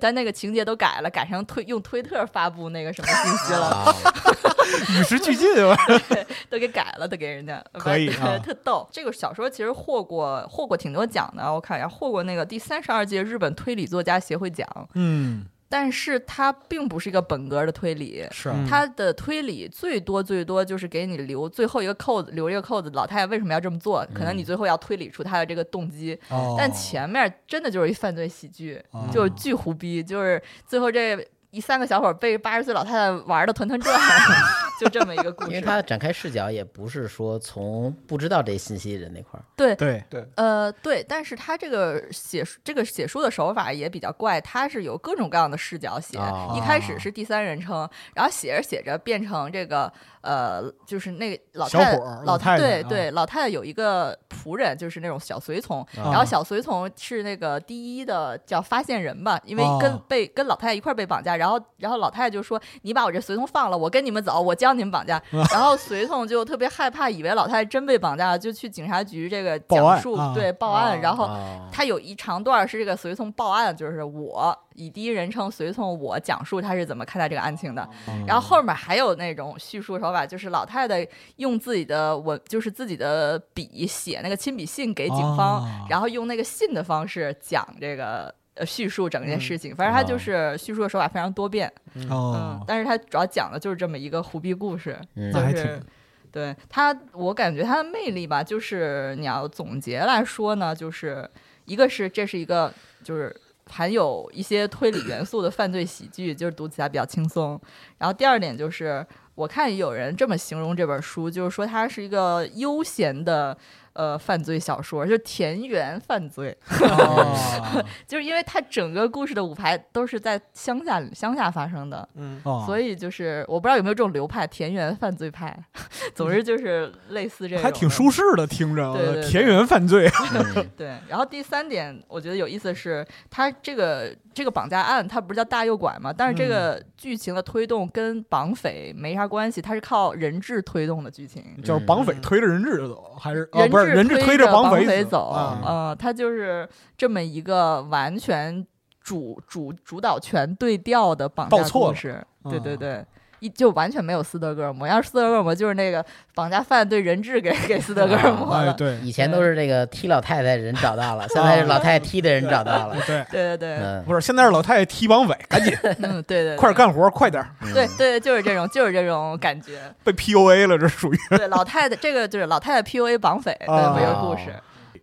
Speaker 2: 他那个情节都改了，改成推用推特发布那个什么信息了，
Speaker 4: 啊
Speaker 3: 与时俱进 吧？
Speaker 2: 都给改了，都给人家
Speaker 3: 可以
Speaker 2: 反正
Speaker 3: 啊
Speaker 2: 特逗。这个小说其实获过获过挺多奖的，我看一下，获过那个第三十二届日本推理作家协会奖，
Speaker 3: 嗯，
Speaker 2: 但是它并不是一个本格的推理，
Speaker 3: 是啊
Speaker 5: 嗯
Speaker 2: 他的推理最多最多就是给你留最后一个扣子，留一个扣子，老太太为什么要这么做？可能你最后要推理出她的这个动机，
Speaker 3: 嗯哦
Speaker 2: 但前面真的就是一犯罪喜剧，
Speaker 3: 哦
Speaker 2: 就是巨胡逼，就是最后这一三个小伙被八十岁老太太玩的团团转， 就这么一个故
Speaker 4: 因为
Speaker 2: 事。
Speaker 4: 他展开视角也不是说从不知道这信息的人那块儿，
Speaker 2: 对，
Speaker 3: 对
Speaker 2: 呃，对，但是他这个写书这个写书的手法也比较怪，他是有各种各样的视角写，
Speaker 4: 哦
Speaker 2: 一开始是第三人称，然后写着写着变成这个呃，就是那个老
Speaker 3: 小
Speaker 2: 太
Speaker 3: 伙儿
Speaker 2: 老
Speaker 3: 老太太
Speaker 2: 对
Speaker 3: 啊
Speaker 2: 对，老太太有一个仆人，就是那种小随从，然
Speaker 3: 啊
Speaker 2: 后小随从是那个第一的叫发现人吧，因为跟、
Speaker 3: 哦
Speaker 2: 被跟老太太一块儿被绑架，然后然后老太太就说你把我这随从放了，我跟你们走，我教你们绑 架。然后随从就特别害怕，以为老太太真被绑架了，就去警察局这个
Speaker 3: 报
Speaker 2: 讲
Speaker 3: 案
Speaker 2: 述，
Speaker 3: 啊
Speaker 2: 对报案，
Speaker 5: 哦
Speaker 2: 然后。
Speaker 4: 哦
Speaker 2: 他有一长段是这个随从报案，就是我以第一人称随从我讲述他是怎么看待这个案情的，
Speaker 3: 哦
Speaker 2: 然后后面还有那种叙述手法，就是老太太用自己的文，就是自己的笔写那个亲笔信给警方，
Speaker 3: 啊
Speaker 2: 然后用那个信的方式讲这个呃叙述整件事
Speaker 3: 嗯
Speaker 2: 情。反正他就是叙述的手法非常多变，嗯
Speaker 3: 哦，，
Speaker 2: 但是他主要讲的就是这么一个胡逼故事，
Speaker 4: 嗯
Speaker 2: 就
Speaker 3: 那还
Speaker 2: 是
Speaker 3: 挺。
Speaker 2: 对他，我感觉他的魅力吧，就是你要总结来说呢，就是一个是这是一个就是含有一些推理元素的犯罪喜剧，就是读起来比较轻松。然后第二点就是，我看有人这么形容这本书，就是说它是一个悠闲的。呃犯罪小说，就是田园犯罪，
Speaker 3: 哦
Speaker 2: 就是因为它整个故事的舞台都是在乡下乡下发生的，
Speaker 5: 嗯，
Speaker 3: 哦，
Speaker 2: 所以就是我不知道有没有这种流派，田园犯罪派， 总之就是类似这种，
Speaker 3: 还挺舒。适的，听着
Speaker 2: 对对对
Speaker 3: 田园犯罪，
Speaker 4: 嗯
Speaker 2: 对，然后第三点，我觉得有意思的是，它这个这个绑架案，它不是叫大诱拐嘛？但是这
Speaker 3: 嗯
Speaker 2: 个剧情的推动跟绑匪没啥关系，它是靠人质推动的剧情。
Speaker 3: 就是绑匪推着人质走，还是啊
Speaker 2: 人
Speaker 3: 不是人质推
Speaker 2: 着
Speaker 3: 绑
Speaker 2: 匪
Speaker 3: 走啊？
Speaker 2: 呃，它就是这么一个完全主主主导权对调的绑
Speaker 3: 报
Speaker 2: 架
Speaker 3: 错
Speaker 2: 故
Speaker 3: 了
Speaker 2: 事，对对
Speaker 3: 嗯
Speaker 2: 对。一就完全没有斯德哥尔摩，要是斯德哥尔摩就是那个绑架犯对人质给给斯德哥尔摩
Speaker 3: 哎
Speaker 2: 了，
Speaker 3: 对
Speaker 4: 以前都是这个踢老太太人找到了，现在是老太太踢的人找到了。
Speaker 3: 对，
Speaker 2: 哦 对对对，
Speaker 4: 嗯，
Speaker 3: 不是现在是老太太踢绑匪，赶紧
Speaker 2: 嗯对对，嗯
Speaker 3: 快点
Speaker 2: 干，
Speaker 3: 干活，快点儿，
Speaker 2: 对对就是这种就是这种感觉，
Speaker 3: 被 PUA 了，这属于
Speaker 2: 对，老太太这个就是老太太 PUA 绑匪的
Speaker 3: 啊
Speaker 2: 这么一个故事。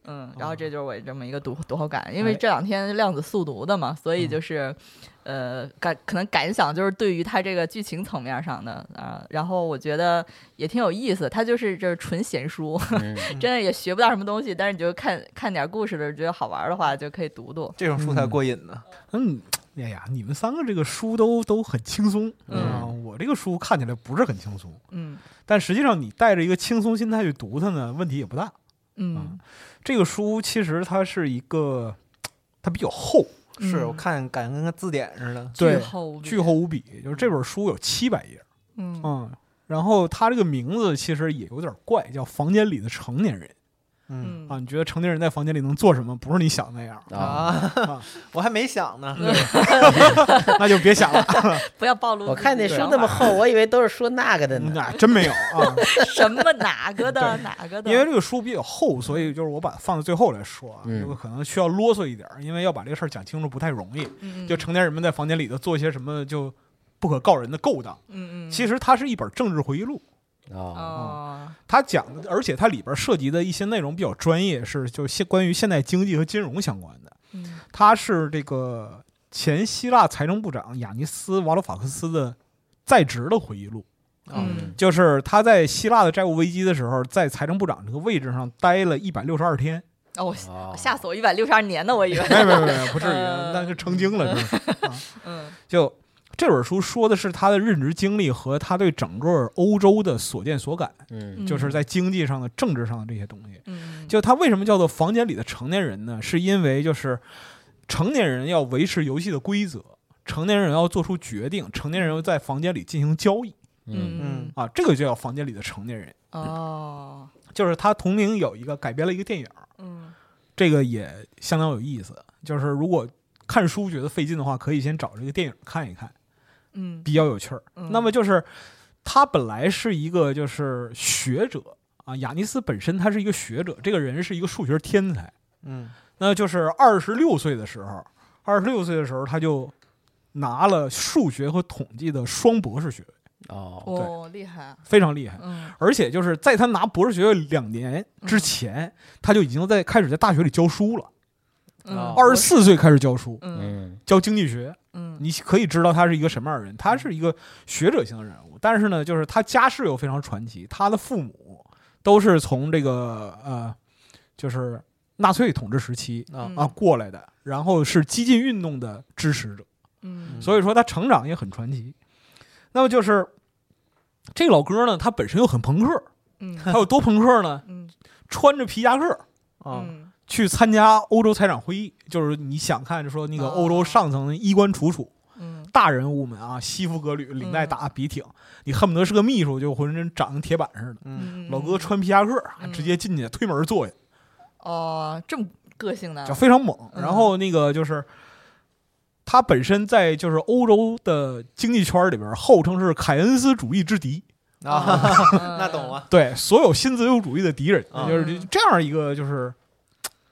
Speaker 2: 嗯，然后这就是我这么一个读读后感，因为
Speaker 3: 哎
Speaker 2: 这两天量子速读的嘛，所以就是，呃，感可能感想就是对于它这个剧情层面上的啊、然后我觉得也挺有意思，它就是就是纯闲书，
Speaker 4: 嗯
Speaker 2: 真的也学不到什么东西，但是你就看看点故事的，觉得好玩的话就可以读读。
Speaker 5: 这种书才过瘾呢。
Speaker 3: 嗯。哎呀，你们三个这个书都都很轻松
Speaker 2: 嗯
Speaker 3: 啊！我这个书看起来不是很轻松，
Speaker 2: 嗯
Speaker 3: 但实际上你带着一个轻松心态去读它呢，问题也不大。
Speaker 2: 嗯
Speaker 3: 这个书其实它是一个，它比较厚，
Speaker 2: 嗯
Speaker 5: 是我看感觉跟个字典似的。
Speaker 3: 对
Speaker 2: 巨厚无比
Speaker 3: 巨厚，无比，就是这本书有七百页，
Speaker 2: 嗯
Speaker 3: 嗯，然后它这个名字其实也有点怪，叫《房间里的成年人》
Speaker 5: 嗯
Speaker 3: 啊。你觉得成年人在房间里能做什么？不是你想那样，
Speaker 4: 啊，
Speaker 5: 啊， 我还没想呢。
Speaker 3: 那就别想了，
Speaker 2: 不要暴露自己的想法。
Speaker 4: 我看那书那么厚，我以为都是说那个的呢。
Speaker 3: 那真没有啊。
Speaker 2: 什么哪个的哪个的，
Speaker 3: 因为这个书比较厚，所以就是我把它放到最后来说啊，
Speaker 4: 嗯
Speaker 3: 这个可能需要啰嗦一点儿，因为要把这个事儿讲清楚不太容易。
Speaker 2: 嗯
Speaker 3: 就成年人们在房间里头做一些什么就不可告人的勾当，
Speaker 2: 嗯嗯，
Speaker 3: 其实它是一本政治回忆录。
Speaker 4: 哦，
Speaker 2: 哦，
Speaker 3: 它讲的，而且它里边涉及的一些内容比较专业，是就现关于现代经济和金融相关的。
Speaker 2: 嗯
Speaker 3: 他是这个前希腊财政部长雅尼斯·瓦罗法克斯的在职的回忆录，
Speaker 2: 嗯
Speaker 3: 就是他在希腊的债务危机的时候，在财政部长这个位置上待了一百六十二天。
Speaker 2: 哦，
Speaker 4: 哦
Speaker 2: 我吓死我！一百六十二年呢，我以为，
Speaker 3: 没有没有没有，不至于，
Speaker 2: 呃
Speaker 3: 那就成精了，是吧？啊
Speaker 2: 嗯
Speaker 3: 就这本书说的是他的任职经历和他对整个欧洲的所见所感，
Speaker 4: 嗯
Speaker 2: 嗯
Speaker 3: 就是在经济上的、政治上的这些东西。
Speaker 2: 嗯，
Speaker 3: 就他为什么叫做房间里的成年人呢？是因为就是成年人要维持游戏的规则，成年人要做出决定，成年人要在房间里进行交易
Speaker 4: 嗯
Speaker 2: 嗯
Speaker 3: 啊，这个就叫房间里的成年人。
Speaker 2: 哦
Speaker 3: 就是他同名有一个改编了一个电影，
Speaker 2: 嗯
Speaker 3: 这个也相当有意思。就是如果看书觉得费劲的话，可以先找这个电影看一看，
Speaker 2: 嗯
Speaker 3: 比较有趣儿。
Speaker 2: 嗯
Speaker 3: 那么就是他本来是一个就是学者啊，雅尼斯本身他是一个学者，这个人是一个数学天才。
Speaker 5: 嗯
Speaker 3: 那就是二十六岁的时候，二十六岁的时候他就拿了数学和统计的双博士学位，
Speaker 4: 哦，
Speaker 2: 哦厉害，
Speaker 3: 非常厉害。
Speaker 2: 嗯
Speaker 3: 而且就是在他拿博士学位两年之前，他就已经在开始在大学里教书了。
Speaker 5: 啊
Speaker 2: 嗯
Speaker 3: 二十四岁开始教书，
Speaker 2: 嗯
Speaker 4: 嗯
Speaker 3: 教经济学。
Speaker 2: 嗯
Speaker 3: 你可以知道他是一个什么样的人，他是一个学者型的人物。但是呢，就是他家世又非常传奇，他的父母都是从这个呃，就是纳粹统治时期
Speaker 5: 啊
Speaker 2: 嗯
Speaker 3: 啊，过来的，然后是激进运动的支持者，
Speaker 2: 嗯
Speaker 3: 所以说他成长也很传奇。那么就是这老哥呢，他本身又很朋克，
Speaker 2: 嗯
Speaker 3: 他有多朋克呢？
Speaker 2: 嗯
Speaker 3: 穿着皮夹克
Speaker 5: 啊，
Speaker 3: 去参加欧洲财长会议，就是你想看说那个欧洲上层衣冠楚楚、
Speaker 2: 嗯
Speaker 3: 大人物们啊，西服革履，领带打笔挺，你恨不得是个秘书，就浑身长跟铁板似的。
Speaker 5: 嗯，
Speaker 3: 老哥穿皮夹克，啊
Speaker 2: 嗯
Speaker 3: 直接进去推门坐下，
Speaker 2: 哦这么个性的
Speaker 3: 就非常猛。
Speaker 2: 嗯
Speaker 3: 然后那个就是，他本身在就是欧洲的经济圈里边号称是凯恩斯主义之敌，
Speaker 2: 哦
Speaker 5: 啊，那
Speaker 2: 那
Speaker 5: 懂，了。
Speaker 3: 对所有新自由主义的敌人，
Speaker 2: 嗯
Speaker 5: 啊
Speaker 3: 就是这样一个就是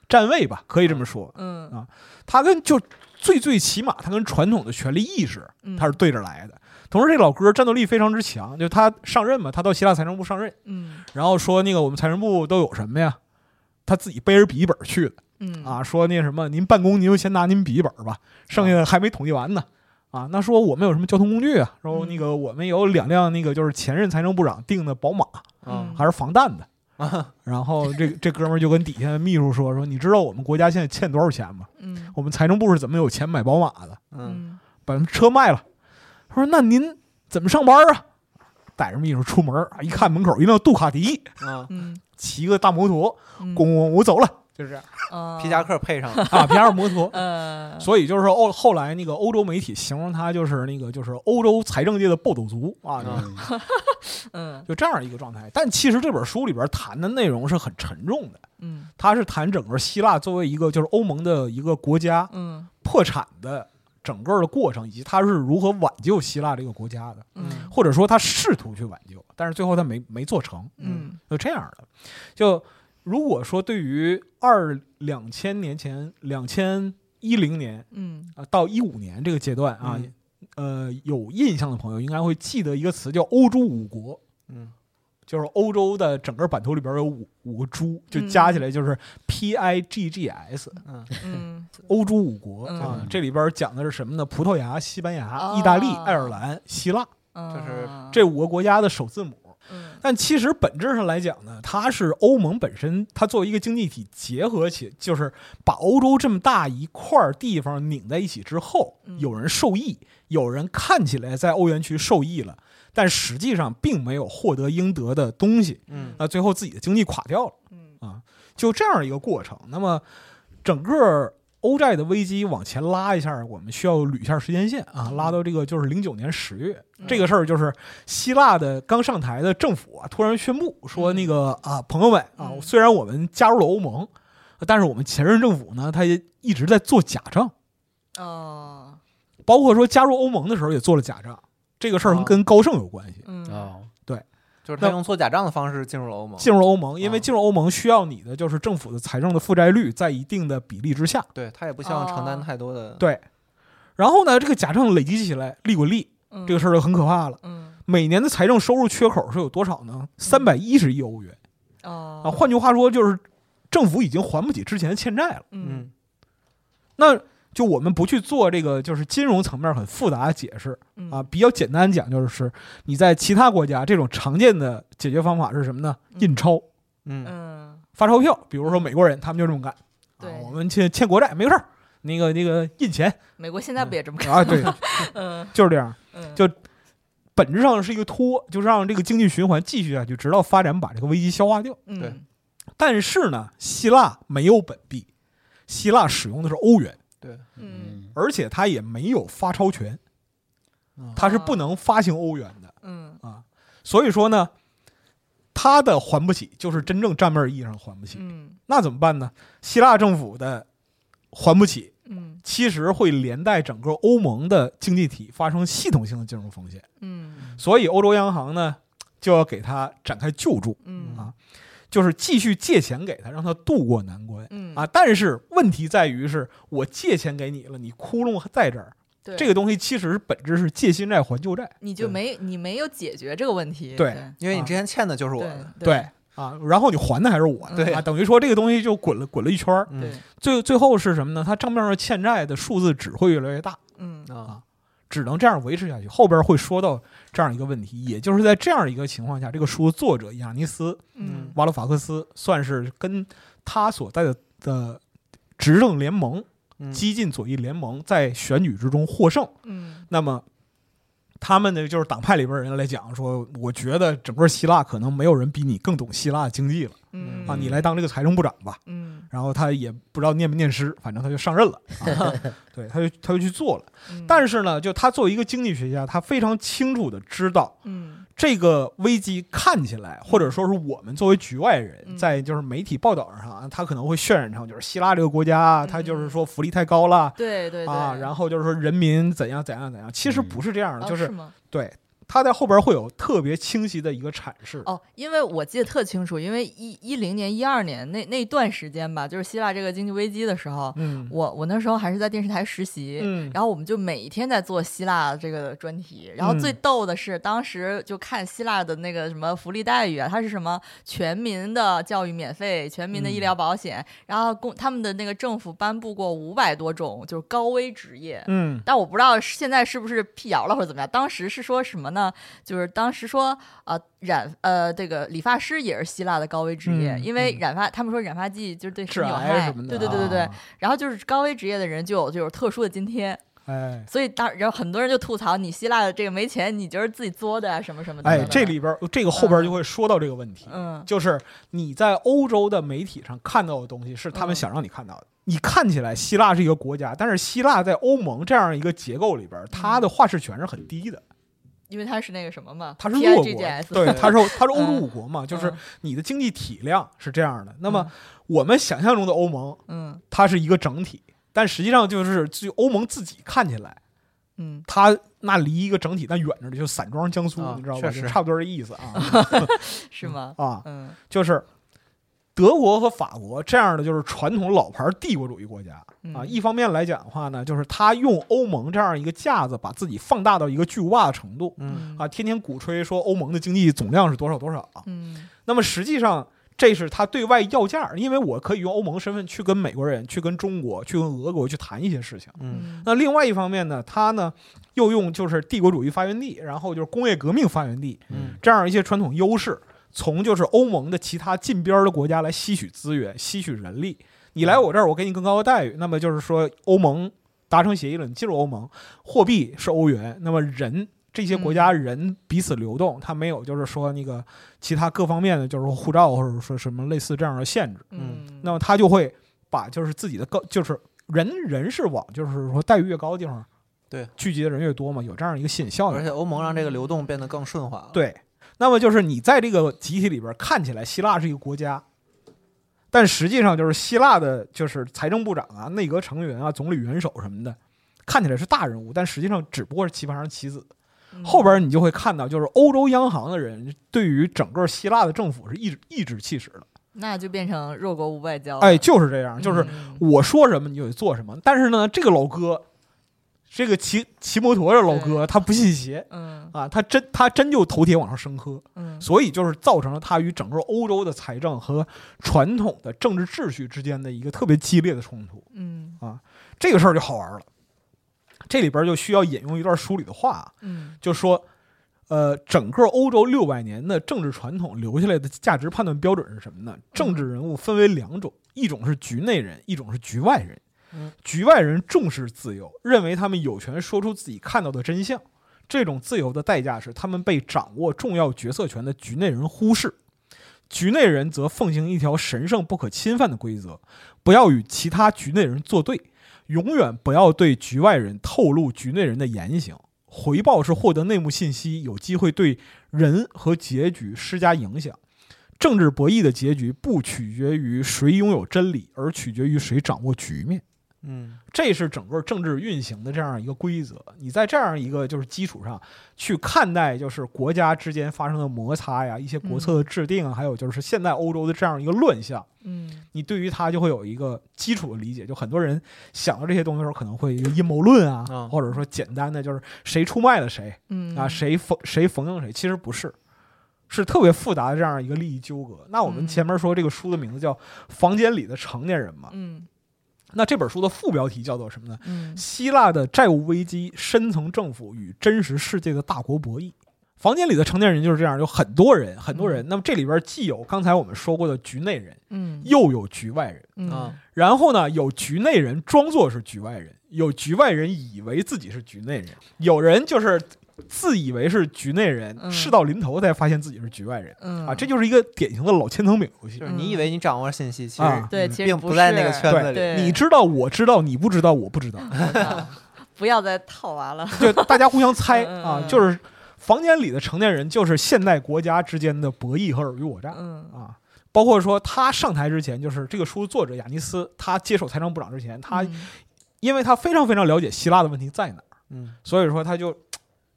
Speaker 3: 站位吧，可以这么说。
Speaker 2: 嗯
Speaker 3: 他跟就最最起码，他跟传统的权力意识
Speaker 2: 嗯
Speaker 3: 他是对着来的。同时，这老哥战斗力非常之强，就他上任嘛，他到希腊财政部上任，
Speaker 2: 嗯
Speaker 3: 然后说那个我们财政部都有什么呀？他自己背着笔记本去的。
Speaker 2: 嗯啊
Speaker 3: 啊，说那什么，您办公您就先拿您笔记本吧，剩下的还没统计完呢。啊，那说我们有什么交通工具啊？
Speaker 2: 嗯
Speaker 3: 说那个我们有两辆那个就是前任财政部长订的宝马，
Speaker 5: 啊
Speaker 2: 嗯啊
Speaker 3: 还是防弹的。然后这这哥们儿就跟底下的秘书说说，你知道我们国家现在欠多少钱吗？
Speaker 2: 嗯
Speaker 3: 我们财政部是怎么有钱买宝马的？
Speaker 5: 嗯，
Speaker 2: 嗯，
Speaker 3: 把车卖了。他说那您怎么上班啊？带着秘书出门，啊一看门口一辆杜卡迪，
Speaker 5: 嗯，
Speaker 2: 嗯
Speaker 3: 骑个大摩托，
Speaker 2: 嗯，
Speaker 3: 咣咣，我走了， 就这样
Speaker 2: 嗯
Speaker 5: 皮夹，克配上了，
Speaker 3: 啊，皮尔摩托。
Speaker 2: 呃，
Speaker 3: 所以就是说欧后来那个欧洲媒体形容他就是那个就是欧洲财政界的暴走族啊，就
Speaker 4: 嗯
Speaker 2: 嗯
Speaker 3: 就这样一个状态。但其实这本书里边谈的内容是很沉重的，
Speaker 2: 嗯
Speaker 3: 它是谈整个希腊作为一个就是欧盟的一个国家
Speaker 2: 嗯
Speaker 3: 破产的整个的过程，以及它是如何挽救希腊这个国家的，
Speaker 2: 嗯
Speaker 3: 或者说它试图去挽救，但是最后它没没做成，
Speaker 2: 嗯
Speaker 3: 就这样的。就如果说对于二两千年前两千一零年
Speaker 2: 嗯
Speaker 3: 啊，到一五年这个阶段啊，
Speaker 5: 嗯
Speaker 3: 呃，有印象的朋友应该会记得一个词叫“欧洲五国
Speaker 5: 嗯”，
Speaker 3: 就是欧洲的整个版图里边有五五个猪，就加起来就是 P I G G S，、
Speaker 5: 嗯
Speaker 2: 嗯
Speaker 3: 欧洲五国、
Speaker 2: 嗯
Speaker 3: 啊。这里边讲的是什么呢？葡萄牙、西班牙、
Speaker 2: 哦
Speaker 5: 啊
Speaker 3: 意大利、爱尔兰、希腊
Speaker 2: 嗯，
Speaker 5: 就是
Speaker 3: 这五个国家的首字母。
Speaker 2: 嗯
Speaker 3: 但其实本质上来讲呢，它是欧盟本身，它作为一个经济体结合起，就是把欧洲这么大一块儿地方拧在一起之后，
Speaker 2: 嗯
Speaker 3: 有人受益，有人看起来在欧元区受益了，但实际上并没有获得应得的东西，
Speaker 5: 嗯
Speaker 3: 那最后自己的经济垮掉了，啊
Speaker 2: 嗯
Speaker 3: 就这样一个过程。那么，整个欧债的危机往前拉一下，我们需要捋一下时间线啊，拉到这个就是零九年十月，
Speaker 2: 嗯
Speaker 3: 这个事儿就是希腊的刚上台的政府啊，突然宣布说那个啊，朋友们啊
Speaker 2: 嗯，
Speaker 3: 虽然我们加入了欧盟，但是我们前任政府呢，他也一直在做假账，
Speaker 2: 哦
Speaker 3: 包括说加入欧盟的时候也做了假账。这个事儿
Speaker 2: 哦
Speaker 5: 啊
Speaker 3: 跟高盛有关系。
Speaker 2: 嗯
Speaker 4: 哦，
Speaker 5: 就是他
Speaker 3: 那
Speaker 5: 用做假账的方式进入了欧盟，
Speaker 3: 进入欧盟，因为
Speaker 5: 啊
Speaker 3: 进入欧盟需要你的就是政府的财政的负债率在一定的比例之下。
Speaker 5: 对他也不希望承担
Speaker 2: 哦
Speaker 5: 太多的，
Speaker 3: 对，然后呢，这个假账累积起来利滚利，
Speaker 2: 嗯
Speaker 3: 这个事儿就很可怕了。
Speaker 2: 嗯
Speaker 3: 每年的财政收入缺口是有多少呢？三百一十亿欧元
Speaker 2: 哦
Speaker 3: 啊！换句话说，就是政府已经还不起之前的欠债了。
Speaker 2: 嗯
Speaker 5: 嗯
Speaker 3: 那就我们不去做这个，就是金融层面很复杂的解释
Speaker 2: 嗯
Speaker 3: 啊，比较简单讲就是，你在其他国家这种常见的解决方法是什么呢？
Speaker 2: 嗯
Speaker 3: 印钞、
Speaker 5: 嗯
Speaker 2: 嗯
Speaker 3: 发钞票，比如说美国人，他们就这么干。啊
Speaker 2: 对，
Speaker 3: 我们欠欠国债没事儿，那个那个印钱
Speaker 2: 美国现在不也这么干？
Speaker 3: 啊，对，
Speaker 2: 嗯
Speaker 3: 就是这样。
Speaker 2: 嗯
Speaker 3: 就 本质上是一个拖，就是让这个经济循环继续下去，直到发展把这个危机消化掉。
Speaker 2: 嗯
Speaker 5: 对
Speaker 3: 但是呢，希腊没有本币，希腊使用的是欧元，
Speaker 5: 对，
Speaker 2: 嗯
Speaker 4: 嗯
Speaker 3: 而且它也没有发钞权
Speaker 5: 嗯，
Speaker 3: 它是不能发行欧元的。啊
Speaker 2: 嗯
Speaker 3: 所以说呢，它的还不起就是真正账面意义上还不起。
Speaker 2: 嗯
Speaker 3: 那怎么办呢？希腊政府的还不起，
Speaker 2: 嗯
Speaker 3: 其实会连带整个欧盟的经济体发生系统性的金融风险。
Speaker 2: 嗯
Speaker 3: 所以欧洲央行呢就要给他展开救助，
Speaker 2: 嗯
Speaker 3: 啊就是继续借钱给他，让他渡过难关
Speaker 2: 嗯
Speaker 3: 啊。，但是问题在于是，我借钱给你了，你窟窿还在这儿，
Speaker 2: 对
Speaker 3: 这个东西其实本质是借新债还旧债，
Speaker 2: 你就
Speaker 5: 对
Speaker 2: 没你没有解决这个问题，
Speaker 3: 对
Speaker 2: 对
Speaker 5: 因为你
Speaker 3: 啊
Speaker 5: 之前欠的就是我
Speaker 2: 对嗯
Speaker 5: 的，
Speaker 3: 对啊，然后你还的还是我的，
Speaker 5: 对
Speaker 3: 啊，等于说这个东西就滚了滚了一圈儿，
Speaker 5: 嗯
Speaker 2: 对，
Speaker 3: 最最后是什么呢？它账面上欠债的数字只会越来越大，
Speaker 2: 嗯
Speaker 5: 啊
Speaker 3: 只能这样维持下去。后边会说到这样一个问题，也就是在这样一个情况下，这个书的作者亚尼斯
Speaker 2: 嗯
Speaker 3: 瓦洛法克斯算是跟他所在的的执政联盟
Speaker 5: 嗯
Speaker 3: 激进左翼联盟在选举之中获胜。
Speaker 2: 嗯
Speaker 3: 那么，他们呢就是党派里边人来讲说，我觉得整个希腊可能没有人比你更懂希腊经济了
Speaker 2: 嗯
Speaker 3: 啊，你来当这个财政部长吧。
Speaker 2: 嗯
Speaker 3: 然后他也不知道念没念诗，反正他就上任了，啊、对，他就他就去做了。
Speaker 2: 嗯，
Speaker 3: 但是呢，就他作为一个经济学家，他非常清楚的知道
Speaker 2: 嗯
Speaker 3: 这个危机看起来，或者说是我们作为局外人，
Speaker 2: 嗯
Speaker 3: 在就是媒体报道上啊，他可能会渲染成就是希腊这个国家，啊
Speaker 2: 嗯
Speaker 3: 他就是说福利太高了
Speaker 2: 对对对
Speaker 3: 啊，然后就是说人民怎样怎样怎样，其实不是这样的，
Speaker 2: 哦
Speaker 3: 就是
Speaker 2: 吗？
Speaker 3: 对他在后边会有特别清晰的一个阐释。
Speaker 2: 哦，因为我记得特清楚，因为一一零年、一二年那那段时间吧，就是希腊这个经济危机的时候，
Speaker 3: 嗯
Speaker 2: 我我那时候还是在电视台实习，
Speaker 3: 嗯
Speaker 2: 然后我们就每一天在做希腊这个专题。然后最
Speaker 3: 嗯
Speaker 2: 逗的是，当时就看希腊的那个什么福利待遇啊，它是什么全民的教育免费、全民的医
Speaker 3: 嗯
Speaker 2: 疗保险，然后公他们的那个政府颁布过五百多种就是高危职业。
Speaker 3: 嗯
Speaker 2: 但我不知道现在是不是辟谣了或者怎么样，当时是说什么呢？就是当时说啊、染呃这个理发师也是希腊的高危职业，
Speaker 3: 嗯
Speaker 2: 因为
Speaker 3: 嗯
Speaker 2: 染发他们说染发剂就是对
Speaker 3: 致
Speaker 2: 身体有
Speaker 3: 癌
Speaker 2: 害，
Speaker 3: 什么的
Speaker 2: 对对对对对。
Speaker 3: 啊
Speaker 2: 然后就是高危职业的人就有就有特殊的津贴，
Speaker 3: 哎
Speaker 2: 所以当然后很多人就吐槽你希腊的这个没钱，你就是自己作的啊什么什么的。
Speaker 3: 哎，这里边儿这个后边儿就会说到这个问题，
Speaker 2: 嗯
Speaker 3: 就是你在欧洲的媒体上看到的东西是他们
Speaker 2: 嗯
Speaker 3: 想让你看到的。你看起来希腊是一个国家，但是希腊在欧盟这样一个结构里边儿，它的话事权是很低的，
Speaker 2: 因为他是那个什么嘛，
Speaker 3: 它是弱国，
Speaker 2: PIGGS
Speaker 3: 对，它是它是欧洲
Speaker 2: 嗯
Speaker 3: 五国嘛，就是
Speaker 2: 嗯
Speaker 3: 你的经济体量是这样的。那么我们想象中的欧盟，
Speaker 2: 嗯
Speaker 3: 它是一个整体，但实际上就是就欧盟自己看起来，
Speaker 2: 嗯，
Speaker 3: 它那离一个整体，但远着的就散装江苏，
Speaker 5: 啊
Speaker 3: 你知道吧？
Speaker 5: 确实
Speaker 3: 就差不多这意思啊
Speaker 2: 是吗？
Speaker 3: 啊，
Speaker 2: 嗯
Speaker 3: 就是德国和法国这样的就是传统老牌帝国主义国家啊。
Speaker 2: 嗯
Speaker 3: 一方面来讲的话呢，就是他用欧盟这样一个架子，把自己放大到一个巨无霸的程度
Speaker 5: 嗯，
Speaker 3: 啊，天天鼓吹说欧盟的经济总量是多少多少。
Speaker 2: 嗯
Speaker 3: 那么实际上。这是他对外要价，因为我可以用欧盟身份去跟美国人、去跟中国、去跟俄国去谈一些事情。
Speaker 5: 嗯，
Speaker 2: 嗯
Speaker 3: 那另外一方面呢，他呢又用就是帝国主义发源地，然后就是工业革命发源地
Speaker 5: 嗯
Speaker 3: 这样一些传统优势，从就是欧盟的其他近边儿的国家来吸取资源、吸取人力。你来我这儿，我给你更高的待遇。那么就是说，欧盟达成协议了，你进入欧盟，货币是欧元，那么人。这些国家人彼此流动，他没有就是说那个其他各方面的，就是护照或者说什么类似这样的限制。
Speaker 2: 嗯，
Speaker 3: 那么他就会把就是自己的高，就是人人是往就是说待遇越高的地方，
Speaker 5: 对，
Speaker 3: 聚集的人越多嘛，有这样一个吸引效
Speaker 5: 而
Speaker 3: 应。
Speaker 5: 且欧盟让这个流动变得更顺
Speaker 2: 啊
Speaker 5: 滑了。，
Speaker 3: 嗯对，那么就是你在这个集体里边看起来希腊是一个国家，但实际上就是希腊的就是财政部长啊、内阁成员啊、总理元首什么的。看起来是大人物，但实际上只不过是棋盘上棋子。
Speaker 2: 嗯
Speaker 3: 后边你就会看到，就是欧洲央行的人对于整个希腊的政府是颐颐指气使的。
Speaker 2: 那就变成弱国无外交了。
Speaker 3: 哎，就是这样，就是
Speaker 2: 哦嗯
Speaker 3: 我说什么你就得做什么。但是呢，这个老哥，这个骑骑摩托的老哥，他不信邪
Speaker 2: 嗯
Speaker 3: 啊，他真他真就头铁往上生磕，
Speaker 2: 嗯
Speaker 3: 所以就是造成了他与整个欧洲的财政和传统的政治秩序之间的一个特别激烈的冲突。
Speaker 2: 嗯
Speaker 3: 这个事儿就好玩了，这里边就需要引用一段书里的话啊，
Speaker 2: 嗯
Speaker 3: 就说。呃，整个欧洲六百年的政治传统留下来的价值判断标准是什么呢？政治人物分为两种，一种是局内人，一种是局外人。
Speaker 5: 嗯
Speaker 3: 局外人重视自由，认为他们有权说出自己看到的真相。这种自由的代价是他们被掌握重要决策权的局内人忽视。局内人则奉行一条神圣不可侵犯的规则，不要与其他局内人作对，永远不要对局外人透露局内人的言行。回报是获得内幕信息，有机会对人和结局施加影响。政治博弈的结局不取决于谁拥有真理，而取决于谁掌握局面。
Speaker 5: 嗯
Speaker 3: 这是整个政治运行的这样一个规则。你在这样一个就是基础上去看待，就是国家之间发生的摩擦呀，一些国策的制定啊，还有就是现代欧洲的这样一个乱象，
Speaker 2: 嗯
Speaker 3: 你对于它就会有一个基础的理解。就很多人想到这些东西的时候，可能会有阴谋论啊，
Speaker 5: 嗯
Speaker 3: 或者说简单的就是谁出卖了谁
Speaker 2: 嗯
Speaker 3: 啊，谁逢谁逢迎谁，其实不是。是特别复杂的这样一个利益纠葛。那我们
Speaker 2: 嗯
Speaker 3: 前面说这个书的名字叫《房间里的成年人》嘛，
Speaker 2: 嗯
Speaker 3: 那这本书的副标题叫做什么呢？
Speaker 2: 嗯
Speaker 3: 希腊的债务危机、深层政府与真实世界的大国博弈。房间里的成年人就是这样，有很多人，很多人。那么这里边既有刚才我们说过的局内人，
Speaker 2: 嗯
Speaker 3: 又有局外人。
Speaker 2: 嗯
Speaker 5: 啊，
Speaker 3: 然后呢，有局内人装作是局外人，有局外人以为自己是局内人，有人就是自以为是局内人，
Speaker 2: 嗯
Speaker 3: 事到临头才发现自己是局外人
Speaker 2: 嗯
Speaker 3: 啊！这就是一个典型的老千层饼游戏
Speaker 5: 就。是你以为你掌握了信息，其
Speaker 3: 啊
Speaker 5: 实
Speaker 2: 对，
Speaker 5: 你
Speaker 2: 其实
Speaker 5: 并
Speaker 2: 不
Speaker 5: 不在
Speaker 2: 是
Speaker 5: 那个圈子里。
Speaker 2: 对嗯
Speaker 3: 你知道，我知道，你不知道，我不 知道。
Speaker 2: 不要再套娃了。
Speaker 3: 就大家互相猜
Speaker 2: 嗯嗯
Speaker 3: 啊，
Speaker 2: 嗯
Speaker 3: 就是房间里的成年人就是现代国家之间的博弈和尔虞我诈
Speaker 2: 嗯
Speaker 3: 啊。包括说他上台之前，就是这个书作者雅尼斯，他接手财政部长之前，他
Speaker 2: 嗯
Speaker 3: 因为他非常非常了解希腊的问题在哪儿，
Speaker 5: 嗯
Speaker 3: 所以说他就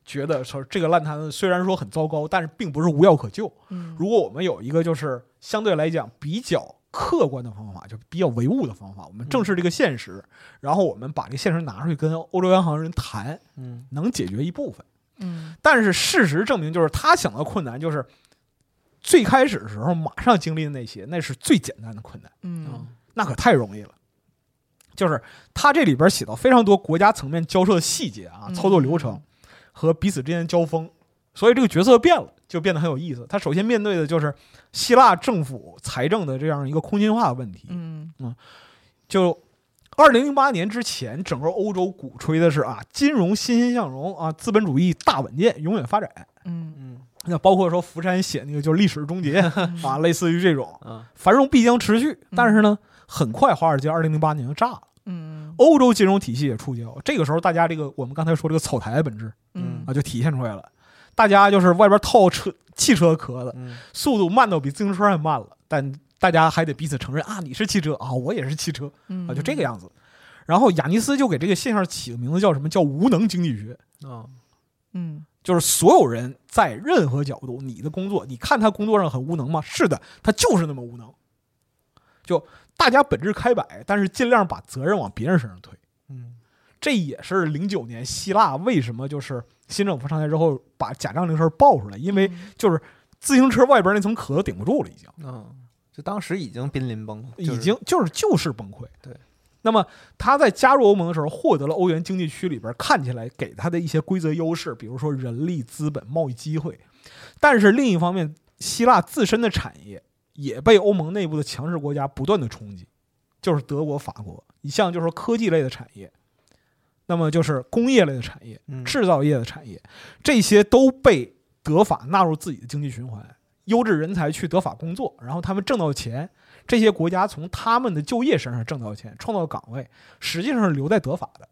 Speaker 3: 觉得说这个烂摊子虽然说很糟糕，但是并不是无药可救。
Speaker 2: 嗯
Speaker 3: 如果我们有一个就是相对来讲比较客观的方法，就比较唯物的方法，我们正视这个现实，然后我们把这个现实拿出去跟欧洲央行人谈，
Speaker 5: 嗯
Speaker 3: 能解决一部分。
Speaker 2: 嗯
Speaker 3: 但是事实证明，就是他想到困难，就是最开始的时候马上经历的那些，那是最简单的困难，
Speaker 2: 嗯
Speaker 3: 那可太容易了。就是他这里边写到非常多国家层面交涉的细节啊，
Speaker 2: 嗯
Speaker 3: 操作流程和彼此之间的交锋，所以这个角色变了，就变得很有意思。他首先面对的就是希腊政府财政的这样一个空心化的问题。
Speaker 2: 嗯
Speaker 3: 就二零零八年之前，整个欧洲鼓吹的是啊，金融欣欣向荣啊，资本主义大稳健，永远发展。
Speaker 2: 嗯
Speaker 5: 嗯
Speaker 3: 那包括说福山写那个就是历史终结啊，类似于这种
Speaker 5: 啊，
Speaker 3: 繁荣必将持续。但是呢，很快华尔街二零零八年就炸了，
Speaker 2: 嗯
Speaker 3: 欧洲金融体系也触礁。这个时候，大家这个我们刚才说这个草台的本质
Speaker 2: 嗯
Speaker 3: 啊，就体现出来了。大家就是外边套车汽车壳子，
Speaker 5: 嗯
Speaker 3: 速度慢到比自行车还慢了，但大家还得彼此承认啊，你是汽车啊，我也是汽车。
Speaker 2: 嗯
Speaker 3: 啊，就这个样子。然后雅尼斯就给这个现象起个名字叫什么？叫无能经济学，
Speaker 5: 哦
Speaker 2: 嗯
Speaker 3: 就是所有人在任何角度，你的工作，你看他工作上很无能吗？是的，他就是那么无能。就大家本质开摆，但是尽量把责任往别人身上推。
Speaker 5: 嗯
Speaker 3: 这也是零九年希腊为什么就是新政府上台之后把假账这个事儿爆出来，因为
Speaker 2: 嗯
Speaker 3: 就是自行车外边那层壳子顶不住了，已经。
Speaker 5: 哦，就当时已经濒临崩了，就
Speaker 3: 已
Speaker 5: 是
Speaker 3: 经就是就是崩溃。
Speaker 5: 对，
Speaker 3: 那么他在加入欧盟的时候，获得了欧元经济区里边看起来给他的一些规则优势，比如说人力、资本、贸易机会。但是另一方面，希腊自身的产业也被欧盟内部的强势国家不断的冲击，就是德国、法国，一向就是说科技类的产业，那么就是工业类的产业、
Speaker 5: 嗯
Speaker 3: 制造业的产业，这些都被德法纳入自己的经济循环。优质人才去德法工作，然后他们挣到钱，这些国家从他们的就业身上挣到钱，创造岗位，实际上是留在德法的。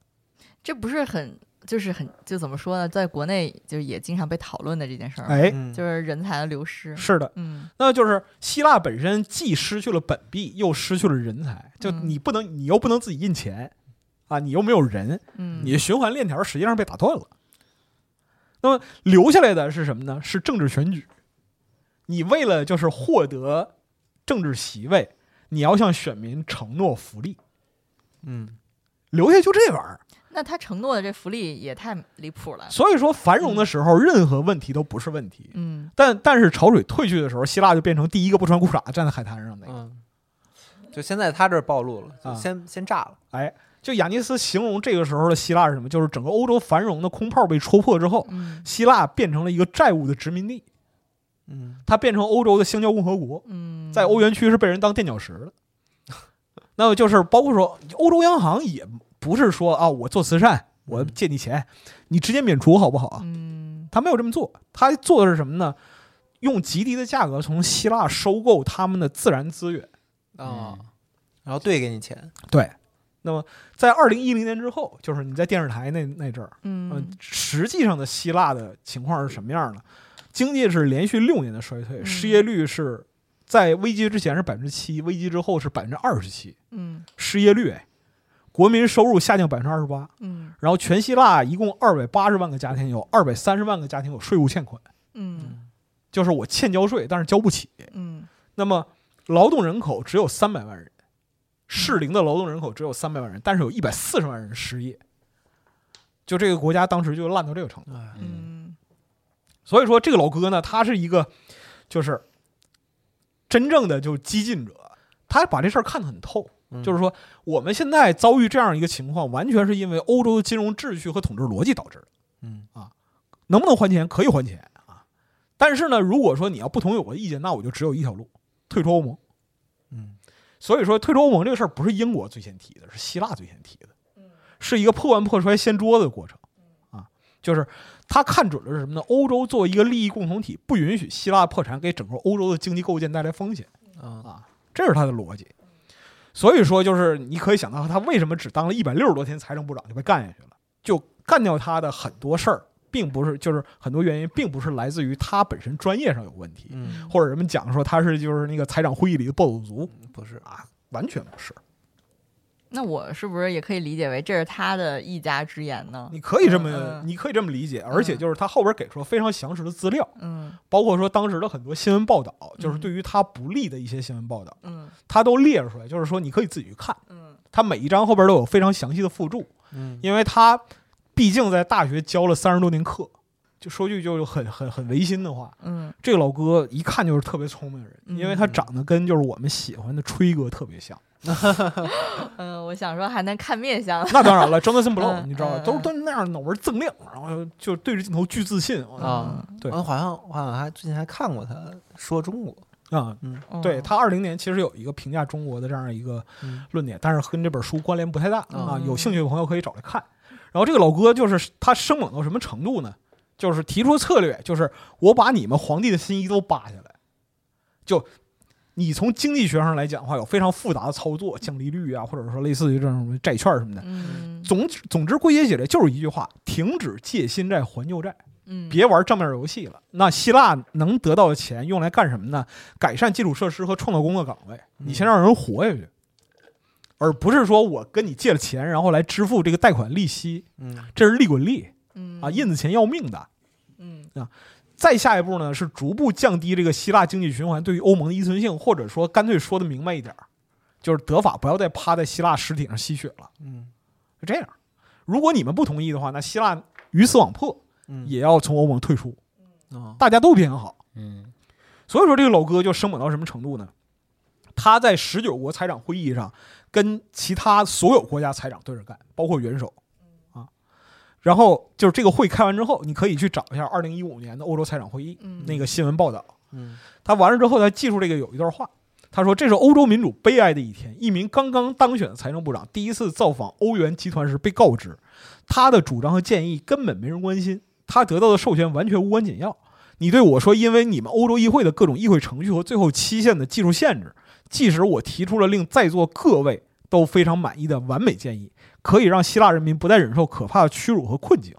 Speaker 2: 这不是很就是很就怎么说呢，在国内就也经常被讨论的这件事儿，
Speaker 3: 哎，
Speaker 5: 嗯
Speaker 2: 就是人才的流失。
Speaker 3: 是的，
Speaker 2: 嗯
Speaker 3: 那就是希腊本身既失去了本币，又失去了人才。就
Speaker 2: 嗯
Speaker 3: 你不能，你又不能自己印钱啊，你又没有人，
Speaker 2: 嗯，
Speaker 3: 你的循环链条实际上被打断了。那么留下来的是什么呢？是政治选举。你为了就是获得政治席位，你要向选民承诺福利，
Speaker 5: 嗯
Speaker 3: 留下就这玩意儿。
Speaker 2: 那他承诺的这福利也太离谱了。
Speaker 3: 所以说，繁荣的时候，任何问题都不是问题。
Speaker 2: 啊嗯
Speaker 3: 但但是潮水退去的时候，希腊就变成第一个不穿裤衩站在海滩上的。
Speaker 5: 嗯，就现在他这儿暴露了，
Speaker 3: 啊
Speaker 5: 就先先炸了，
Speaker 3: 哎，就雅尼斯形容这个时候的希腊是什么？就是整个欧洲繁荣的空泡被戳破之后，
Speaker 2: 嗯
Speaker 3: 希腊变成了一个债务的殖民地，
Speaker 5: 嗯
Speaker 3: 它变成欧洲的香蕉共和国，
Speaker 2: 嗯，
Speaker 3: 在欧元区是被人当垫脚石的。 那么就是包括说，欧洲央行也不是说啊，我做慈善，我借你钱，你直接免除好不好啊？
Speaker 2: 嗯
Speaker 3: 他没有这么做，他做的是什么呢？用极低的价格从希腊收购他们的自然资源。
Speaker 5: 啊，然后兑给你钱，
Speaker 3: 对，那么在二零一零年之后，就是你在电视台那那阵儿，嗯、
Speaker 2: 嗯
Speaker 3: 实际上的希腊的情况是什么样呢？经济是连续六年的衰退，
Speaker 2: 嗯
Speaker 3: 失业率是在危机之前是百分之七，危机之后是百分之二十七，
Speaker 2: 嗯
Speaker 3: 失业率哎，国民收入下降百分之二十八，
Speaker 2: 嗯
Speaker 3: 然后全希腊一共二百八十万个家庭有二百三十万个家庭有税务欠款，
Speaker 2: 嗯
Speaker 3: 就是我欠交税，但是交不起。
Speaker 2: 嗯
Speaker 3: 那么劳动人口只有三百万人，适龄的劳动人口只有三百万人，但是有一百四十万人失业。就这个国家当时就烂到这个程度，
Speaker 5: 哎，
Speaker 4: 嗯
Speaker 2: 嗯
Speaker 3: 所以说这个老哥呢，他是一个就是真正的就激进者，他把这事儿看得很透，
Speaker 5: 嗯
Speaker 3: 就是说我们现在遭遇这样一个情况，完全是因为欧洲的金融秩序和统治逻辑导致的。
Speaker 5: 嗯
Speaker 3: 能不能还钱？可以还钱啊，但是呢，如果说你要不同意我的意见，那我就只有一条路，退出欧盟。
Speaker 5: 嗯
Speaker 3: 所以说，退出欧盟这个事儿不是英国最先提的，是希腊最先提的，是一个破罐破摔掀桌子的过程啊。就是他看准了是什么呢？欧洲作为一个利益共同体，不允许希腊破产给整个欧洲的经济构建带来风险，
Speaker 5: 啊
Speaker 3: 这是他的逻辑。所以说，就是你可以想到他为什么只当了一百六十多天财政部长就被干下去了，就干掉他的很多事儿，并不是就是很多原因，并不是来自于他本身专业上有问题，
Speaker 5: 嗯，
Speaker 3: 或者人们讲说他是就是那个财长会议里的暴走族，
Speaker 2: 嗯
Speaker 5: 不是啊，
Speaker 3: 完全不是。
Speaker 2: 那我是不是也可以理解为这是他的一家之言呢？
Speaker 3: 你可以这么，
Speaker 2: 嗯嗯
Speaker 3: 你可以这么理解，而且就是他后边给出了非常详实的资料，
Speaker 2: 嗯
Speaker 3: 包括说当时的很多新闻报道，就是对于他不利的一些新闻报道，
Speaker 2: 嗯
Speaker 3: 他都列出来，就是说你可以自己去看，
Speaker 2: 嗯
Speaker 3: 他每一章后边都有非常详细的附注，
Speaker 5: 嗯
Speaker 3: 因为他毕竟在大学教了三十多年课，就说句就很很很违心的话，
Speaker 2: 嗯
Speaker 3: 这个老哥一看就是特别聪明的人，
Speaker 2: 嗯
Speaker 3: 因为他长得跟就是我们喜欢的吹哥特别像，
Speaker 2: 嗯，我想说还能看面相，
Speaker 3: 那当然了，张德森不漏，
Speaker 2: 嗯
Speaker 3: 你知道吧？
Speaker 2: 嗯
Speaker 3: 都是都是那样脑门儿锃亮，然后就对着镜头巨自信啊
Speaker 5: 啊，
Speaker 3: 对
Speaker 2: 哦
Speaker 5: 我好像我好像还最近还看过他说中国，
Speaker 3: 啊！
Speaker 2: 嗯
Speaker 3: 对他二零年其实有一个评价中国的这样一个
Speaker 5: 嗯
Speaker 3: 论点，但是跟这本书关联不太大啊。
Speaker 2: 嗯
Speaker 3: 有兴趣的朋友可以找来看。然后这个老哥就是他生猛到什么程度呢？就是提出策略，就是我把你们皇帝的新衣都扒下来，就你从经济学上来讲的话，有非常复杂的操作，降利率啊，或者说类似于这种什么债券什么的。
Speaker 2: 嗯
Speaker 3: 总之总之归结起来就是一句话：停止借新债还旧债，
Speaker 2: 嗯，
Speaker 3: 别玩账面游戏了。那希腊能得到的钱用来干什么呢？改善基础设施和创造工作岗位。你先让人活下去，而不是说我跟你借了钱，然后来支付这个贷款利息，
Speaker 5: 嗯
Speaker 3: 这是利滚利
Speaker 2: 嗯
Speaker 3: 啊，印子钱要命的。啊
Speaker 2: 嗯
Speaker 3: 再下一步呢，是逐步降低这个希腊经济循环对于欧盟的依存性，或者说干脆说的明白一点儿，就是德法不要再趴在希腊尸体上吸血了。
Speaker 5: 嗯
Speaker 3: 就这样。如果你们不同意的话，那希腊鱼死网破，
Speaker 5: 嗯
Speaker 3: 也要从欧盟退出，
Speaker 5: 啊
Speaker 3: 大家都变好。
Speaker 4: 嗯
Speaker 3: 所以说，这个老哥就生猛到什么程度呢？他在十九国财长会议上跟其他所有国家财长对着干，包括元首啊。然后就是这个会开完之后，你可以去找一下二零一五年的欧洲财长会议
Speaker 2: 嗯
Speaker 3: 那个新闻报道。
Speaker 5: 嗯
Speaker 3: 他完了之后，他记住这个有一段话，他说：“这是欧洲民主悲哀的一天。一名刚刚当选的财政部长第一次造访欧元集团时被告知，他的主张和建议根本没人关心，他得到的授权完全无关紧要。你对我说，因为你们欧洲议会的各种议会程序和最后期限的技术限制，即使我提出了令在座各位都非常满意的完美建议，可以让希腊人民不再忍受可怕的屈辱和困境。”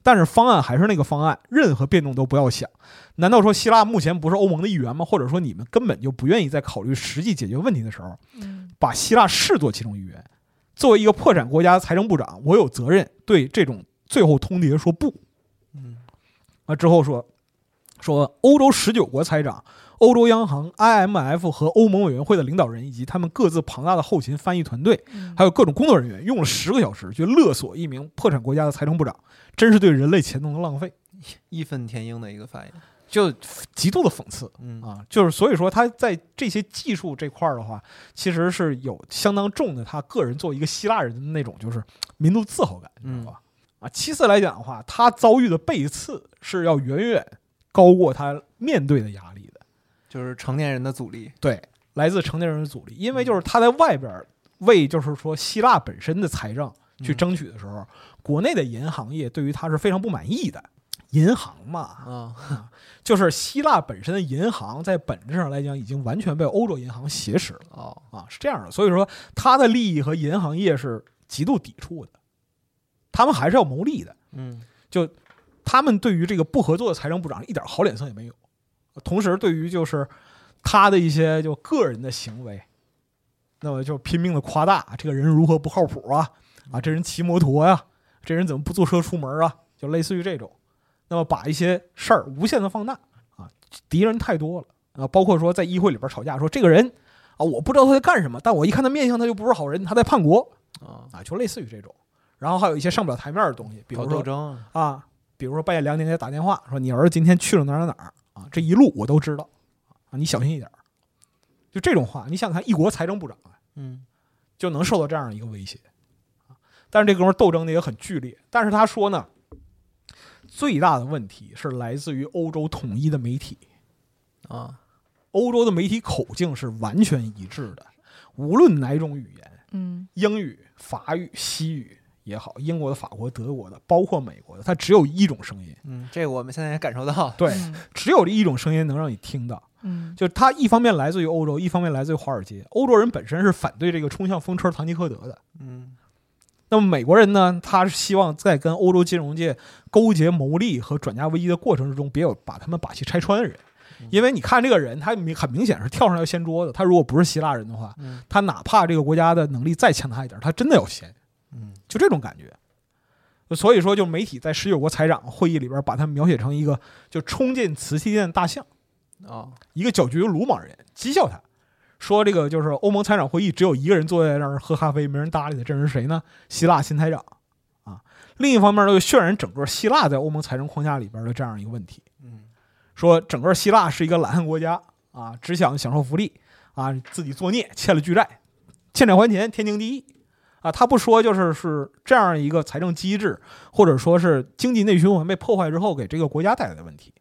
Speaker 3: 但是方案还是那个方案，任何变动都不要想。难道说希腊目前不是欧盟的一员吗？或者说你们根本就不愿意在考虑实际解决问题的时候，
Speaker 2: 嗯
Speaker 3: 把希腊视作其中一员？作为一个破产国家的财政部长，我有责任对这种最后通牒说不。
Speaker 5: 嗯
Speaker 3: 啊，之后说说欧洲十九国财长、欧洲央行、IMF 和欧盟委员会的领导人以及他们各自庞大的后勤翻译团队，
Speaker 2: 嗯
Speaker 3: 还有各种工作人员，用了十个小时去勒索一名破产国家的财政部长，真是对人类前途的浪费，
Speaker 5: 义愤填膺的一个发言，
Speaker 3: 就极度的讽刺。
Speaker 5: 嗯
Speaker 3: 啊，就是所以说他在这些技术这块儿的话，其实是有相当重的他个人作为一个希腊人的那种就是民族自豪感，你知道吧？啊，其次来讲的话，他遭遇的背刺是要远远高过他面对的压力的，
Speaker 5: 就是成年人的阻力，
Speaker 3: 对，来自成年人的阻力，因为就是他在外边儿为就是说希腊本身的财政去
Speaker 5: 嗯
Speaker 3: 争取的时候，国内的银行业对于他是非常不满意的。银行嘛，
Speaker 5: 啊，
Speaker 3: 就是希腊本身的银行，在本质上来讲，已经完全被欧洲银行挟持了。
Speaker 5: 哦，
Speaker 3: 啊，是这样的。所以说，他的利益和银行业是极度抵触的，他们还是要谋利的。
Speaker 5: 嗯
Speaker 3: 他们对于这个不合作的财政部长一点好脸色也没有，同时对于就是他的一些就个人的行为，那么就拼命的夸大这个人如何不靠谱啊啊，这人骑摩托呀、这人怎么不坐车出门啊，就类似于这种，那么把一些事儿无限的放大啊，敌人太多了啊，包括说在议会里边吵架，说这个人啊，我不知道他在干什么，但我一看他面相，他就不是好人，他在叛国
Speaker 5: 啊，
Speaker 3: 啊，就类似于这种。然后还有一些上不了台面的东西，比
Speaker 5: 搞
Speaker 3: 如
Speaker 5: 斗
Speaker 3: 说
Speaker 5: 争啊，
Speaker 3: 啊，比如说半夜两点给他打电话说你儿子今天去了哪儿哪儿哪儿啊，这一路我都知道啊，你小心一点儿。就这种话，你想想看，一国财政部长啊
Speaker 5: 嗯
Speaker 3: 就能受到这样一个威胁，啊但是这哥们儿斗争的也很剧烈。但是他说呢，最大的问题是来自于欧洲统一的媒体，
Speaker 5: 啊，
Speaker 3: 欧洲的媒体口径是完全一致的，无论哪种语言，
Speaker 2: 嗯
Speaker 3: 英语、法语、西语也好，英国的、法国、德国的，包括美国的，它只有一种声音。
Speaker 5: 嗯，这个我们现在也感受到，
Speaker 3: 对，只有这一种声音能让你听到，
Speaker 2: 嗯
Speaker 3: 就是它一方面来自于欧洲，一方面来自于华尔街。欧洲人本身是反对这个冲向风车堂吉诃德的，
Speaker 5: 嗯
Speaker 3: 那么美国人呢，他是希望在跟欧洲金融界勾结谋利和转嫁危机的过程之中，别有把他们把戏拆穿的人。因为你看这个人，他明很明显是跳上要掀桌子。他如果不是希腊人的话，
Speaker 5: 嗯
Speaker 3: 他哪怕这个国家的能力再强大一点，他真的要掀。
Speaker 5: 嗯
Speaker 3: 就这种感觉。所以说，就媒体在十九国财长会议里边把他描写成一个就冲进瓷器店的大象，嗯
Speaker 5: 哦，
Speaker 3: 一个搅局的鲁莽人，讥笑他，说这个就是欧盟财长会议只有一个人坐在那儿喝咖啡，没人搭理他，这人是谁呢？希腊新财长啊。另一方面呢，又渲染整个希腊在欧盟财政框架里边的这样一个问题，
Speaker 5: 嗯
Speaker 3: 说整个希腊是一个懒汉国家啊，只想享受福利啊，自己作孽，欠了巨债，欠债还钱，天经地义啊。他不说就是是这样一个财政机制，或者说是经济内循环被破坏之后给这个国家带来的问题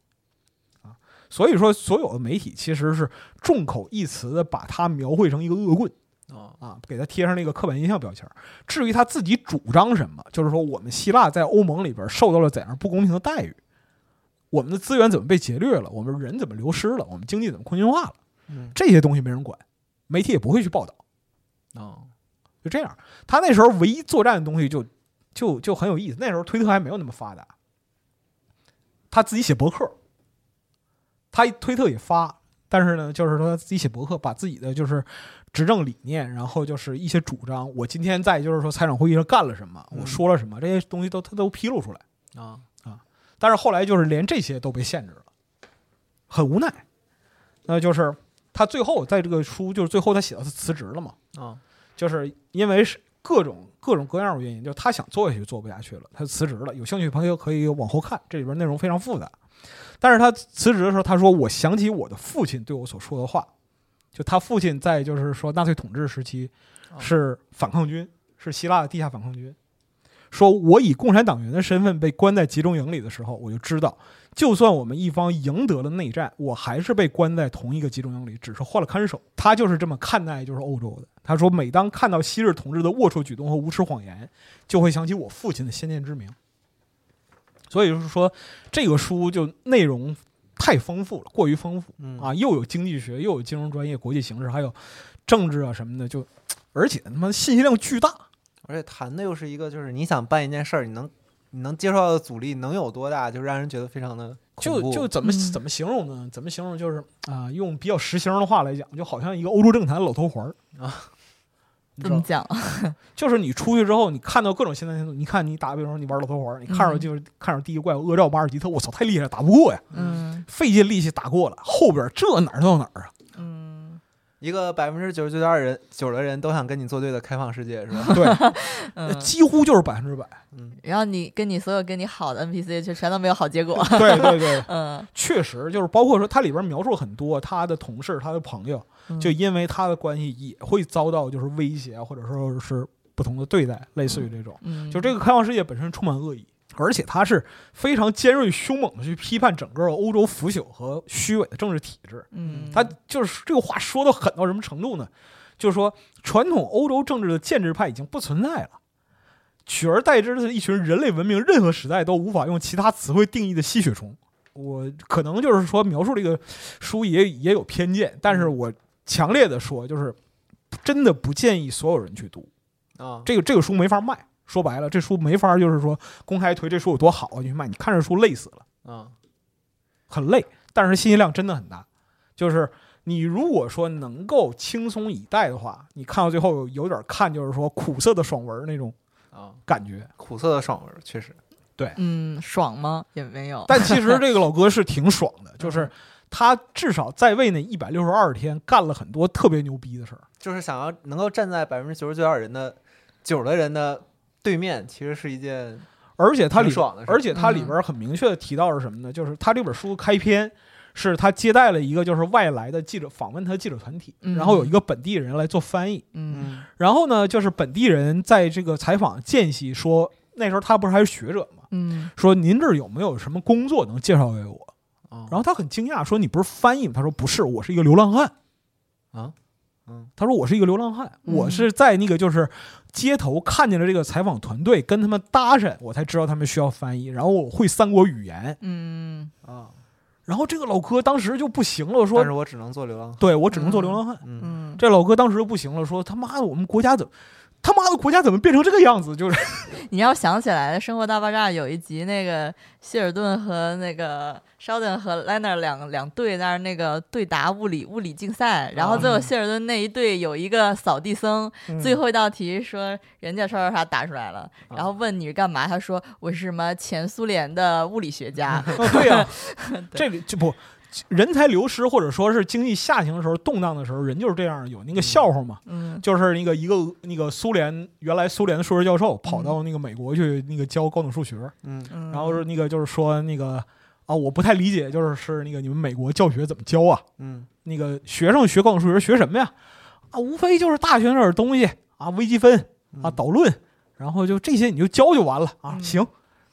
Speaker 3: 啊。所以说，所有的媒体其实是众口一词的把它描绘成一个恶棍。
Speaker 5: 哦，
Speaker 3: 啊，给他贴上那个刻板印象标签儿。至于他自己主张什么，就是说我们希腊在欧盟里边受到了怎样不公平的待遇，我们的资源怎么被劫掠了，我们人怎么流失了，我们经济怎么空心化了，
Speaker 5: 嗯，
Speaker 3: 这些东西没人管，媒体也不会去报道。
Speaker 5: 哦，
Speaker 3: 就这样，他那时候唯一作战的东西就就就很有意思。那时候推特还没有那么发达，他自己写博客，他推特也发，但是呢，就是说他自己写博客，把自己的就是执政理念，然后就是一些主张，我今天在就是说财长会议上干了什么，我
Speaker 5: 嗯
Speaker 3: 说了什么，这些东西都他都披露出来。
Speaker 5: 哦，
Speaker 3: 但是后来就是连这些都被限制了，很无奈。那就是他最后在这个书，就是最后他写到他辞职了嘛。
Speaker 5: 哦，
Speaker 3: 就是因为是各种各种各样的原因，就是他想做下去做不下去了，他就辞职了。有兴趣的朋友可以往后看，这里边内容非常复杂。但是他辞职的时候，他说：“我想起我的父亲对我所说的话，就他父亲在就是说纳粹统治时期
Speaker 5: 哦
Speaker 3: 是反抗军，是希腊的地下反抗军。说我以共产党员的身份被关在集中营里的时候，我就知道，就算我们一方赢得了内战，我还是被关在同一个集中营里，只是换了看守。他就是这么看待就是欧洲的。他说，每当看到昔日同志的龌龊举动和无耻谎言，就会想起我父亲的先见之明。所以就是说，这个书就内容太丰富了，过于丰富
Speaker 5: 嗯
Speaker 3: 啊，又有经济学，又有金融专业、国际形势，还有政治啊什么的，就而且他妈信息量巨大。
Speaker 5: 而且谈的又是一个，就是你想办一件事儿，你能你能接受到的阻力能有多大，就让人觉得非常的恐
Speaker 3: 就
Speaker 5: 怖
Speaker 3: 就怎么
Speaker 2: 嗯
Speaker 3: 怎么形容呢？怎么形容就是啊、用比较实心儿的话来讲，就好像一个欧洲政坛的老头环儿
Speaker 5: 啊，
Speaker 3: 你
Speaker 2: 怎
Speaker 3: 知道
Speaker 2: 么
Speaker 3: 吗，
Speaker 2: 讲？啊
Speaker 3: 就是你出去之后，你看到各种现代元素，你看你打比方说你玩老头环儿，你看着就是、看着第一怪物恶兆马尔吉特，我操，太厉害了，打不过呀，
Speaker 2: 嗯
Speaker 3: 费尽力气打过了，后边这哪儿到哪儿啊？
Speaker 2: 嗯
Speaker 5: 一个百分之九十九点二人九的人都想跟你作对的开放世界，是 吧？
Speaker 3: 对，
Speaker 2: 嗯。
Speaker 3: 啊几乎就是百分之 百。
Speaker 5: 嗯，
Speaker 2: 然后你跟你所有跟你好的 NPC 却全都没有好结 果。
Speaker 3: 对对对，
Speaker 2: 嗯，
Speaker 3: 确实就是包括说它里边描述很多他的同事、他的朋友，
Speaker 2: 嗯
Speaker 3: 就因为他的关系也会遭到就是威胁或者说是不同的对待，类似于这种。
Speaker 2: 嗯，
Speaker 3: 就这个开放世界本身充满恶意，而且它是非常尖锐、凶猛的去批判整个欧洲腐朽和虚伪的政治体制。
Speaker 2: 嗯，
Speaker 3: 他就是这个话说的狠到什么程度呢？就是说，传统欧洲政治的建制派已经不存在了，取而代之的是一群人类文明任何时代都无法用其他词汇定义的吸血虫。我可能就是说描述这个书也也有偏见，但
Speaker 2: 嗯
Speaker 3: 是我强烈的说，就是真的不建议所有人去读。
Speaker 5: 啊，
Speaker 3: 这个这个书没法卖，说白了，这书没法就是说公开推这书有多好啊，你去卖，你看这书累死了，
Speaker 5: 啊，
Speaker 3: 很累，但是信息量真的很大。就是你如果说能够轻松以待的话，你看到最后有点看就是说苦涩的爽文那种
Speaker 5: 啊，
Speaker 3: 感觉。
Speaker 5: 苦涩的爽文，确实，
Speaker 2: 嗯爽吗？也没
Speaker 5: 哦
Speaker 2: 有。
Speaker 3: 但其 实这个老哥是挺爽的，
Speaker 5: 嗯
Speaker 3: 就是他至少在位那一百六十二天干了很多特别牛逼的事儿。
Speaker 5: 就是想要能够站在百分之九十九点二人的九的人的对面，其实是一件
Speaker 3: 而且它里
Speaker 5: 挺爽的是吧
Speaker 3: 而且它里边很明确的提到是什么呢？就是他这本书开篇是他接待了一个就是外来的记者访问他的记者团体，
Speaker 2: 嗯
Speaker 3: 然后有一个本地人来做翻译，
Speaker 2: 嗯
Speaker 3: 然后呢，就是本地人在这个采访间隙说，那时候他不是还是学者嘛，
Speaker 2: 嗯
Speaker 3: 说您这儿有没有什么工作能介绍给我？
Speaker 5: 啊，
Speaker 3: 然后他很惊讶说你不是翻译吗？他说不是，我是一个流浪汉。
Speaker 5: 啊，嗯，
Speaker 3: 他说我是一个流浪汉，
Speaker 2: 嗯
Speaker 3: 我是在那个就是街头看见了这个采访团队，跟他们搭讪，我才知道他们需要翻译，然后我会三国语言。
Speaker 2: 嗯
Speaker 5: 啊，
Speaker 3: 然后这个老哥当时就不行了，
Speaker 5: 但
Speaker 3: 说
Speaker 5: 是我只能做流浪汉，
Speaker 3: 对我只能做流浪汉。
Speaker 5: 嗯，
Speaker 2: 嗯，
Speaker 3: 这老哥当时就不行了，说他妈的我们国家怎么他妈的国家怎么变成这个样子？就是
Speaker 2: 你要想起来，《生活大爆炸》有一集，那个希尔顿和那个稍顿和莱纳两两队在那儿那个对答物理物理竞赛，然
Speaker 3: 哦
Speaker 2: 后最
Speaker 3: 嗯
Speaker 2: 后希尔顿那一队有一个扫地僧，最后一道题说人家刷刷刷答出来了，
Speaker 3: 啊
Speaker 2: 然后问你是干嘛，他说我是什么前苏联的物理学 家，
Speaker 3: 哦对呀、这里就不人才流失或者说是经济下行的时候、动荡的时候，人就是这样。有那个笑话嘛，
Speaker 2: 嗯
Speaker 3: 就是那个一个那个苏联原来苏联的硕士教授跑到那个美国去那个教高等数学，
Speaker 5: 嗯，
Speaker 2: 嗯，
Speaker 3: 然后是那个就是说那个啊我不太理解，就是是那个你们美国教学怎么教啊？
Speaker 5: 嗯，
Speaker 3: 那个学生学高等数学学什么呀？啊，无非就是大学那点东西啊，微积分啊，导论，然后就这些你就教就完了啊，
Speaker 2: 嗯
Speaker 3: 行。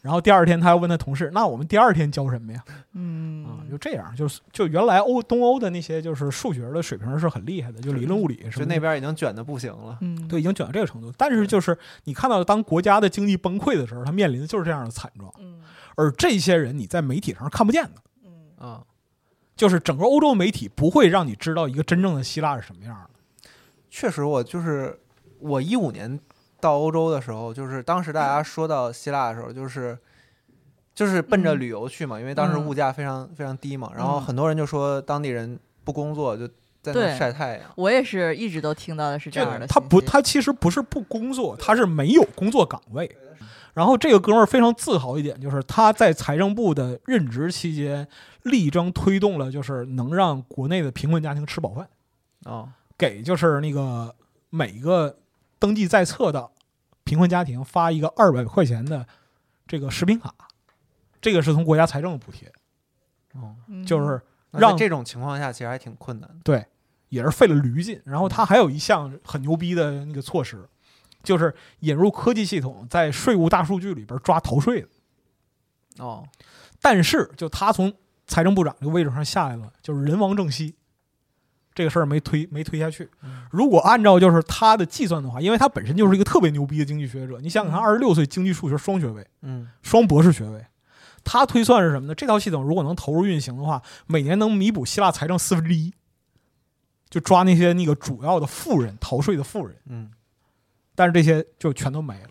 Speaker 3: 然后第二天他又问他同事，那我们第二天教什么呀？啊，
Speaker 2: 嗯
Speaker 3: 就这样，就是就原来欧东欧的那些就是数学的水平是很厉害的，就理论物理什
Speaker 5: 就
Speaker 3: 么
Speaker 5: 那
Speaker 3: 的。
Speaker 5: 边已经卷的不行了。
Speaker 2: 嗯，
Speaker 3: 对，已经卷到这个程度，但是就是你看到，当国家的经济崩溃的时候，他面临的就是这样的惨状。
Speaker 2: 嗯
Speaker 3: 而这些人你在媒体上是看不见的，
Speaker 2: 嗯
Speaker 5: 啊，
Speaker 3: 就是整个欧洲媒体不会让你知道一个真正的希腊是什么样的。
Speaker 5: 确实，我就是我一五年到欧洲的时候，就是当时大家说到希腊的时候，就是就是奔着
Speaker 2: 嗯
Speaker 5: 旅游去嘛，因为当时
Speaker 2: 嗯
Speaker 5: 物价非常非常低嘛，然后
Speaker 2: 嗯
Speaker 5: 很多人就说当地人不工作就在那
Speaker 2: 对
Speaker 5: 晒太阳。
Speaker 2: 我也是一直都听到的是这样的信息，
Speaker 3: 他不，他其实不是不工作，他是没有工作岗位。然后这个哥们儿非常自豪一点，就是他在财政部的任职期间，力争推动了就是能让国内的贫困家庭吃饱饭，
Speaker 5: 哦，
Speaker 3: 给就是那个每个登记在册的贫困家庭发一个二百块钱的这个食品卡，这个是从国家财政的补贴，
Speaker 5: 哦，
Speaker 2: 嗯
Speaker 3: 就是
Speaker 5: 那在
Speaker 3: 让
Speaker 5: 这种情况下其实还挺困难的。
Speaker 3: 也是费了驴劲。然后他还有一项很牛逼的那个措施，就是引入科技系统，在税务大数据里边抓逃税的。
Speaker 5: 哦，
Speaker 3: 但是，就他从财政部长这个位置上下来了，就是人亡政息，这个事儿没推没推下去
Speaker 5: 嗯。
Speaker 3: 如果按照就是他的计算的话，因为他本身就是一个特别牛逼的经济学者，你想想看，二十六岁经济数学双学位、
Speaker 5: 嗯，
Speaker 3: 双博士学位。他推算是什么呢？这套系统如果能投入运行的话，每年能弥补希腊财政四分之一，就抓那些那个主要的富人逃税的富人。
Speaker 5: 嗯，
Speaker 3: 但是这些就全都没了。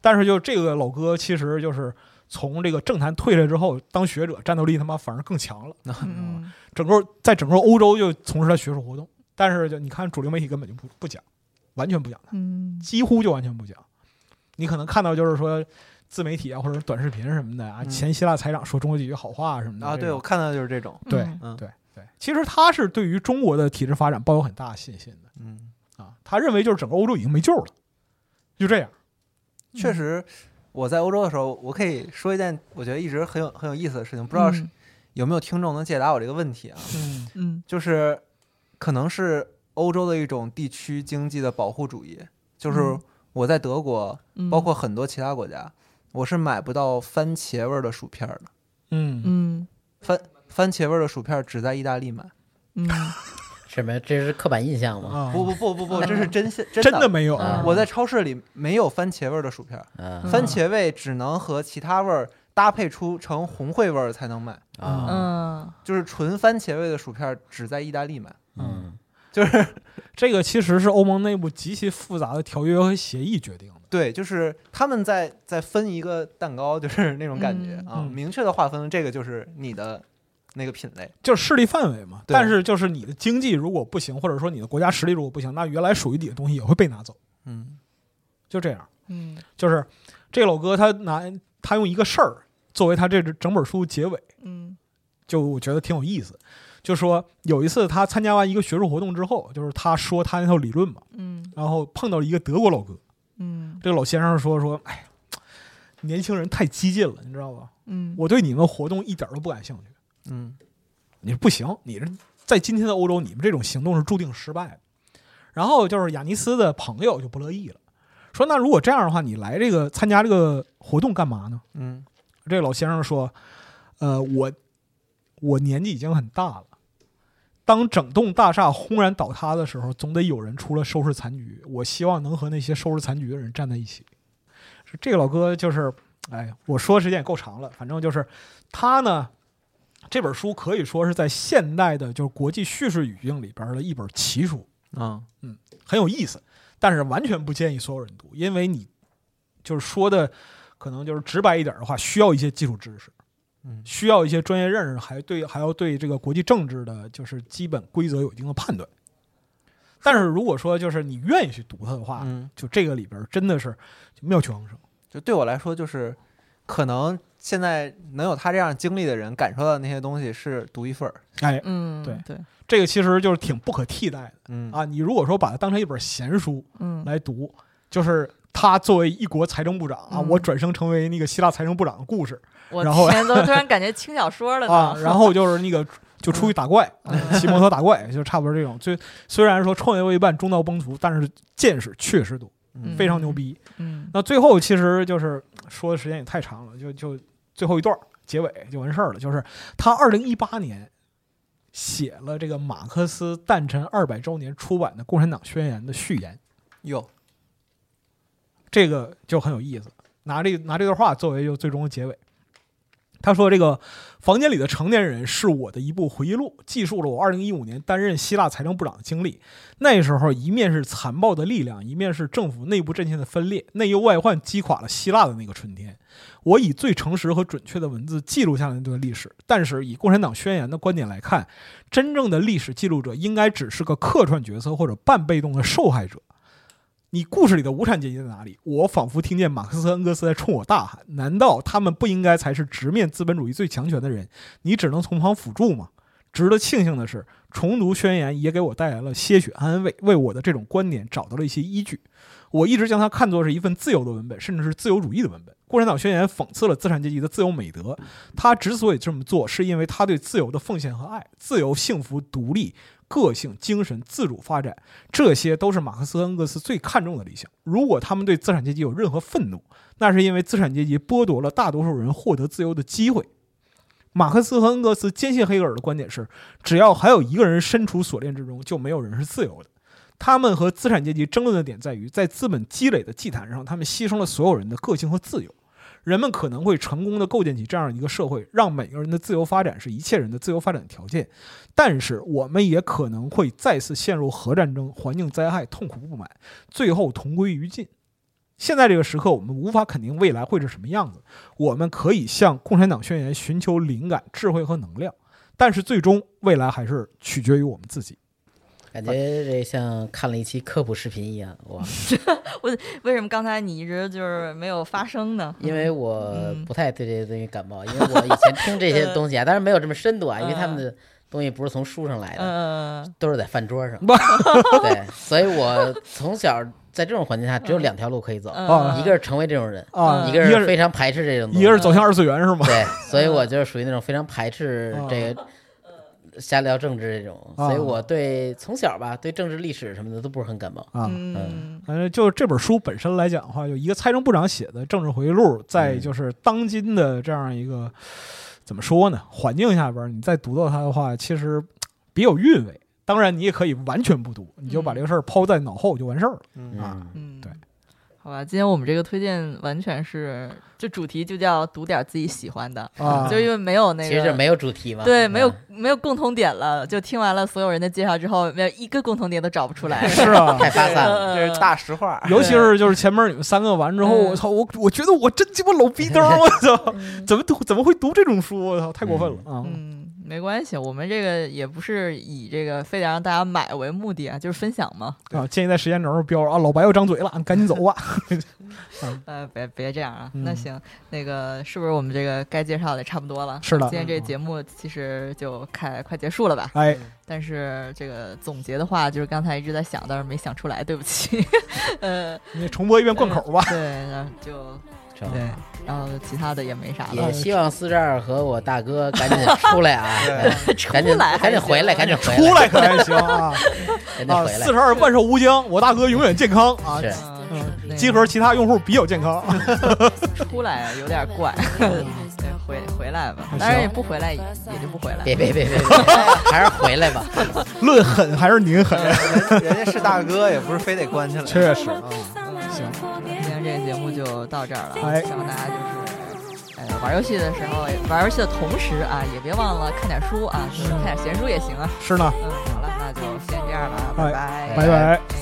Speaker 3: 但是就这个老哥，其实就是从这个政坛退下来之后，当学者战斗力他妈反而更强了。
Speaker 5: 嗯
Speaker 2: 嗯
Speaker 3: 整个在整个欧洲就从事他学术活动，但是就你看主流媒体根本就不不讲，完全不讲他，
Speaker 2: 嗯
Speaker 3: 几乎就完全不讲。你可能看到就是说自媒体啊，或者短视频什么的啊，
Speaker 5: 嗯
Speaker 3: 前希腊财长说中国几句好话什么的
Speaker 5: 啊，
Speaker 3: 这
Speaker 5: 对，
Speaker 3: 种
Speaker 5: 我看到的就是这种。
Speaker 3: 对
Speaker 2: 嗯
Speaker 5: 嗯
Speaker 3: 对对，其实他是对于中国的体制发展抱有很大的信心的
Speaker 5: 嗯，
Speaker 3: 啊，他认为就是整个欧洲已经没救了，就这样。
Speaker 5: 确实，我在欧洲的时候，我可以说一件我觉得一直很有很有意思的事情，不知道是有没有听众能解答我这个问题啊？
Speaker 3: 嗯
Speaker 2: 嗯
Speaker 5: 就是可能是欧洲的一种地区经济的保护主义，就是
Speaker 2: 嗯
Speaker 5: 我在德国，
Speaker 2: 嗯
Speaker 5: 包括很多其他国家，我是买不到番茄味儿的薯片儿的，
Speaker 3: 嗯，
Speaker 2: 嗯
Speaker 5: 番番茄味儿的薯片儿只在意大利买。
Speaker 2: 嗯
Speaker 4: 什么？这是刻板印象吗？
Speaker 3: 啊
Speaker 5: 嗯不不不不不，这是真现真啊
Speaker 3: 真的。没有
Speaker 2: 嗯
Speaker 5: 我在超市里没有番茄味儿的薯片儿，
Speaker 4: 嗯
Speaker 5: 番茄味只能和其他味儿搭配出成红烩味儿才能买，
Speaker 4: 啊
Speaker 2: 嗯
Speaker 5: 就是纯番茄味的薯片儿只在意大利买。
Speaker 4: 嗯
Speaker 5: 就是
Speaker 3: 这个其实是欧盟内部极其复杂的条约和协议决定的。
Speaker 5: 对，就是他们在在分一个蛋糕，就是那种感觉
Speaker 2: 嗯
Speaker 5: 啊，
Speaker 3: 嗯
Speaker 5: 明确的划分这个就是你的那个品类。
Speaker 3: 就是势力范围嘛，
Speaker 5: 对
Speaker 3: 但是就是你的经济如果不行，或者说你的国家实力如果不行，那原来属于你的东西也会被拿走，
Speaker 5: 嗯
Speaker 3: 就这样。
Speaker 2: 嗯
Speaker 3: 就是这老哥他拿他用一个事儿作为他这整本书结尾，
Speaker 2: 嗯
Speaker 3: 就我觉得挺有意思。就说有一次他参加完一个学术活动之后，就是他说他那套理论嘛，
Speaker 2: 嗯
Speaker 3: 然后碰到一个德国老哥，
Speaker 2: 嗯
Speaker 3: 这个老先生说说，哎，年轻人太激进了，你知道吧？
Speaker 2: 嗯
Speaker 3: 我对你们活动一点都不感兴趣。
Speaker 5: 嗯
Speaker 3: 你不行，你这在今天的欧洲，你们这种行动是注定失败的。然后就是雅尼斯的朋友就不乐意了，说那如果这样的话，你来这个参加这个活动干嘛呢？
Speaker 5: 嗯
Speaker 3: 这个老先生说，呃，我我年纪已经很大了，当整栋大厦轰然倒塌的时候，总得有人出来收拾残局。我希望能和那些收拾残局的人站在一起。是这个老哥就是，哎，我说时间也够长了，反正就是他呢，这本书可以说是在现代的就是国际叙事语境里边的一本奇书。
Speaker 5: 啊
Speaker 3: 很有意思，但是完全不建议所有人读，因为你就是说的可能就是直白一点的话，需要一些基础知识，
Speaker 5: 嗯
Speaker 3: 需要一些专业认识，还对还要对这个国际政治的就是基本规则有一定的判断。但是如果说就是你愿意去读它的话，
Speaker 5: 嗯，
Speaker 3: 就这个里边真的是妙趣横生。
Speaker 5: 就对我来说，就是可能现在能有他这样经历的人感受到的那些东西是独一份儿。
Speaker 3: 哎，
Speaker 2: 嗯
Speaker 3: 对
Speaker 2: 对
Speaker 3: 这个其实就是挺不可替代
Speaker 5: 嗯
Speaker 3: 的啊！你如果说把它当成一本闲书
Speaker 2: 嗯
Speaker 3: 来读，就是他作为一国财政部长啊，
Speaker 2: 嗯
Speaker 3: 我转生成为那个希腊财政部长的故事，
Speaker 2: 我
Speaker 3: 然后
Speaker 2: 天都突然感觉轻小说了呢
Speaker 3: 啊，然后就是那个就出去打怪，啊骑摩托打怪， 就差不多这种。就虽然说创业为半，中道崩殂，但是见识确实多，
Speaker 2: 嗯
Speaker 3: 非常牛逼。
Speaker 2: 嗯
Speaker 3: 那最后其实就是说的时间也太长了，就就最后一段儿结尾就完事儿了。就是他二零一八年写了这个马克思诞辰二百周年出版的《共产党宣言》的序言，
Speaker 5: 哟，
Speaker 3: 这个就很有意思。拿这拿这段话作为就最终的结尾，他说：“这个房间里的成年人是我的一部回忆录，记述了我二零一五年担任希腊财政部长的经历。那时候，一面是残暴的力量，一面是政府内部阵线的分裂，内忧外患击垮了希腊的那个春天。我以最诚实和准确的文字记录下了那段历史，但是以《共产党宣言》的观点来看，真正的历史记录者应该只是个客串角色或者半被动的受害者。”你故事里的无产阶级在哪里？我仿佛听见马克思、恩格斯在冲我大喊：难道他们不应该才是直面资本主义最强权的人？你只能从旁辅助吗？值得庆幸的是，重读宣言也给我带来了些许安慰，为我的这种观点找到了一些依据。我一直将它看作是一份自由的文本，甚至是自由主义的文本。《共产党宣言》讽刺了资产阶级的自由美德，他之所以这么做，是因为他对自由的奉献和爱，自由、幸福、独立、个性、精神、自主发展，这些都是马克思、恩格斯最看重的理想。如果他们对资产阶级有任何愤怒，那是因为资产阶级剥夺了大多数人获得自由的机会。马克思和恩格斯坚信黑格尔的观点是：只要还有一个人身处锁链之中，就没有人是自由的。他们和资产阶级争论的点在于，在资本积累的祭坛上，他们牺牲了所有人的个性和自由。人们可能会成功的构建起这样一个社会，让每个人的自由发展是一切人的自由发展条件。但是我们也可能会再次陷入核战争、环境灾害、痛苦不满，最后同归于尽。现在这个时刻，我们无法肯定未来会是什么样子。我们可以向《共产党宣言》寻求灵感、智慧和能量，但是最终未来还是取决于我们自己。
Speaker 4: 感觉这像看了一期科普视频一样， 哇！
Speaker 2: 为什么刚才你一直就是没有发声呢？
Speaker 4: 因为我
Speaker 2: 嗯
Speaker 4: 不太对这些东西感冒，因为我以前听这 些
Speaker 2: 呃
Speaker 4: 东西啊，当然没有这么深度啊，因为
Speaker 2: 嗯
Speaker 4: 他们的东西不是从书上来的，
Speaker 2: 呃，
Speaker 4: 都是在饭桌上。 对，所以我从小在这种环境下只有两条路可以走，
Speaker 3: 哦
Speaker 2: 嗯
Speaker 4: 一个是成为这种人，
Speaker 3: 啊，
Speaker 2: 嗯
Speaker 4: 一
Speaker 3: 一
Speaker 4: 个
Speaker 3: 个
Speaker 4: 是
Speaker 3: 是
Speaker 4: 非常啊排斥这种东
Speaker 3: 一个
Speaker 4: 西。
Speaker 3: 是走向二次元是吗？
Speaker 4: 对，所以
Speaker 2: 嗯
Speaker 4: 我就是属于那种非常排斥这个瞎聊政治这种，所以
Speaker 3: 啊
Speaker 4: 我对从小吧对政治历史什么的都不是很感冒。
Speaker 3: 啊，
Speaker 2: 嗯
Speaker 3: 反正就是这本书本身来讲的话，就一个财政部长写的政治回忆录，在就是当今的这样一个怎么说呢环境下边儿，你再读到它的话，其实嘖别有韵味。当然，你也可以完全不读，你就把这个事儿抛在脑后就完事儿了。
Speaker 5: 嗯，
Speaker 4: 嗯，
Speaker 2: 嗯，
Speaker 3: 对。
Speaker 2: 好吧，今天我们这个推荐完全是，这主题就叫读点自己喜欢的，
Speaker 3: 啊
Speaker 2: 就是因为没有那个，
Speaker 4: 其实就是没有主题嘛。
Speaker 2: 对，没有
Speaker 4: 嗯
Speaker 2: 没有共同点了，就听完了所有人的介绍之后，没有一个共同点都找不出 来。
Speaker 3: 是啊，
Speaker 4: 太发散了。
Speaker 2: 呃
Speaker 5: 这是大实话。
Speaker 3: 尤其是就是前面你们三个完之后，
Speaker 2: 嗯
Speaker 3: 我操，我我觉得我真鸡巴老逼当，我操，怎么读怎么会读这种书？我操，太过分了啊！
Speaker 2: 嗯，没关系，我们这个也不是以这个非得让大家买为目的啊，就是分享嘛。
Speaker 3: 啊，建议在时间轴上标啊，老白又张嘴了，你赶紧走吧。
Speaker 2: 呃，别别这样啊。
Speaker 3: 嗯
Speaker 2: 那行，那个是不是我们这个该介绍的差不多了？
Speaker 3: 是的
Speaker 2: 今天
Speaker 4: 嗯
Speaker 2: 这节目其实就快快结束了吧？
Speaker 3: 哎，
Speaker 2: 但是这个总结的话，就是刚才一直在想，但是没想出来，对不起。 呃，
Speaker 3: 你重播一遍贯口 吧。
Speaker 2: 对，然后就
Speaker 4: 这样
Speaker 2: 对，然后其他的也没
Speaker 3: 啊
Speaker 2: 啥了
Speaker 4: 也。希望四十二和我大哥赶紧出 来啊！对
Speaker 2: 出
Speaker 4: 赶紧
Speaker 2: 来还
Speaker 4: 赶紧回来，
Speaker 2: 行啊
Speaker 4: 赶紧回
Speaker 3: 出来可还行啊！
Speaker 4: 赶紧
Speaker 3: 啊，
Speaker 4: 回来
Speaker 3: 四。十二万寿无疆，我大哥永远健康啊！
Speaker 4: 是
Speaker 2: 嗯，那个
Speaker 3: 集合其他用户比较健 康，
Speaker 2: 出来有点怪， 对回回来吧，当然也不回来也也就不回来。
Speaker 4: 啊别别 别别，别还是回来吧。
Speaker 3: 论狠还是您狠。
Speaker 5: 人人家是大哥，也不是非得关起来。啊
Speaker 3: 确实，
Speaker 2: 今天这
Speaker 1: oh,
Speaker 2: 个节目就到这儿了，啊
Speaker 3: 哎
Speaker 2: 希望大家就是，呃，玩游戏的时候，玩游戏的同时啊，也别忘了看点书啊，就是看点闲书也行啊。
Speaker 3: 是呢，
Speaker 2: 嗯，好了，那就先这样了，
Speaker 3: 哎
Speaker 2: 拜
Speaker 3: 拜拜。
Speaker 2: 拜